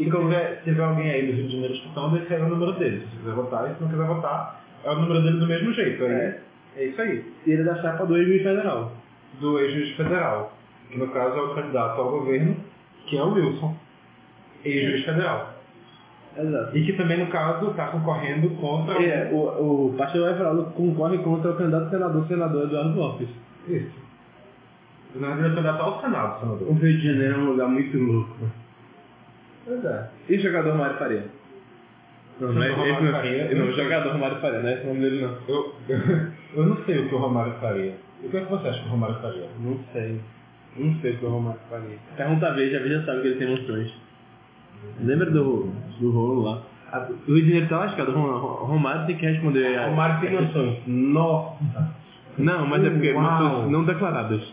Speaker 2: E se tiver, se tiver alguém aí do Rio de Janeiro escutando, esse é o número dele. Se quiser votar, e se não quiser votar, é o número dele do mesmo jeito. Aí, é. isso aí.
Speaker 1: E ele é da chapa do ex federal.
Speaker 2: Do ex-juiz federal, que no caso é o candidato ao governo, que é o Wilson, ex-juiz federal.
Speaker 1: Exato.
Speaker 2: E que também, no caso, está concorrendo contra...
Speaker 1: É, o, o pastor Everaldo concorre contra o candidato senador, senador Eduardo Lopes.
Speaker 2: Isso. Na verdade, é candidato ao Senado, senador.
Speaker 3: O Rio de Janeiro é um lugar muito louco.
Speaker 2: Pois é.
Speaker 1: E jogador Romário Faria. Não, não é
Speaker 2: Jogador
Speaker 1: esse
Speaker 2: Romário
Speaker 1: não.
Speaker 2: Faria.
Speaker 1: Não, jogador Romário Faria, não é esse o nome dele não.
Speaker 2: Eu, eu não sei o que o Romário faria. O que é que você acha que o Romário faria?
Speaker 1: Não sei. Não sei o que o Romário Faria. Pergunta a Veja, a Veja sabe que ele tem um emoções. Lembra do, do rolo lá? A- O Rio de Janeiro tá lascado, Rom- Rom- Romário tem que responder. a-
Speaker 3: O Mário tem noções. Nossa.
Speaker 1: Não, mas é porque
Speaker 3: Uau.
Speaker 1: emoções não declaradas.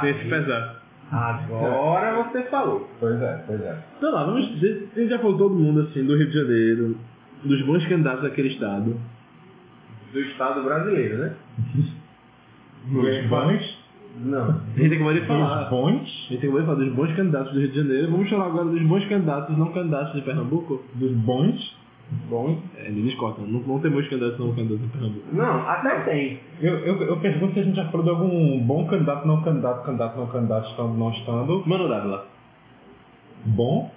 Speaker 1: Tem esse pesar.
Speaker 3: Agora você falou.
Speaker 2: É. Pois é, pois é.
Speaker 1: Sei lá, vamos dizer, ele já falou todo mundo assim, do Rio de Janeiro, dos bons candidatos daquele estado.
Speaker 3: Do Estado brasileiro, né?
Speaker 2: Dos bons.
Speaker 3: Não.
Speaker 1: A gente acabou de falar.
Speaker 2: Dos bons.
Speaker 1: A gente acabou de falar dos bons candidatos do Rio de Janeiro. Vamos falar agora dos bons candidatos, não candidatos de Pernambuco.
Speaker 2: Dos bons.
Speaker 3: Bom.
Speaker 1: É, eles cortam. Não vão ter bons candidatos, não candidatos de Pernambuco.
Speaker 3: Não, até tem.
Speaker 2: Eu, eu, eu pergunto se a gente já falou de algum bom candidato, não candidato, candidato, não candidato, estando, não estando.
Speaker 1: Mano Dávila.
Speaker 2: Bom.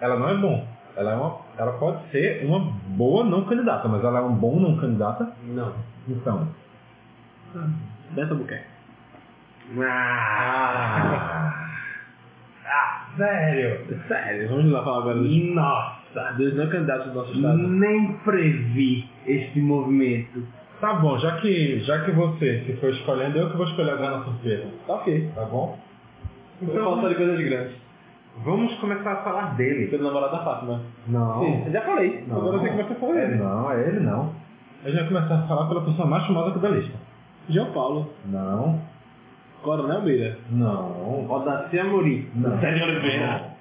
Speaker 2: Ela não é bom. Ela, é uma, ela pode ser uma boa não candidata, mas ela é um bom não candidata?
Speaker 3: Não.
Speaker 2: Então.
Speaker 1: Bessa Buquerque.
Speaker 3: Ah, ah sério?
Speaker 1: Sério, vamos lá falar agora dos,
Speaker 3: Nossa.
Speaker 1: dos não candidatos do nosso estado.
Speaker 3: Nem previ este movimento.
Speaker 2: Tá bom, já que, já que você se foi escolhendo, eu que vou escolher agora na surpresa.
Speaker 1: Tá ok.
Speaker 2: Tá bom?
Speaker 1: Então, vamos falar de coisas grandes.
Speaker 2: Vamos começar a falar dele.
Speaker 1: Pelo namorado da Fátima.
Speaker 2: Não.
Speaker 1: Sim, eu já falei.
Speaker 2: Não.
Speaker 1: Agora eu sei que você falou
Speaker 2: É,
Speaker 1: ele.
Speaker 2: Não, é ele não. A gente vai começar a falar pela pessoa mais famosa aqui da lista.
Speaker 1: João Paulo. né,
Speaker 2: Não,
Speaker 1: Coronel Meira.
Speaker 2: não,
Speaker 3: Odacia Amorim.
Speaker 2: não.
Speaker 1: Oliveira.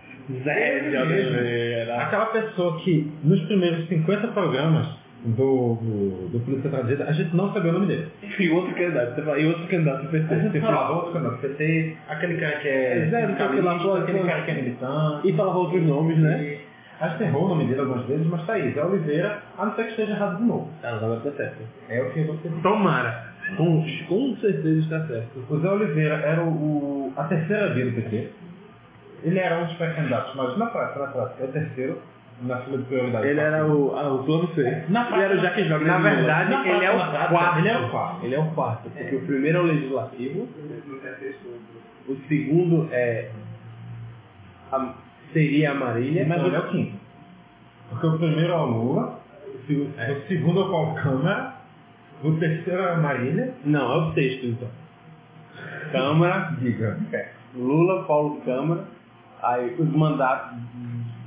Speaker 3: Zé de Oliveira.
Speaker 1: Oliveira.
Speaker 2: Aquela pessoa que nos primeiros 50 programas do, do, do Política Traduzida, a gente não sabia o nome dele.
Speaker 1: E outro candidato. você fala, E outro candidato do
Speaker 2: A gente
Speaker 1: PT.
Speaker 2: falava outro canal do PT, aquele cara que
Speaker 1: É,
Speaker 2: é...
Speaker 1: Zé, não sei o que lá,
Speaker 2: sindicalista, aquele
Speaker 1: pô,
Speaker 2: cara que é militante.
Speaker 1: E falava outros tá nomes, né?
Speaker 2: E Acho que errou o nome dele algumas vezes, mas tá aí, Zé Oliveira, a não ser que esteja errado de novo.
Speaker 1: Ah, mas agora tá certo.
Speaker 2: É o que você
Speaker 3: Tomara.
Speaker 1: Com, com certeza está certo.
Speaker 2: O Zé Oliveira era o, o- a terceira via do PT. Ele era um dos pré-candidatos, mas na prática, na prática, é o terceiro na fila de prioridade.
Speaker 1: Ele era o, ah, o plano C.
Speaker 2: Na
Speaker 1: ele era o Jaques Wagner.
Speaker 3: Na
Speaker 1: de Lula.
Speaker 3: verdade,
Speaker 2: Na
Speaker 3: ele é
Speaker 2: prática, na prática,
Speaker 3: o quarto.
Speaker 2: ele é o quarto.
Speaker 3: Ele é o quarto, porque o primeiro é o legislativo. O segundo é... a- seria a Marília.
Speaker 2: Mas ele é o quinto. Porque o primeiro é o Lula, o segu-
Speaker 3: É.
Speaker 2: o segundo é o Paulo Câmara, o terceiro é a Marília.
Speaker 3: Não, é o sexto, então. Câmara,
Speaker 2: Diga.
Speaker 3: Lula, Paulo Câmara, aí os mandatos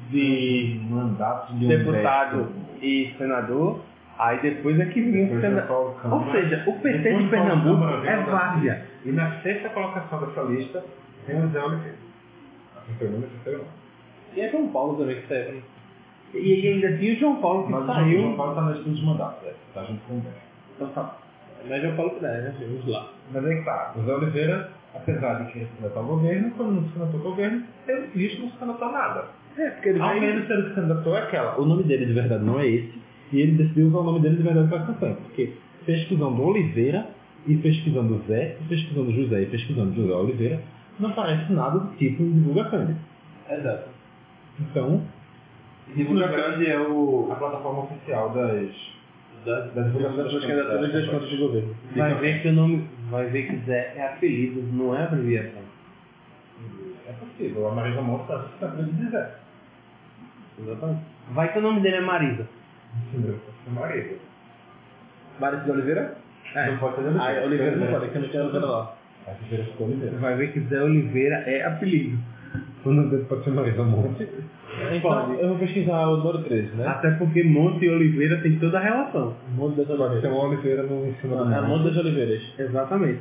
Speaker 3: de
Speaker 2: Mandato de um
Speaker 3: deputado
Speaker 2: décimo.
Speaker 3: e senador, aí depois é que vinha o
Speaker 2: Depois é o
Speaker 3: senador.
Speaker 2: Paulo Câmara.
Speaker 3: Ou seja, o PT
Speaker 2: Depois
Speaker 3: de
Speaker 2: o Paulo
Speaker 3: Pernambuco
Speaker 2: Câmara né?
Speaker 3: é
Speaker 2: veio
Speaker 3: várzea.
Speaker 2: E na sexta colocação dessa lista tem o Zé Oliveira. Não foi o número terceiro, não.
Speaker 1: E é João Paulo também que saiu.
Speaker 3: E ele ainda tinha o João Paulo que
Speaker 2: Mas o João
Speaker 3: saiu.
Speaker 2: Paulo tá na lista dos mandatos, é. Tá junto com o Dé.
Speaker 1: Então tá.
Speaker 2: é
Speaker 1: Mas João Paulo Pérez, né? Vamos lá.
Speaker 2: Mas aí que tá, o Zé Oliveira, apesar de querer se candidatar ao governo, quando não se candidatou ao governo, ele diz que não se candidatou a nada.
Speaker 1: É, porque ele
Speaker 2: Ao
Speaker 1: vai...
Speaker 2: menos se ele se candidatou é aquela. O nome dele de verdade não é esse, e ele decidiu usar o nome dele de verdade para a campanha. Porque pesquisando Oliveira, e pesquisando Zé, e pesquisando José, e pesquisando José Oliveira, não parece nada do tipo de divulgação.
Speaker 1: Exato.
Speaker 2: Então,
Speaker 1: Divulgação é o...
Speaker 2: a plataforma oficial das...
Speaker 1: Da,
Speaker 2: é da divulgação
Speaker 1: das candidaturas das contas de governo.
Speaker 3: Vai ver que o nome. Vai ver que Zé é apelido, não é abreviação.
Speaker 2: É possível, a Marisa Monte tá está preso de Zé.
Speaker 3: Exatamente. Vai que o nome dele é Marisa.
Speaker 2: Entendeu? Marisa.
Speaker 1: Marisa de Oliveira?
Speaker 2: Não pode ser de
Speaker 1: Ah, Oliveira não pode, que eu não tinha Oliveira lá.
Speaker 2: A Oliveira ficou Oliveira.
Speaker 3: é né? Vai ver que Zé Oliveira é apelido.
Speaker 2: O nome dele pode ser Marisa Monte.
Speaker 1: Então, eu vou pesquisar o número 13, né?
Speaker 3: Até porque Monte e Oliveira tem toda a relação. Então, né?
Speaker 1: Monte das
Speaker 2: Tem
Speaker 1: Oliveiras.
Speaker 2: uma Oliveira no ensino do
Speaker 1: É Monte das Oliveiras.
Speaker 3: Exatamente.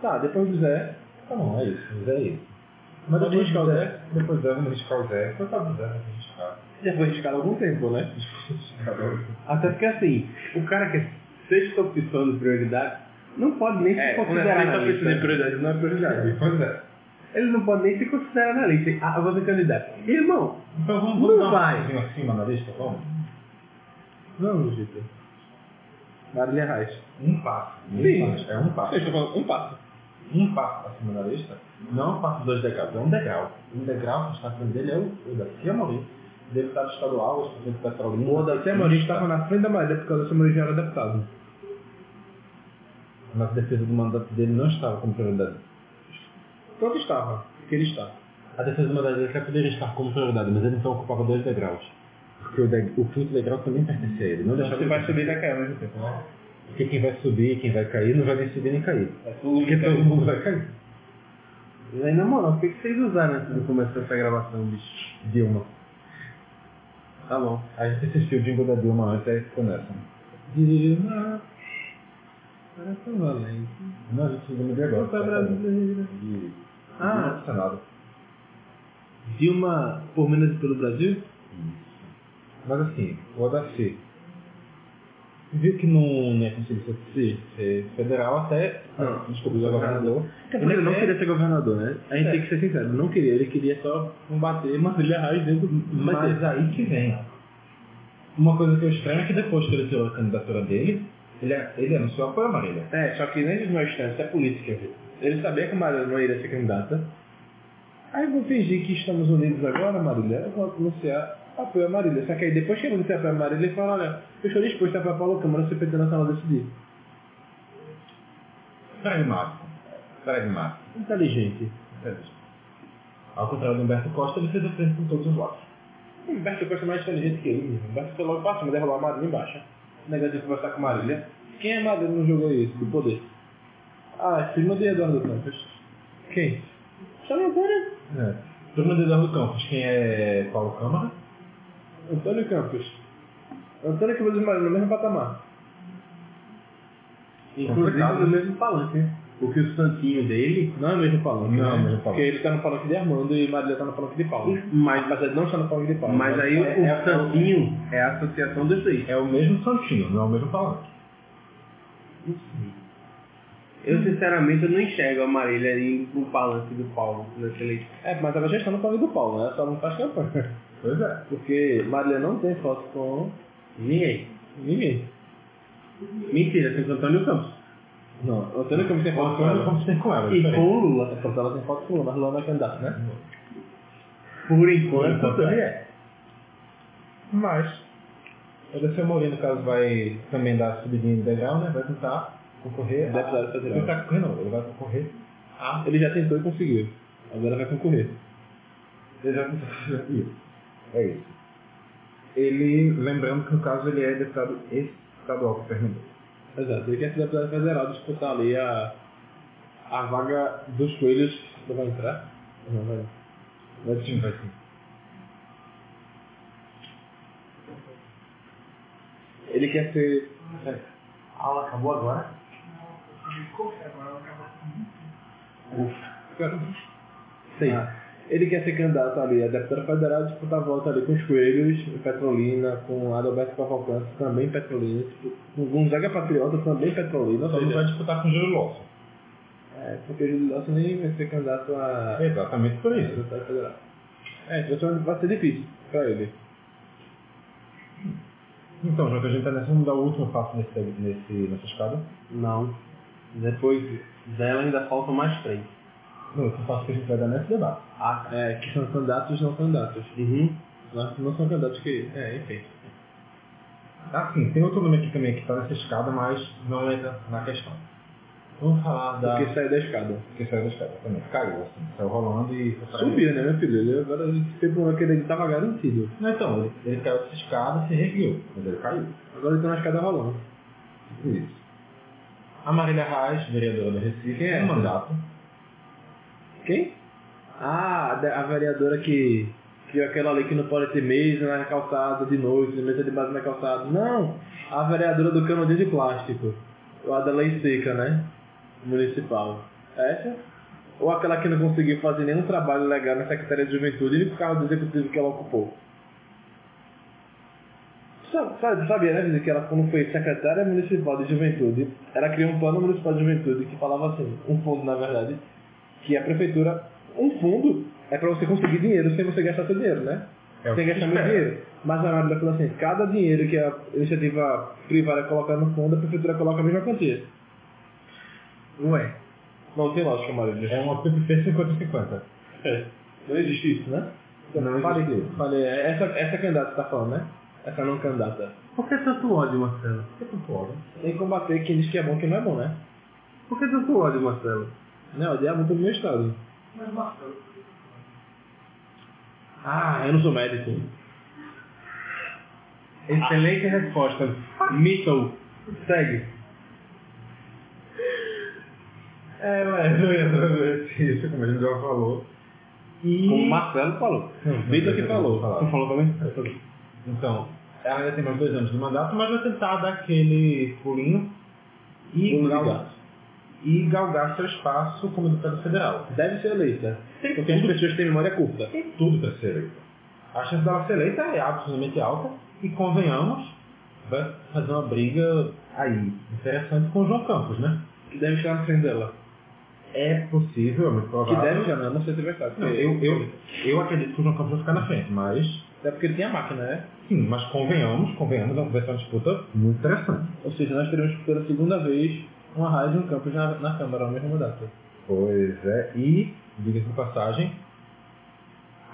Speaker 1: Tá, depois do Zé.
Speaker 2: Tá bom, é isso, Zé é isso. Mas
Speaker 1: Vamos
Speaker 2: depois
Speaker 1: riscar
Speaker 2: do
Speaker 1: o
Speaker 2: Zé, depois do Zé, vamos riscar o Zé. Coitado do Zé, vamos riscar.
Speaker 1: Já foi riscado há algum tempo, né?
Speaker 3: Até porque assim, o cara que é sexta opção de prioridade não pode nem
Speaker 1: É,
Speaker 3: se considerar na lista.
Speaker 1: prioridade, não é prioridade.
Speaker 2: Pois é.
Speaker 3: Ele não pode nem se considerar na lista. Ah, eu vou ser candidato. Irmão,
Speaker 2: Então vamos,
Speaker 3: Não
Speaker 2: vamos dar
Speaker 3: vai.
Speaker 2: um pouquinho acima na lista, vamos?
Speaker 1: Não, Vitor. Marília Reis.
Speaker 2: Um passo. Um
Speaker 1: Sim.
Speaker 2: passo, É um passo.
Speaker 1: Vocês estão falando um passo.
Speaker 2: Um passo acima da lista. Não é um passo de dois degraus, é um degrau. Um degrau que está acima dele é o, o da Cia Maurício. Deputado estadual, ex-presidente da Carolina.
Speaker 1: O Dacia Maurício estava na frente da Marília porque é o Dacia Maurício era deputado.
Speaker 2: Mas a defesa do mandato dele não estava como prioridade.
Speaker 1: Todo Então estava. Que ele está.
Speaker 2: A defesa do mandato dele até poderia estar como prioridade, mas ele então ocupava dois degraus. Porque o, de... o quinto degrau também pertencia a ele. Não deixava ele-
Speaker 1: vai cair ao mesmo tempo, né?
Speaker 2: Porque quem vai subir, quem vai cair, não vai nem subir nem cair.
Speaker 1: É tudo
Speaker 2: Porque todo mundo vai cair.
Speaker 3: aí, na moral, o que que vocês usaram antes do começo dessa gravação, bicho?
Speaker 2: Dilma.
Speaker 3: Tá bom.
Speaker 2: A gente assistiu o jingle da Dilma antes, é aí ficou nessa.
Speaker 1: Dilma. Era tão valente.
Speaker 2: Não, a gente lembra de agora.
Speaker 3: tá
Speaker 1: Puta
Speaker 2: certamente.
Speaker 1: brasileira.
Speaker 2: De...
Speaker 1: Ah.
Speaker 2: Ah, Senado.
Speaker 1: Dilma por menos pelo Brasil?
Speaker 2: Mas assim, o Odaci viu que não ia conseguir ser- se- ser federal até.
Speaker 1: Não.
Speaker 2: desculpa, ser governador. é
Speaker 1: Ele não queria ser governador, né? A gente tem que ser sincero, não queria, ele queria só combater é Marília Reis dentro do
Speaker 2: Mas é aí que vem. Uma coisa que eu estranho é que depois que ele tirou a candidatura dele, ele, é, ele anunciou apoio a Marília.
Speaker 1: É, só que nem não é estranho, isso é política, viu? Ele sabia que a Marília não iria ser candidata. Aí eu vou fingir que estamos unidos agora, Marília, eu vou anunciar apoio a Marília. Só que aí depois que ele anuncia apoio a Marília, ele fala, olha, eu estou disposto a apoiar Paulo Câmara se o PT Nacional decidir.
Speaker 2: Pragmático. Pragmático.
Speaker 1: Inteligente.
Speaker 2: Entende? Ao contrário do Humberto Costa, ele fez a frente com todos os votos.
Speaker 1: O Humberto Costa é mais inteligente que ele, mesmo. O Humberto foi logo pra cima, derrubar a Marília embaixo. né? O negócio de conversar com Marília. Quem é Marília no jogo aí, do poder? Ah, é prima de Eduardo Campos. Quem? Chama agora.
Speaker 2: É. Turma de Eduardo Campos, quem é Paulo Câmara?
Speaker 1: Antônio Campos. Antônio Campos e Marília no mesmo patamar.
Speaker 3: Inclusive
Speaker 2: Complicado.
Speaker 3: no mesmo palanque, né? Porque o santinho dele,
Speaker 1: Não é mesmo palanque,
Speaker 2: Não,
Speaker 1: né?
Speaker 2: mesmo palanque.
Speaker 1: Porque ele tá no palanque de Armando e Marília tá no palanque de Paulo.
Speaker 3: mas,
Speaker 1: Mas ele não está no palanque de Paulo.
Speaker 3: mas aí
Speaker 1: é,
Speaker 3: o
Speaker 1: é-
Speaker 3: santinho é a associação dos dois.
Speaker 2: É o mesmo Santinho, não é o mesmo palanque.
Speaker 3: Eu sinceramente eu não enxergo a Marília indo pro palanque do Paulo nessa eleição.
Speaker 1: é, mas ela já está no palanque do Paulo, né? Só não faz campanha.
Speaker 2: Pois é.
Speaker 1: Porque Marília não tem foto com
Speaker 3: Ninguém.
Speaker 1: ninguém.
Speaker 3: Mentira, tem o Antônio Campos.
Speaker 1: Não, Antônio Campos tem foto com
Speaker 2: Antônio
Speaker 1: ela.
Speaker 2: Campos tem com ela. é
Speaker 3: E
Speaker 2: diferente.
Speaker 3: com o Lula.
Speaker 1: Porque ela tem foto com Lula, mas Lula não é candidato, né?
Speaker 3: Por
Speaker 2: Por
Speaker 3: enquanto,
Speaker 2: enquanto ele é. Mas, o Odaceu Mourinho, no caso, vai também dar subidinha de degrau, né? Vai tentar concorrer a...
Speaker 1: Deputado federal.
Speaker 2: Ele tá concorrendo, não. Ele vai concorrer a...
Speaker 1: Ele já tentou e conseguiu. Agora vai concorrer.
Speaker 2: Ele já isso. É isso. Ele, lembrando que, no caso, ele é deputado estadual para Pernambuco.
Speaker 1: Exato, ele quer ser deputado federal, disputar ali a, a vaga dos coelhos. Não vai entrar? Não, vai. Vai
Speaker 2: Sim,
Speaker 1: disputar.
Speaker 2: vai sim.
Speaker 1: Ele quer ser. é,
Speaker 3: A aula acabou agora?
Speaker 1: Sei.
Speaker 3: Ah,
Speaker 1: um Ele quer ser candidato ali a deputado federal, disputar a volta ali com os Coelhos, em Petrolina, com Adalberto Cavalcante, também em Petrolina, tipo, com Gonzaga Patriota, também em Petrolina. ou
Speaker 2: Só não
Speaker 1: seja,
Speaker 2: vai disputar com o Júlio Lopes.
Speaker 1: É, porque o Júlio Lawson nem vai ser candidato a
Speaker 2: É Exatamente por isso.
Speaker 1: deputado federal. É, então vai ser difícil pra ele.
Speaker 2: Então, João, que a gente tá nessa, vamos dar o último passo nesse, nesse, nessa escada.
Speaker 3: Não. Depois dela ainda faltam mais três.
Speaker 2: Não, esse passo que a gente vai dar nesse debate.
Speaker 3: Ah, tá.
Speaker 1: É, que são candidatos não candidatos.
Speaker 3: Uhum.
Speaker 1: Não, é- não são candidatos que... É, enfim.
Speaker 2: Ah, sim, tem outro nome aqui também que tá nessa escada, mas não entra na questão. Vamos falar da...
Speaker 1: Porque sai da escada.
Speaker 2: que saiu da escada também. Caiu, assim, saiu rolando e... foi saindo.
Speaker 1: Subiu, né, meu filho? Ele, agora a gente tem problema que ele tava garantido.
Speaker 2: Não, então, ele, ele caiu dessa escada, se ergueu, mas ele caiu.
Speaker 1: Agora ele tá na escada rolando.
Speaker 2: Isso. A Marília Reis, vereadora do Recife,
Speaker 1: Quem é
Speaker 2: é um
Speaker 1: essa?
Speaker 2: mandato.
Speaker 1: Quem? Ah, a de- a vereadora que que é aquela ali que não pode ter mesa na calçada de noite, né, mesa de base na calçada. Não! A vereadora do canudinho de plástico. Lá da lei seca, né? Municipal. É Essa? Ou aquela que não conseguiu fazer nenhum trabalho legal na Secretaria de Juventude e por causa do executivo que ela ocupou. Sa- sa- Sabia, né, Vinícius, que ela quando foi secretária municipal de juventude, ela criou um plano municipal de juventude que falava assim, um fundo na verdade, que a prefeitura, um fundo é para você conseguir dinheiro sem você gastar seu dinheiro, né?
Speaker 2: É o
Speaker 1: sem
Speaker 2: que
Speaker 1: gastar
Speaker 2: se
Speaker 1: muito
Speaker 2: espera.
Speaker 1: dinheiro. Mas a Marília falou assim, cada dinheiro que a iniciativa privada colocar no fundo, a prefeitura coloca a mesma quantia.
Speaker 4: Ué,
Speaker 1: Não tem lógica, Marília.
Speaker 2: É uma PPP 50-50.
Speaker 1: É. Não existe isso, né?
Speaker 2: Não
Speaker 1: falei,
Speaker 2: existe.
Speaker 1: falei, é essa, essa candidata que tá falando, né? Essa não candidata.
Speaker 4: por que tanto ódio, Marcelo?
Speaker 2: Eu concordo.
Speaker 1: Tem que combater quem diz que é bom e quem não é bom, né?
Speaker 4: Por que tanto ódio, Marcelo?
Speaker 1: Não, eu dei a multa do meu estado. Ah, eu não sou médico.
Speaker 3: Excelente resposta. Mitchell. Segue.
Speaker 2: É, mas eu entro nesse isso, como a gente já falou. E...
Speaker 3: Como o Marcelo falou.
Speaker 1: Vitor que falou.
Speaker 2: Você falou também? Então, ela ainda tem mais dois anos de mandato, mas vai tentar dar aquele pulinho e,
Speaker 1: Pulo de
Speaker 2: gal-
Speaker 1: gato.
Speaker 2: e galgar seu espaço como deputado federal.
Speaker 1: Deve ser eleita.
Speaker 2: Tem
Speaker 1: Porque as pessoas têm memória curta.
Speaker 2: tem tudo para ser eleita. A chance dela ser eleita é absolutamente alta e, convenhamos, vai fazer uma briga aí interessante com o João Campos, né?
Speaker 1: Que deve estar na frente dela.
Speaker 2: É possível, é muito
Speaker 1: Que
Speaker 2: provável.
Speaker 1: deve já, não, não sei se é vai estar.
Speaker 2: Não,
Speaker 1: porque-
Speaker 2: eu, eu, eu acredito que o João Campos vai ficar na frente, mas
Speaker 1: Até porque ele tem a máquina, né?
Speaker 2: sim, mas convenhamos, convenhamos, vai ser uma disputa muito interessante.
Speaker 1: Ou seja, nós teremos pela segunda vez uma rádio e um campus na, na Câmara ao mesmo data.
Speaker 2: Pois é, e, diga-se de passagem,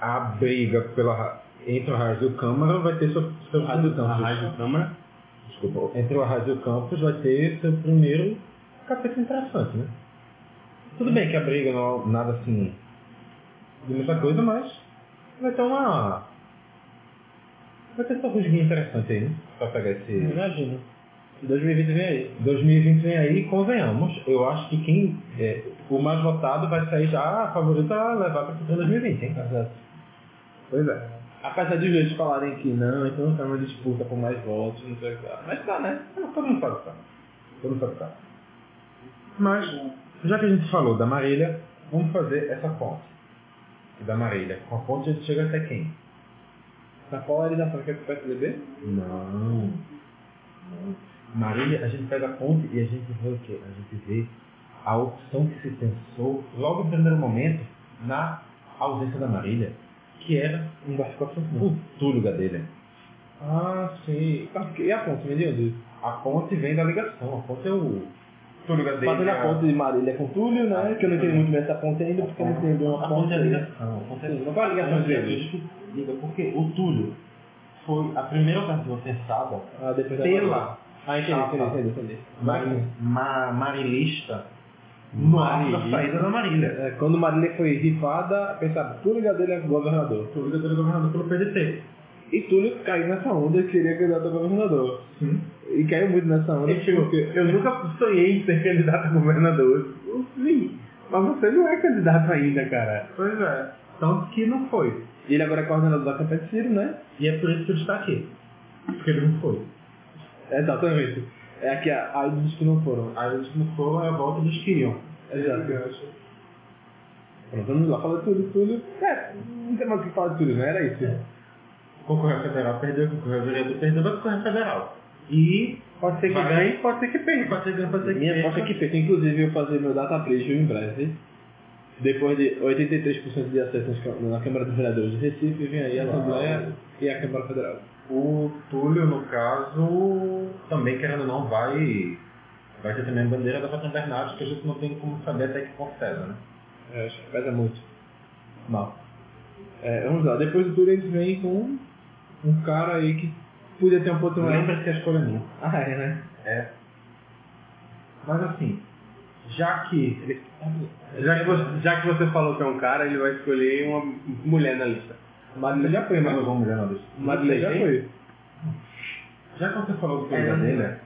Speaker 2: a briga pela, ra- entre a Rádio e o Câmara vai ter seu, seu
Speaker 1: Rádio- a
Speaker 3: Rádio Câmara.
Speaker 2: Desculpa, entre o Rádio e o Campos vai ter seu primeiro capítulo interessante, né? Tudo bem que a briga não é nada assim de muita coisa, mas vai ter uma... Vai ter essa rusguinha interessante aí, né? Pra pegar esse...
Speaker 1: Imagino. 2020 vem aí.
Speaker 2: 2020 vem aí, convenhamos, eu acho que quem é, o mais votado vai sair já a favorita a levar para 2020, hein?
Speaker 1: Pois é. Apesar de os dois falarem que não, então não tá uma disputa por mais votos, não sei o que lá. Mas tá, né?
Speaker 2: Não, Todo mundo sabe o que tá. Todo mundo sabe o que tá. Mas,
Speaker 1: Tá
Speaker 2: já que a gente falou da Marília, vamos fazer essa ponte. Da Marília. Com a ponte a gente chega até quem?
Speaker 1: Na polarização que é com o PSDB?
Speaker 2: Não. não. Marília, a gente pega a ponte e a gente vê o quê? A gente vê a opção que se pensou logo no primeiro momento na ausência da Marília, que era
Speaker 1: Não vai ficar funcionando.
Speaker 2: o Túlio Gadelha.
Speaker 1: Ah, sim. E a ponte, meu Deus?
Speaker 2: A ponte vem da ligação, a ponte é o Túlio Gadelha.
Speaker 1: Fazendo é a ponte de Marília com Túlio, né? Que eu não entendo muito bem essa ponte ainda, porque eu não entendo uma
Speaker 2: Ah, A ponte
Speaker 1: ponte
Speaker 2: é a
Speaker 1: ainda.
Speaker 2: ligação. a ponte é-
Speaker 1: Sim, Não vai ligar
Speaker 2: Então,
Speaker 1: para
Speaker 2: eu
Speaker 1: eles.
Speaker 2: acredito que liga, porque o Túlio foi a primeira alternativa pensada
Speaker 1: Ah, depois da
Speaker 2: pela
Speaker 1: Ah, entendi, entendi, entendi, entendi.
Speaker 2: mari- ma- marilista no ato da saída da Marília.
Speaker 1: É, Quando Marília foi rifada, pensava, Túlio Gadelha é governador.
Speaker 2: Túlio Gadelha governador pelo PDT.
Speaker 1: E Túlio caiu nessa onda e queria candidato a governador.
Speaker 2: Sim.
Speaker 1: E caiu muito nessa onda. porque...
Speaker 3: Eu nunca sonhei em ser candidato a governador. Sim. Mas você não é candidato ainda, cara.
Speaker 2: Pois é. Tanto que não foi.
Speaker 1: E ele agora é coordenador da campanha de Ciro, né?
Speaker 2: E é por isso que ele está aqui. Porque ele não foi.
Speaker 1: Exatamente. É aqui, a aí diz que não foram.
Speaker 2: Aí eles não foram, é a volta dos que iam.
Speaker 1: Exato. Pronto, vamos lá, fala tudo, tudo. É, não tem mais o que falar de tudo, né? Era isso.
Speaker 2: Concorreu federal, perdeu, concorreu vereador, perdeu, vai concorrer federal.
Speaker 3: E pode ser que
Speaker 2: Vai.
Speaker 3: ganhe, pode ser que perca.
Speaker 2: Pode ser que pode ser que
Speaker 1: Minha aposta é
Speaker 2: perca.
Speaker 1: que feita. Inclusive, eu fazer meu data preview em breve. Depois de 83% de acesso nas câ- na Câmara dos Vereadores de Recife, vem aí a Assembleia e a Câmara Federal.
Speaker 2: O Túlio, no caso, também querendo ou não, vai, vai ser também a bandeira da Patrão Bernardo, que a gente não tem como saber até que ponto pesa, né?
Speaker 1: É, acho que pesa muito.
Speaker 2: Não.
Speaker 1: É, vamos lá, depois do Túlio eles vêm com um cara aí que podia ter um ponto mais.
Speaker 2: Lembra que a escolha é minha.
Speaker 1: Ah, é, né?
Speaker 2: Mas assim, já que ele
Speaker 3: Já que, você, já que você falou que é um cara, ele vai escolher uma mulher na lista.
Speaker 1: Madeleine já
Speaker 3: né?
Speaker 1: foi,
Speaker 2: tem mais
Speaker 1: mas.
Speaker 2: alguma mulher na lista.
Speaker 1: Madeleine já
Speaker 3: Tem?
Speaker 1: foi.
Speaker 2: Já que você falou do
Speaker 3: É,
Speaker 2: Túlio Bandeira,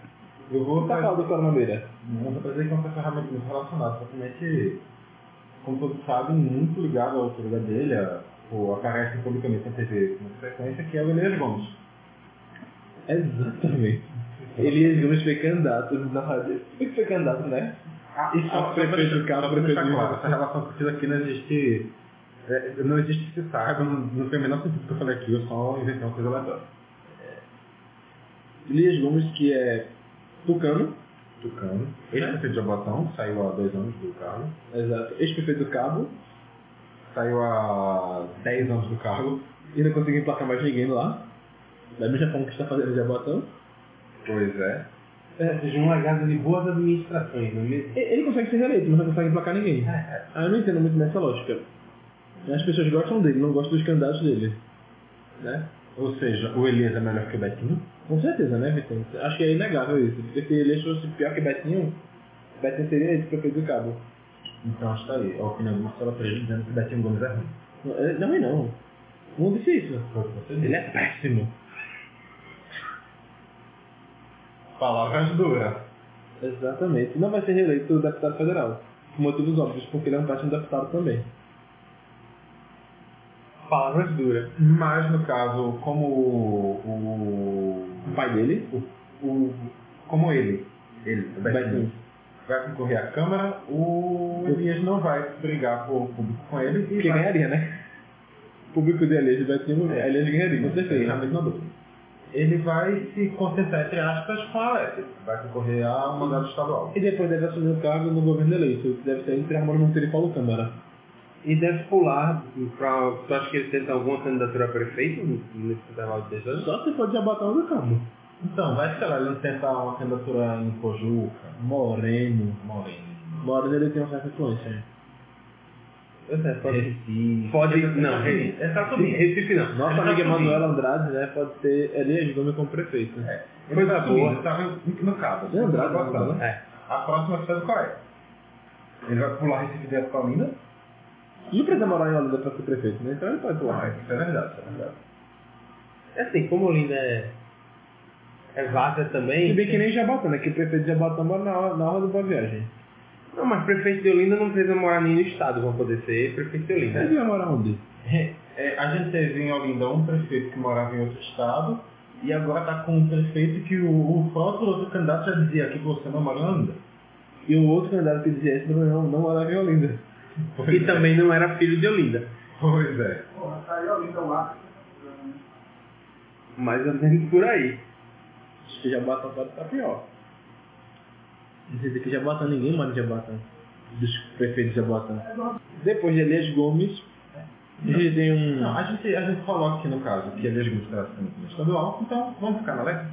Speaker 2: eu vou
Speaker 1: Vamos tá falando do Clara Mameira.
Speaker 2: Não vou trazer que é uma pessoa realmente muito relacionada, principalmente, como todos sabem, muito ligado à autoria dele, a- ou aparece publicamente na TV com frequência, que é o Elias Gomes.
Speaker 1: Exatamente. Elias Gomes foi candidato na rádio. Ele foi candidato, né?
Speaker 2: Ah, isso
Speaker 1: Ah,
Speaker 2: é
Speaker 1: prefeito do carro, prefeito do
Speaker 2: claro,
Speaker 1: carro.
Speaker 2: essa relação que eu fiz aqui não existe, é, não existe que se saiba, não, não tem o menor sentido que eu falei aqui, eu só inventei uma coisa aleatória.
Speaker 1: Elias Gomes, que é tucano.
Speaker 2: Tucano, ele é prefeito de Jabotão, saiu há dois anos do cargo,
Speaker 1: Exato. Ex-prefeito do Cabo.
Speaker 2: saiu há dez anos do cargo,
Speaker 1: E não consegui emplacar mais ninguém lá. Da mesma forma que está fazendo o Jabotão.
Speaker 2: pois é,
Speaker 3: Seja uma casa de boas administrações, não é mesmo?
Speaker 1: E- Ele consegue ser reeleito, mas não consegue emplacar ninguém.
Speaker 2: É.
Speaker 1: Ah, eu não entendo muito nessa lógica. As pessoas gostam dele, não gostam dos candidatos dele. Né?
Speaker 2: ou seja, o Elias é melhor que o Betinho,
Speaker 1: Com certeza, né, Vicente? Acho que é inegável isso. Porque se ele fosse pior que Betinho, Betinho seria esse prefeito do Cabo.
Speaker 2: então está aí, a opinião do Marcelo Freire dizendo que o Betinho Gomes é ruim.
Speaker 1: Não, é- não. é não. Não disse isso.
Speaker 2: Foi o que você
Speaker 1: Ele
Speaker 2: disse.
Speaker 1: é péssimo.
Speaker 2: Palavras duras.
Speaker 1: Exatamente. Não vai ser reeleito deputado federal. Por motivos óbvios, porque ele é um péssimo deputado também.
Speaker 3: Palavras duras.
Speaker 2: Mas, no caso, como o- o
Speaker 1: O pai dele, o
Speaker 2: o, como ele, ele o Betinho,
Speaker 1: Betinho.
Speaker 2: vai concorrer à Câmara, o Elias não vai brigar por público com ele e
Speaker 1: Porque
Speaker 2: vai
Speaker 1: ganharia, né? O público de Elias vai um ter mulher. Elias ganharia, É. com
Speaker 2: na
Speaker 1: certeza.
Speaker 2: mesma dúvida. Ele vai se concentrar, entre aspas, com a Alep. Vai concorrer a um mandato estadual.
Speaker 1: E depois deve assumir o cargo no governo eleito, que deve ser entre Armando Monteiro e Paulo Câmara.
Speaker 3: E deve pular pra... Tu acha que ele tenta alguma candidatura a prefeito nesse intervalo de dois anos?
Speaker 1: Só se for de Abatão do Cabo.
Speaker 2: Então, vai, sei lá, ele tentar uma candidatura em Pojuca,
Speaker 1: Moreno.
Speaker 2: Moreno,
Speaker 1: Moreno ele tem uma certa influência.
Speaker 3: Pois é, pode...
Speaker 2: Recife...
Speaker 3: Pode... Não, Recife,
Speaker 2: Ele tá subindo.
Speaker 3: Recife não.
Speaker 1: (laughs) Nossa
Speaker 2: Ele tá
Speaker 1: amiga
Speaker 2: subindo.
Speaker 1: Manuela Andrade, né? Pode ser Elias Gomes como prefeito. É.
Speaker 2: Ele
Speaker 3: Coisa
Speaker 2: tá subindo,
Speaker 3: boa.
Speaker 2: ele tava no cabo.
Speaker 1: É Andrade,
Speaker 2: Tá passando.
Speaker 1: né?
Speaker 2: A próxima é a qual é? Ele vai pular Recife de Paulina?
Speaker 1: Não precisa morar em Olinda pra ser prefeito, né? Então ele pode
Speaker 2: Não,
Speaker 1: pular.
Speaker 2: isso é verdade, isso é verdade.
Speaker 3: É assim, como Olinda é... É vaga
Speaker 1: Se
Speaker 3: também...
Speaker 1: bem que nem Jabatão, né? Que o prefeito de Jabatão mora na hora, na hora do Boa Viagem.
Speaker 3: Não, mas prefeito de Olinda não precisa morar nem no estado, vão poder ser prefeito de Olinda.
Speaker 1: Ele vai morar onde?
Speaker 2: É, a gente teve em Olinda um prefeito que morava em outro estado e agora tá com um prefeito que o, o próprio outro candidato já dizia aqui que você não mora em Olinda.
Speaker 1: E o outro candidato que dizia isso não, não morava em Olinda.
Speaker 3: E também não era filho de Olinda.
Speaker 2: Pois é.
Speaker 3: Mais ou menos por aí.
Speaker 1: Acho que Jabatão pode estar pior. Dizer que Jabatão, ninguém mora em Jabatão. Dos prefeitos de Jabatão. Depois de Elias Gomes, a gente tem um...
Speaker 2: Não, a gente, a gente falou aqui no caso que Elias Gomes está sendo no estadual, então vamos ficar na Leste.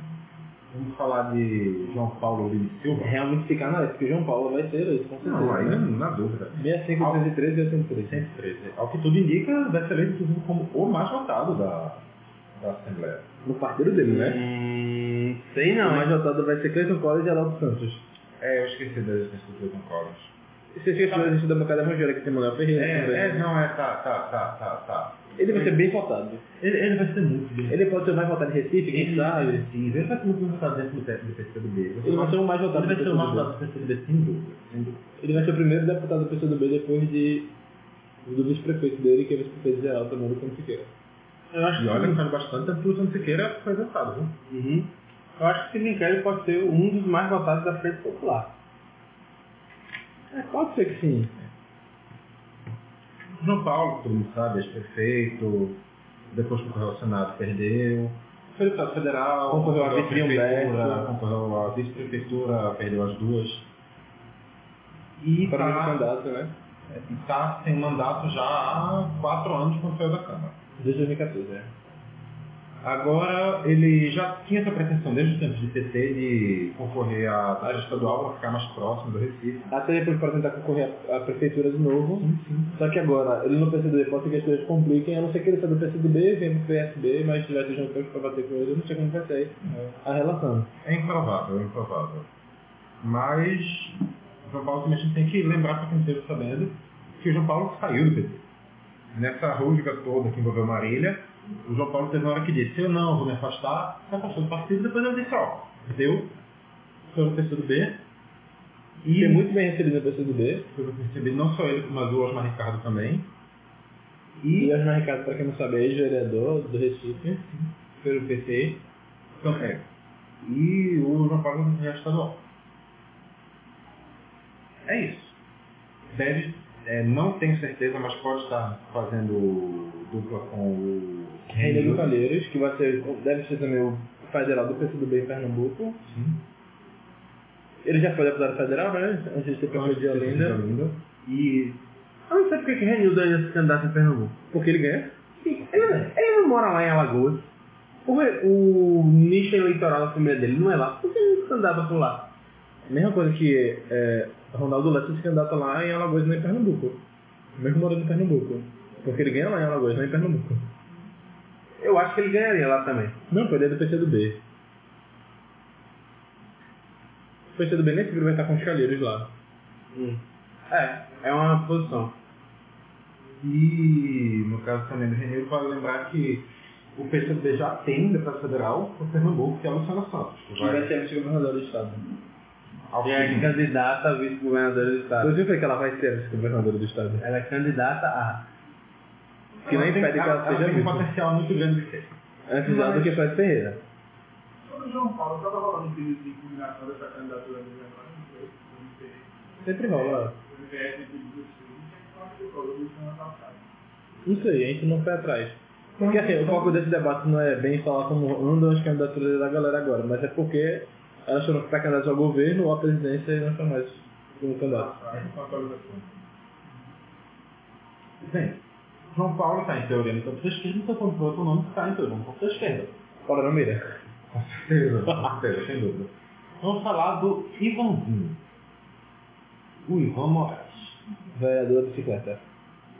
Speaker 2: Vamos falar de João Paulo Uribe Silva.
Speaker 1: Realmente ficar na lista, porque o João Paulo vai ser eleito, com certeza.
Speaker 2: Não, ainda
Speaker 1: né?
Speaker 2: na dúvida.
Speaker 1: 65, 213 e 83.
Speaker 2: 113. Ao que tudo indica, deve ser eleito inclusive como o mais votado da, da Assembleia.
Speaker 1: No partido dele, né?
Speaker 3: Hum, sei
Speaker 1: O
Speaker 3: não.
Speaker 1: mais
Speaker 3: hein?
Speaker 1: votado vai ser Cleiton Collins e Adalto Santos.
Speaker 2: É, eu esqueci da existência do Clayton Collins.
Speaker 1: E Você esqueceu da lista da bancada evangélica que tem Manuel Ferreira também.
Speaker 2: É,
Speaker 3: né?
Speaker 2: é, não, é, tá, tá, tá, tá, tá.
Speaker 1: né? Ele vai ser bem votado.
Speaker 2: Ele, ele vai ser muito bem.
Speaker 1: Ele pode ser mais votado em Recife, quem sabe?
Speaker 2: Ele vai ser muito bem votado dentro do teste do PCdoB.
Speaker 1: Ele vai ser o mais votado
Speaker 2: Ele vai
Speaker 1: do
Speaker 2: ser o mais
Speaker 1: PCdoB.
Speaker 2: votado do PCdoB, sem dúvida. Sem dúvida.
Speaker 1: Ele vai ser o primeiro deputado do PCdoB depois de do vice-prefeito dele, que é vice-prefeito geral também do Campo Siqueira.
Speaker 3: Eu acho
Speaker 2: E
Speaker 3: que
Speaker 2: olha, faz bastante tempo um que o Luciano Siqueira foi votado, viu?
Speaker 3: Uhum. Eu acho que se brincar ele pode ser um dos mais votados da Frente Popular.
Speaker 1: É, pode ser que sim.
Speaker 2: João Paulo, todo mundo sabe, ex-prefeito, depois concorreu ao Senado, perdeu. Foi deputado federal,
Speaker 1: Concorreu à vice-prefeitura,
Speaker 2: prefeitura, concorreu à vice-prefeitura, perdeu as duas. E
Speaker 1: Para o
Speaker 2: tá,
Speaker 1: candidato, né?
Speaker 2: e tá sem mandato já há quatro anos quando saiu da Câmara.
Speaker 1: Desde 2014, né?
Speaker 3: é.
Speaker 2: Agora, ele já tinha essa pretensão desde o tempo de PT de concorrer à taxa estadual para ficar mais próximo do Recife.
Speaker 1: Até depois para tentar concorrer à à prefeitura de novo. Só que agora, ele no PCdoB pode ser que as coisas compliquem, a não ser que ele saia do PCdoB, venha pro PSB, mas se tiver dois juntores pra bater com ele, eu não sei como vai ser a relação.
Speaker 2: É improvável, é improvável. Mas o João Paulo também a gente tem que lembrar para quem esteja sabendo que o João Paulo saiu do PT. Nessa rusga toda que envolveu Marília, o João Paulo teve uma hora que disse, eu não, eu vou me afastar, se afastou do partido, depois ele disse, ó, deu, foi no PCdoB,
Speaker 1: E é muito bem recebido no PCdoB,
Speaker 2: pelo que eu percebi, não só ele, mas o Osmar Ricardo também.
Speaker 1: e Osmar Ricardo, pra quem não sabe, é ex-vereador do Recife, pelo PT.
Speaker 2: Então, é. E o João Paulo já é estadual. É isso. Deve, é, não tenho certeza, mas pode estar fazendo dupla com o
Speaker 1: Reina
Speaker 2: Uhum.
Speaker 1: do Calheiros, que vai ser, deve ser também o federal do PCdoB em Pernambuco.
Speaker 2: Sim.
Speaker 1: Ele já foi deputado federal, né? Antes de ser prefeito de Olinda.
Speaker 2: Olinda.
Speaker 3: E. Eu não sei porque que Renildo ainda se candidata em Pernambuco.
Speaker 1: Porque ele ganha. é
Speaker 3: Sim, ele, ele não mora lá em Alagoas. O, re- o nicho eleitoral da família dele não é lá. Por que ele não se candidata por lá?
Speaker 1: Mesma coisa que é, Ronaldo Lessa se candidata lá em Alagoas, não em Pernambuco. Mesmo morando em Pernambuco. Porque ele ganha lá em Alagoas, não em Pernambuco.
Speaker 3: Eu acho que ele ganharia lá também.
Speaker 1: Não, foi dele do PCdoB. O PCdoB nem seguro vai estar com os calheiros lá.
Speaker 3: É, é uma posição.
Speaker 2: E no caso também do Reneiro, vale lembrar que o PCB já tem deputado federal para Pernambuco, que é a Luciana Santos. que
Speaker 1: Que vai ser a vice-governadora do estado.
Speaker 2: ao
Speaker 3: E é
Speaker 2: fim.
Speaker 3: candidata a vice-governadora do estado.
Speaker 1: Inclusive foi que ela vai ser a vice-governadora do estado.
Speaker 3: Ela é candidata a.
Speaker 1: Que nem
Speaker 2: tem-
Speaker 1: impede que ela seja
Speaker 2: tem um
Speaker 1: vice.
Speaker 2: potencial muito grande de ser.
Speaker 1: Antes dela do que Fred Ferreira.
Speaker 4: Sobre o João Paulo, estava rolando um período de impugnação dessa candidatura dele agora, não sei, do MPS,
Speaker 1: Sempre rola.
Speaker 4: do MPS e do Sul, que é o que falou do Luciano Calçado.
Speaker 1: Não sei, a gente não foi atrás. Porque assim, o foco desse debate não é bem falar como andam as candidaturas da galera agora, mas é porque elas foram para candidatas ao governo ou à presidência e não são mais como candidato.
Speaker 2: Bem, João Paulo está em teoria no campo da esquerda, então quando outro nome está em teoria no campo da esquerda.
Speaker 1: Fora da mira.
Speaker 2: Com certeza, com certeza, sem dúvida. Vamos falar do Ivanzinho. O Ivan Moraes.
Speaker 1: Vereador É da bicicleta.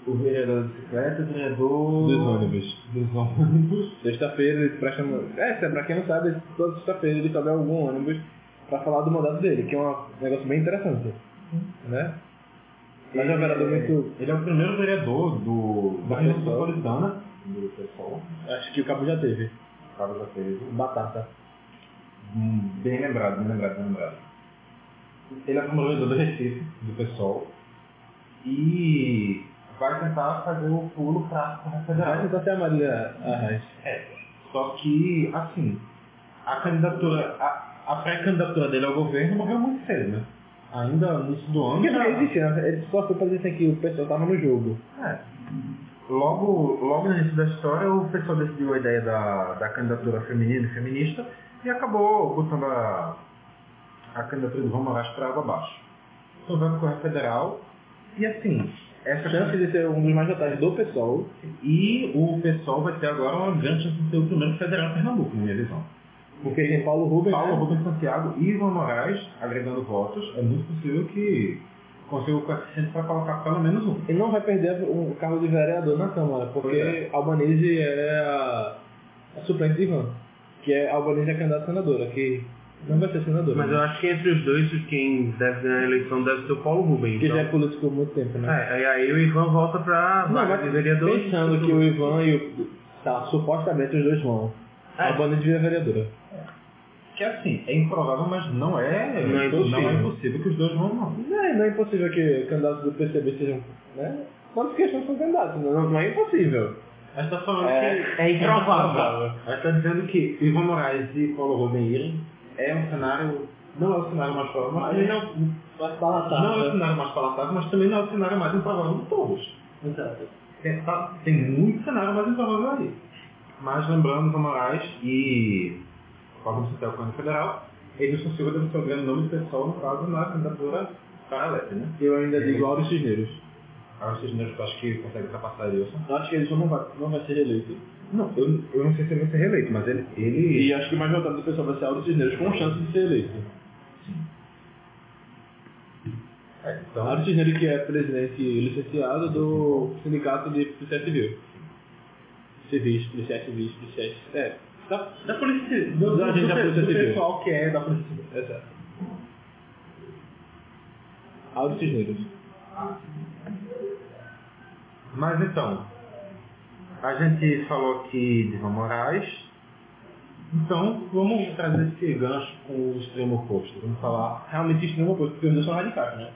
Speaker 2: O vereador da bicicleta, o vereador...
Speaker 1: Dos ônibus.
Speaker 2: Dos ônibus.
Speaker 1: Sexta-feira ele presta. É, se- pra quem não sabe, toda sexta-feira ele sobe algum ônibus pra falar do mandato dele, que é um negócio bem interessante. Né? Mas é um vereador muito.
Speaker 2: Ele é o primeiro vereador do...
Speaker 1: Do PSOL.
Speaker 2: da região metropolitana. Do pessoal.
Speaker 1: Acho que o Cabo já teve.
Speaker 2: Carlos Azevedo.
Speaker 1: Batata.
Speaker 2: Hum, Bem lembrado, bem lembrado, bem lembrado. Ele é o promovedor do Recife, do pessoal. E vai tentar fazer o pulo para a
Speaker 1: Vai
Speaker 2: federal.
Speaker 1: tentar ser a Marília Arraes.
Speaker 2: Só que, assim, a candidatura, a, a pré-candidatura dele ao governo morreu muito cedo, né? Ainda no início do ano.
Speaker 1: Porque não
Speaker 2: já-
Speaker 1: existia, né? Ele só foi pra dizer assim que o pessoal tava no jogo.
Speaker 2: É. Logo, logo no início da história, o pessoal decidiu a ideia da, da candidatura feminina e feminista e acabou botando a, a candidatura do João Moraes para água abaixo. Então vai correr federal e assim, essa
Speaker 1: Chance de ser um dos mais votados do pessoal.
Speaker 2: E o pessoal vai ter agora uma grande chance de ser o primeiro federal em Pernambuco, na minha visão.
Speaker 1: Porque tem Paulo Rubens.
Speaker 2: Paulo
Speaker 1: né?
Speaker 2: Rubens Santiago e Ivan Moraes agregando votos, é muito possível que consiga o coeficiente para colocar pelo menos um.
Speaker 1: E não vai perder o cargo de vereador na Câmara, porque
Speaker 2: Pois
Speaker 1: Albanese é a, a suplente de Ivan. Que é Albanese é candidata a senadora, que não vai ser senadora.
Speaker 3: Mas
Speaker 1: né?
Speaker 3: eu acho que entre os dois, quem deve ganhar a eleição deve ser o Paulo Rubens.
Speaker 1: Que
Speaker 3: Então.
Speaker 1: já é político há muito tempo, né?
Speaker 3: É, aí, aí o Ivan volta pra
Speaker 1: Ah, Não,
Speaker 3: vaga de
Speaker 1: mas
Speaker 3: vereador.
Speaker 1: pensando que o Ivan e o. Tá, supostamente os dois vão.
Speaker 3: É.
Speaker 1: Albanese vira vereadora.
Speaker 2: Que assim, é improvável, mas não é,
Speaker 3: Não é impossível.
Speaker 2: não é impossível que os dois vão não.
Speaker 1: Não é, não é impossível que candidatos do PCB sejam. Né? Quantas questões são candidatos? Não, não é impossível.
Speaker 2: A gente tá falando
Speaker 1: É,
Speaker 2: que.
Speaker 3: é improvável.
Speaker 2: A gente tá dizendo que Ivan Moraes e Paulo Rubem irem é um cenário. Não é o cenário mais provável, mas também não, é
Speaker 1: Vai falar, tá?
Speaker 2: não é o cenário mais palatável, mas também não é o cenário mais improvável de todos.
Speaker 6: Exato.
Speaker 2: Tem, tá- tem muito cenário mais improvável aí. Mas lembrando, Zé Moraes e Paulo do Central Câmara é Federal, eles são seguros demonstrando o nome do pessoal, no caso, na candidatura Caralete, né?
Speaker 1: Eu ainda digo
Speaker 2: Igual dos Cisneiros. Agora os Cisneiros eu acho que consegue ultrapassar a Wilson.
Speaker 1: Eu acho que ele só não vai, não vai ser reeleito.
Speaker 2: Não, eu, eu não sei se ele vai ser reeleito, mas ele... ele...
Speaker 1: E acho que o mais votado do pessoal vai ser Aldo Cisneiros, com chance de ser eleito.
Speaker 2: É, então,
Speaker 1: Aldo Cisneiros que é presidente licenciado do Sindicato de Polícia Civil. Civis, policiais civis, policiais... É, da, da Polícia Civil. Dos agentes da Polícia Civil.
Speaker 2: pessoal que é da Polícia Civil.
Speaker 1: Exato. Aldo Cisneiros.
Speaker 2: Mas então, a gente falou aqui de Van Moraes, então vamos trazer esse gancho com o extremo oposto. Vamos falar,
Speaker 1: Realmente extremo oposto, porque os dois são radicais, né?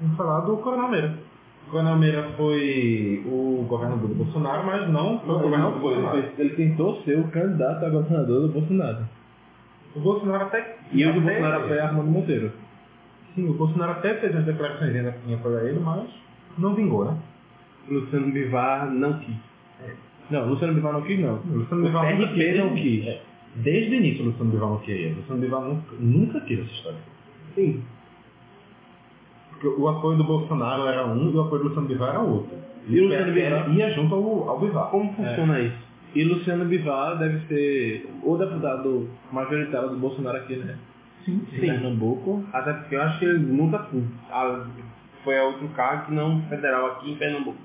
Speaker 2: vamos falar do Coronel Meira. O Coronel Meira foi o governador do Bolsonaro, mas não foi é o governador do
Speaker 1: Não foi, ele,
Speaker 2: Bolsonaro.
Speaker 1: foi- ele tentou ser o candidato a governador do Bolsonaro.
Speaker 2: O Bolsonaro até...
Speaker 1: E o do
Speaker 2: até-
Speaker 1: Bolsonaro foi Armando Monteiro.
Speaker 2: Sim, o Bolsonaro até fez as declarações em apoio a ele, mas não vingou, né?
Speaker 3: Luciano Bivar não quis.
Speaker 1: Não, É. Luciano Bivar não quis, não.
Speaker 2: O Luciano Bivar
Speaker 1: PRP
Speaker 2: nunca quis.
Speaker 1: não quis.
Speaker 2: É. Desde o início o Luciano Bivar não queria. O Luciano Bivar nunca, nunca quis essa história.
Speaker 3: Sim.
Speaker 2: Porque o apoio do Bolsonaro era um e o apoio do Luciano Bivar era outro.
Speaker 1: E o Luciano
Speaker 2: PSL
Speaker 1: Bivar?
Speaker 2: ia junto ao, ao Bivar. É.
Speaker 1: Como funciona isso? E Luciano Bivar deve ser o deputado majoritário do Bolsonaro aqui, né?
Speaker 2: Sim,
Speaker 1: Em Pernambuco.
Speaker 3: Até porque eu acho que ele nunca foi. A- foi a outro cargo que não federal aqui em Pernambuco.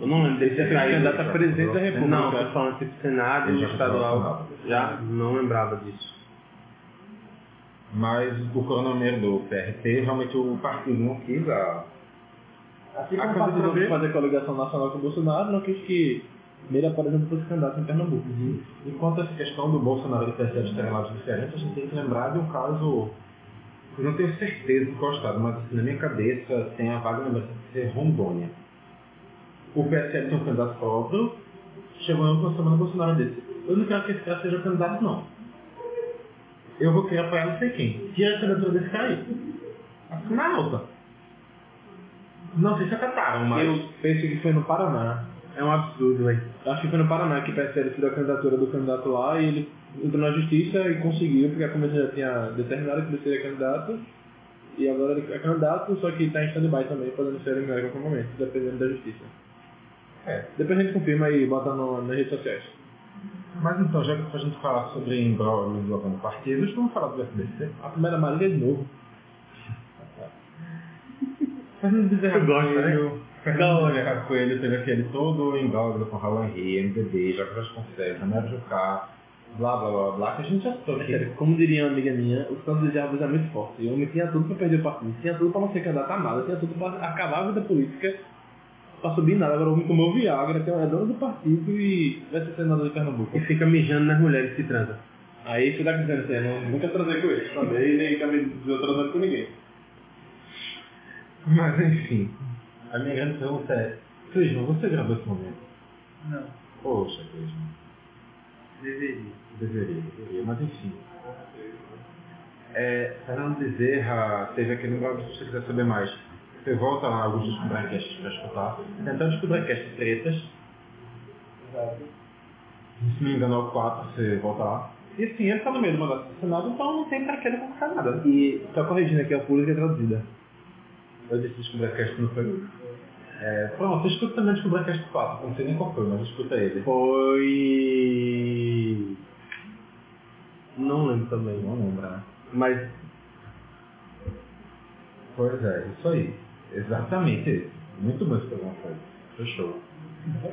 Speaker 3: Eu não lembro dele
Speaker 1: Ele
Speaker 3: ter
Speaker 1: foi
Speaker 3: saído.
Speaker 1: candidato a presidente da República.
Speaker 3: Não, tô falando tipo Senado,
Speaker 2: Ele já foi
Speaker 3: estadual.
Speaker 2: candidato.
Speaker 3: Já não lembrava disso.
Speaker 2: Mas o coroneiro do PRT, realmente o partido não quis a...
Speaker 1: Assim
Speaker 2: A
Speaker 1: como
Speaker 2: candidatura
Speaker 1: participou de
Speaker 2: dele?
Speaker 1: fazer coligação nacional com o Bolsonaro, não quis que Meira, por exemplo, fosse candidato em Pernambuco.
Speaker 2: Uhum. Enquanto essa questão do Bolsonaro e do PSL estarem em lados diferentes, a gente tem que lembrar de um caso... Eu não tenho certeza de qual estado, mas assim, na minha cabeça tem a vaga lembrança de ser Rondônia. O PSL tem um candidato próprio, chegou na última semana o Bolsonaro disse, eu não quero que esse cara seja candidato não. Eu vou querer apoiar não sei quem. Tira a candidatura desse cara aí. Assim, na alta. Não sei se acataram, mas...
Speaker 1: Eu penso que foi no Paraná.
Speaker 3: É um absurdo, velho.
Speaker 1: Acho que foi no Tá Paraná que o PSL tirou a candidatura do candidato lá e ele entrou na justiça e conseguiu, porque a comissão já tinha determinado que ele seria candidato. E agora ele é candidato, só que está em stand-by também, podendo ser eliminado a qualquer momento, dependendo da justiça.
Speaker 2: É.
Speaker 1: Depois a gente confirma e bota no, nas redes sociais.
Speaker 2: Mas então, já que a gente falar sobre embrólio englobando partidos, vamos falar do FBC.
Speaker 1: A primeira Marília
Speaker 2: é
Speaker 1: de novo.
Speaker 2: Fernando Bezerra
Speaker 3: Eu gosto,
Speaker 2: Coelho. Fernando Bezerra Coelho teve aquele todo o embalo com Raul Henry, MDB, Jacques Vasconcelos, Renato Jucá, blá blá blá blá, que a gente já citou
Speaker 1: É
Speaker 2: aqui.
Speaker 1: sério, como diria uma amiga minha, o Santos de Jarbas é muito forte. O homem tinha tudo pra perder o partido, tinha tudo pra não ser candidato a nada, tinha tudo pra acabar a vida política, pra subir nada. Agora o homem tomou Viagra, tem uma dona do partido e vai ser senador de Pernambuco.
Speaker 3: E fica mijando nas mulheres que transam.
Speaker 1: Aí isso dá pra dizer, assim, eu nunca transei com ele também, nem também eu transando com ninguém.
Speaker 2: Mas enfim, a minha grande pergunta é, Clisman, você gravou esse momento?
Speaker 4: Não.
Speaker 2: Poxa, Clisman. Deveria. Deveria, deveria, mas enfim. É, Fernando Bezerra teve aquele embalo, se você quiser saber mais, você volta lá alguns dos Brancast pra escutar. Então, Tentar descobrir Brancast tretas, se não me engano, é o 4, você volta lá. E assim, ele tá no meio do mandato do Senado, então não tem pra que ele conquistar nada.
Speaker 1: E só corrigindo aqui, a pública é traduzida.
Speaker 2: Eu disse Descobrecast não foi. É, pronto, escuta também Descobrecast 4, não sei nem qual foi, mas escuta ele.
Speaker 3: Foi. Não lembro também.
Speaker 2: Não lembra, né?
Speaker 3: Mas
Speaker 2: Pois é, isso aí. Exatamente isso. Muito bom esse programa foi. Fechou.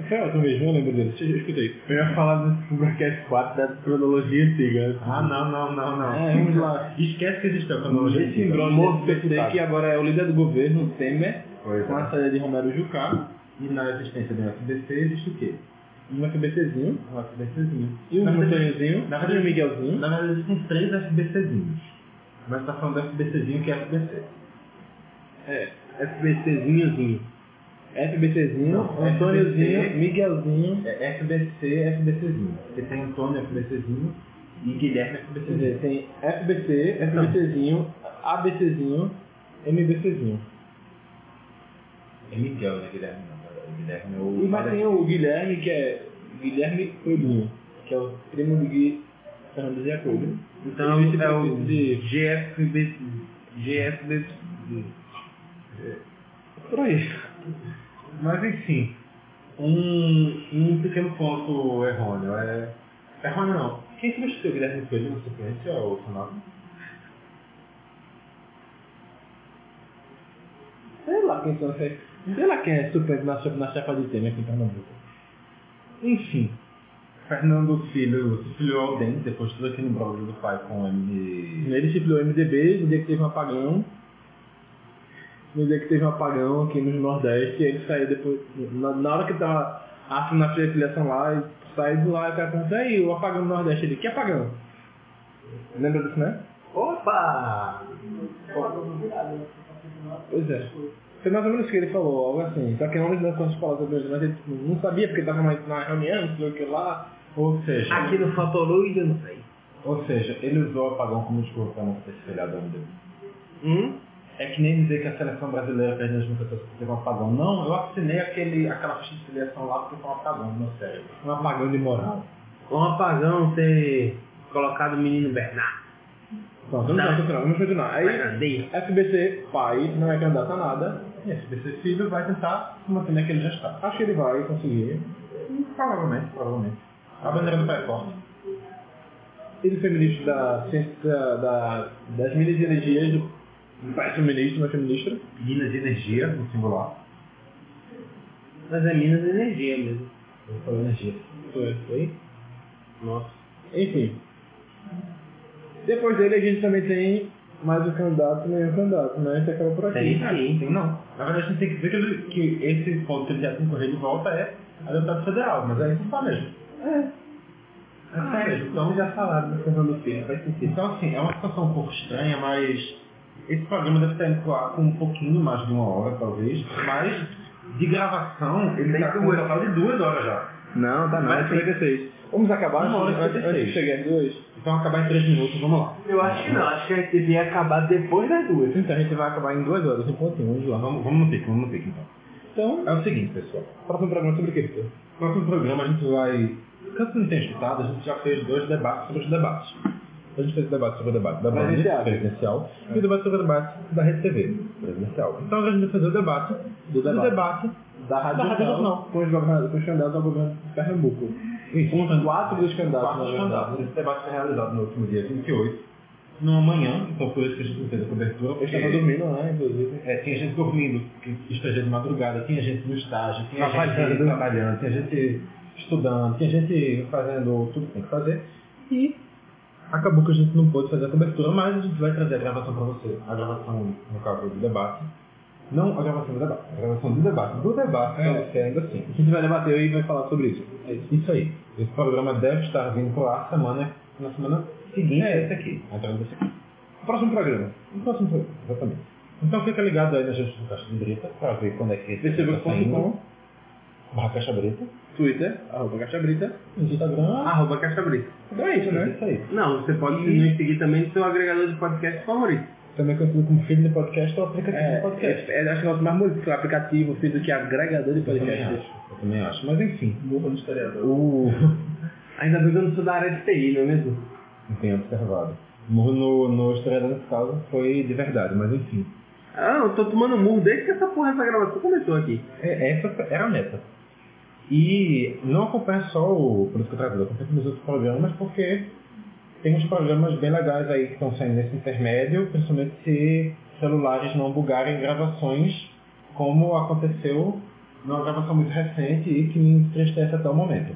Speaker 1: Foi ótimo mesmo, eu lembro dele, eu escutei.
Speaker 3: eu ia falar do Supercast 4 da cronologia antiga.
Speaker 2: Ah, não, não, não, não.
Speaker 1: É, vamos lá.
Speaker 2: Esquece que é existe a cronologia.
Speaker 1: Esse
Speaker 2: antiga.
Speaker 1: embrulho desse PT, que agora é o líder do governo, Temer,
Speaker 2: Pois
Speaker 1: com a
Speaker 2: é.
Speaker 1: saída de Romero Jucá,
Speaker 2: E na existência do FBC existe o quê?
Speaker 1: um FBCzinho,
Speaker 2: Um FBCzinho.
Speaker 1: e um
Speaker 2: Na verdade-
Speaker 1: Antôniozinho,
Speaker 2: na verdade-
Speaker 1: e um Miguelzinho.
Speaker 2: Na verdade existem três FBCzinhos. Mas tá falando do FBCzinho que é FBC.
Speaker 1: É, FBCzinhozinho. FBCzinho,
Speaker 2: Não,
Speaker 1: Antôniozinho,
Speaker 2: FBC.
Speaker 1: Miguelzinho.
Speaker 2: É FBC, FBCzinho. Porque tem Antônio FBCzinho e Guilherme
Speaker 1: Quer
Speaker 2: FBCzinho.
Speaker 1: dizer, tem FBC,
Speaker 2: Então.
Speaker 1: FBCzinho, ABCzinho, MBCzinho.
Speaker 2: É Miguel, né, Guilherme? Não, cara. Guilherme é o.
Speaker 1: E mas tem o Guilherme, que é Guilherme
Speaker 3: Hum.
Speaker 1: Coelhinho, que é o primo do Gui Fernandes e a Coelho.
Speaker 3: Então
Speaker 1: Ele
Speaker 3: é o
Speaker 1: vice-prefeito
Speaker 3: GFB. GFB.
Speaker 1: de- Por aí.
Speaker 2: Mas enfim, um, um pequeno ponto errôneo. É... Errôneo não. Quem substituiu o Guilherme Coelho na sequência é o Sonado?
Speaker 1: Sei lá quem são essas. Sei lá quem é super na, chapa- na chapa de Temer aqui em Pernambuco.
Speaker 2: Enfim, Fernando Filho se filiou ao DEM, depois de tudo aquele imbróglio do pai com o M.
Speaker 1: Ele se filiou ao MDB no dia que teve um apagão. No dia que teve um apagão aqui no Nordeste, e ele saiu depois. Na, na hora que tava assinando a filiação lá, ele saiu de lá e o cara perguntou, aí o apagão no Nordeste ele, que apagão? Lembra disso, né?
Speaker 2: Opa!
Speaker 1: Pois é. Foi mais ou menos o que ele falou, algo assim. Só que eu não lembro quantas palavras dele, mas ele tipo, não sabia porque tava na, na reunião, não sei o que lá.
Speaker 2: Ou seja,
Speaker 3: Aqui no Fotoluz eu não sei.
Speaker 2: ou seja, ele usou o apagão como desculpa para não ter se filiado ao MDB.
Speaker 3: Hum?
Speaker 2: É que nem dizer que a seleção brasileira perde as muitas pessoas porque teve um apagão. Não, eu assinei aquele, aquela ficha de filiação lá porque foi um apagão no meu cérebro.
Speaker 1: Um apagão de moral.
Speaker 3: Um apagão ter colocado o menino Bernardo.
Speaker 1: Pronto, vamos
Speaker 3: Tá.
Speaker 1: continuar, vamos continuar. Aí,
Speaker 3: Aí,
Speaker 1: FBC, pai, não é candidato a nada.
Speaker 2: E esse BC Filho vai tentar se manter naquele já está.
Speaker 1: Acho que ele vai conseguir.
Speaker 2: Provavelmente, provavelmente. A bandeira do pai é forte.
Speaker 1: Ele foi ministro da ciência, da, das minas e energias, do, não parece um ministro, mas foi ministro.
Speaker 2: Minas de Energia, no singular.
Speaker 3: mas é Minas de Energia mesmo.
Speaker 2: Eu falei energia.
Speaker 1: Foi, foi.
Speaker 3: Nossa.
Speaker 1: Enfim. Depois dele a gente também tem mais um candidato, nenhum candidato, né? Isso acaba por aqui.
Speaker 3: Tem sim.
Speaker 2: Tem não. Na verdade, a gente tem que dizer que, ele- que esse ponto que ele já concorrer de volta é a deputada federal, mas aí não tá mesmo. É. É sério, então já falaram do Fernando Filho, faz sentido. Então, assim, é uma situação um pouco estranha, mas esse programa deve estar indo lá com um pouquinho mais de uma hora, talvez, mas de gravação ele
Speaker 3: Tem
Speaker 2: tá com um
Speaker 3: duas.
Speaker 2: total de duas horas já.
Speaker 3: Não, tá
Speaker 2: Mas tem-
Speaker 1: Vamos acabar
Speaker 2: Uma hora e
Speaker 1: antes, antes, antes de
Speaker 2: 56.
Speaker 1: chegar em dois?
Speaker 2: Então acabar em três minutos, vamos lá.
Speaker 3: Eu acho que não, acho que a gente devia acabar depois das duas.
Speaker 1: Então a gente vai acabar em duas horas, em pontinho, vamos lá.
Speaker 2: Vamos, vamos no pique, vamos no pique então.
Speaker 1: Então,
Speaker 2: É o seguinte, pessoal.
Speaker 1: próximo programa é sobre o que, Vitor?
Speaker 2: próximo programa a gente vai. Caso você não tenha escutado, a gente já fez dois debates sobre os debates. A gente fez o debate sobre o debate da Band,
Speaker 1: Presidencial.
Speaker 2: presidencial,
Speaker 3: É.
Speaker 2: e o debate sobre o debate da Rede TV, presidencial. Então agora a gente vai fazer o debate do
Speaker 1: debate.
Speaker 2: debate
Speaker 1: Da Rádio, Jornal, com os, govern- com os candidatos ao governo de Pernambuco.
Speaker 2: Isso.
Speaker 1: Com quatro dos candidatos,
Speaker 2: Quatro
Speaker 1: na verdade.
Speaker 2: candidatos. Esse debate foi realizado no último dia 28, numa manhã, então por isso que a gente não fez a cobertura.
Speaker 1: Eu estava
Speaker 2: porque-
Speaker 1: dormindo lá, inclusive.
Speaker 2: É, tinha gente dormindo, estagiando de madrugada, tinha gente no estágio, tinha gente
Speaker 3: Trabalhando.
Speaker 2: trabalhando, tinha gente estudando, tinha gente fazendo tudo que tem que fazer. E acabou que a gente não pôde fazer a cobertura, mas a gente vai trazer a gravação para você. A gravação, no caso, do debate. Não a gravação do debate, a gravação do debate. Do debate
Speaker 1: É.
Speaker 2: para você ainda assim.
Speaker 1: A gente vai debater e vai falar sobre isso. É isso.
Speaker 2: Isso aí. Esse programa deve estar vindo pro ar semana, na semana seguinte
Speaker 1: É,
Speaker 2: a esse aqui. Entrando nesse aqui.
Speaker 1: Próximo programa.
Speaker 2: No próximo programa, exatamente. Então fica ligado aí na gente do Caixa de Brita para ver quando é que esse tá saindo.
Speaker 1: Facebook.com,
Speaker 2: barra Caixa Brita,
Speaker 1: Twitter, arroba Caixa Brita.
Speaker 2: Instagram,
Speaker 3: Arroba Caixa Brita.
Speaker 1: Então é isso, né?
Speaker 2: isso aí.
Speaker 3: Não, você pode
Speaker 1: E-
Speaker 3: me seguir também no seu agregador de podcast favorito.
Speaker 2: Também conhecido como feed de podcast ou aplicativo
Speaker 1: É,
Speaker 2: de podcast.
Speaker 1: é, é, acho que é o nosso mais bonito, que é o aplicativo, feito do que agregador de
Speaker 3: é.
Speaker 1: podcast. É,
Speaker 2: acho, eu também acho. Mas enfim,
Speaker 1: Burro de historiador.
Speaker 2: o...
Speaker 3: Ainda bem que eu não sou da área de TI, não é mesmo?
Speaker 2: Bem observado. Morro no, no historiador nesse caso foi de verdade, mas enfim.
Speaker 3: Ah, eu tô tomando murro desde que essa porra dessa gravação começou aqui.
Speaker 2: É, essa era a meta. E não acompanha só o Política Tradutora, acompanha também os outros programas, porque tem uns programas bem legais aí que estão saindo nesse intermédio, principalmente se celulares não bugarem gravações, como aconteceu numa gravação muito recente e que me entristece até o momento.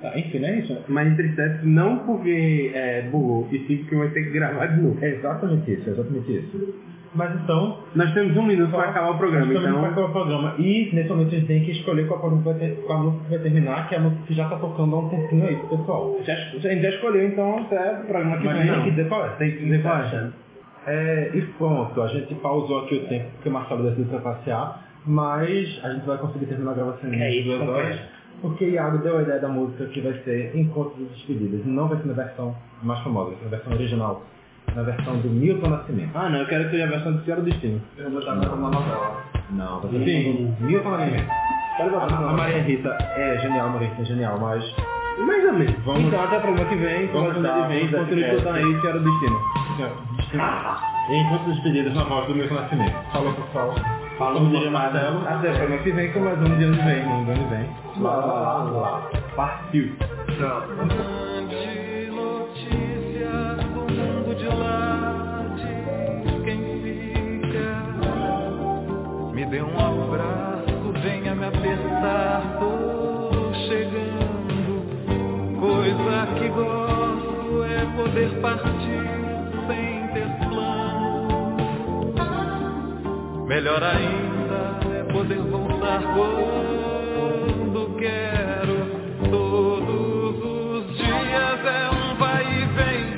Speaker 2: Tá, enfim, é isso.
Speaker 3: Mas entristece não porque é, bugou, e sim porque vai ter que gravar de novo.
Speaker 2: É exatamente isso, é exatamente isso. Mas então,
Speaker 3: Nós temos um minuto
Speaker 2: Só-
Speaker 3: pra acabar o programa,
Speaker 2: Nós estamos
Speaker 3: então...
Speaker 2: pra acabar o programa. E nesse momento a gente tem que escolher qual programa vai ter, qual música que vai terminar, que é a música que já tá tocando há um tempinho aí, pessoal.
Speaker 1: Já, já- a gente já escolheu, então, até o programa que
Speaker 2: Mas
Speaker 1: vem.
Speaker 2: tem que dizer qual é. Tem que dizer qual é.
Speaker 3: Poxa,
Speaker 2: É, e pronto, a gente pausou aqui o tempo porque o Marcelo decidiu se passear, mas a gente vai conseguir terminar a gravação
Speaker 3: É
Speaker 2: em
Speaker 3: isso,
Speaker 2: duas horas.
Speaker 3: companheiro.
Speaker 2: Porque Iago deu a ideia da música que vai ser Encontros e Despedidas. Não vai ser na versão mais famosa, vai ser na versão original. na versão do Milton Nascimento.
Speaker 7: Ah, não, eu quero que seja a versão de Senhora do Destino.
Speaker 8: Eu vou botar na novela.
Speaker 2: Não,
Speaker 7: assim,
Speaker 2: você
Speaker 7: Sim.
Speaker 2: Milton Nascimento.
Speaker 7: Quero
Speaker 2: A,
Speaker 7: botar
Speaker 2: a Maria Rita é genial, Maria Rita é genial, mas
Speaker 7: Mais ou menos.
Speaker 2: Vamos-
Speaker 7: então, até a programa que vem,
Speaker 2: Vamos
Speaker 7: semana
Speaker 2: dar-
Speaker 7: que vem,
Speaker 2: vamos dar
Speaker 7: continue
Speaker 2: feedback.
Speaker 7: escutando aí Senhora do Destino.
Speaker 2: enquanto despedidas na voz do Milton Nascimento. Falou pessoal.
Speaker 7: Falou,
Speaker 2: Como diria Marcelo.
Speaker 7: Até o programa que vem, com mais um dia onde vem.
Speaker 2: Não, não vem. Lá, lá, lá, lá. Partiu.
Speaker 1: Mande notícias do mundo de lá, diz quem fica. Me dê um abraço, venha me apertar, tô chegando. Coisa que gosto é poder partir sem ter plano. Melhor ainda é poder voltar. Oh, é um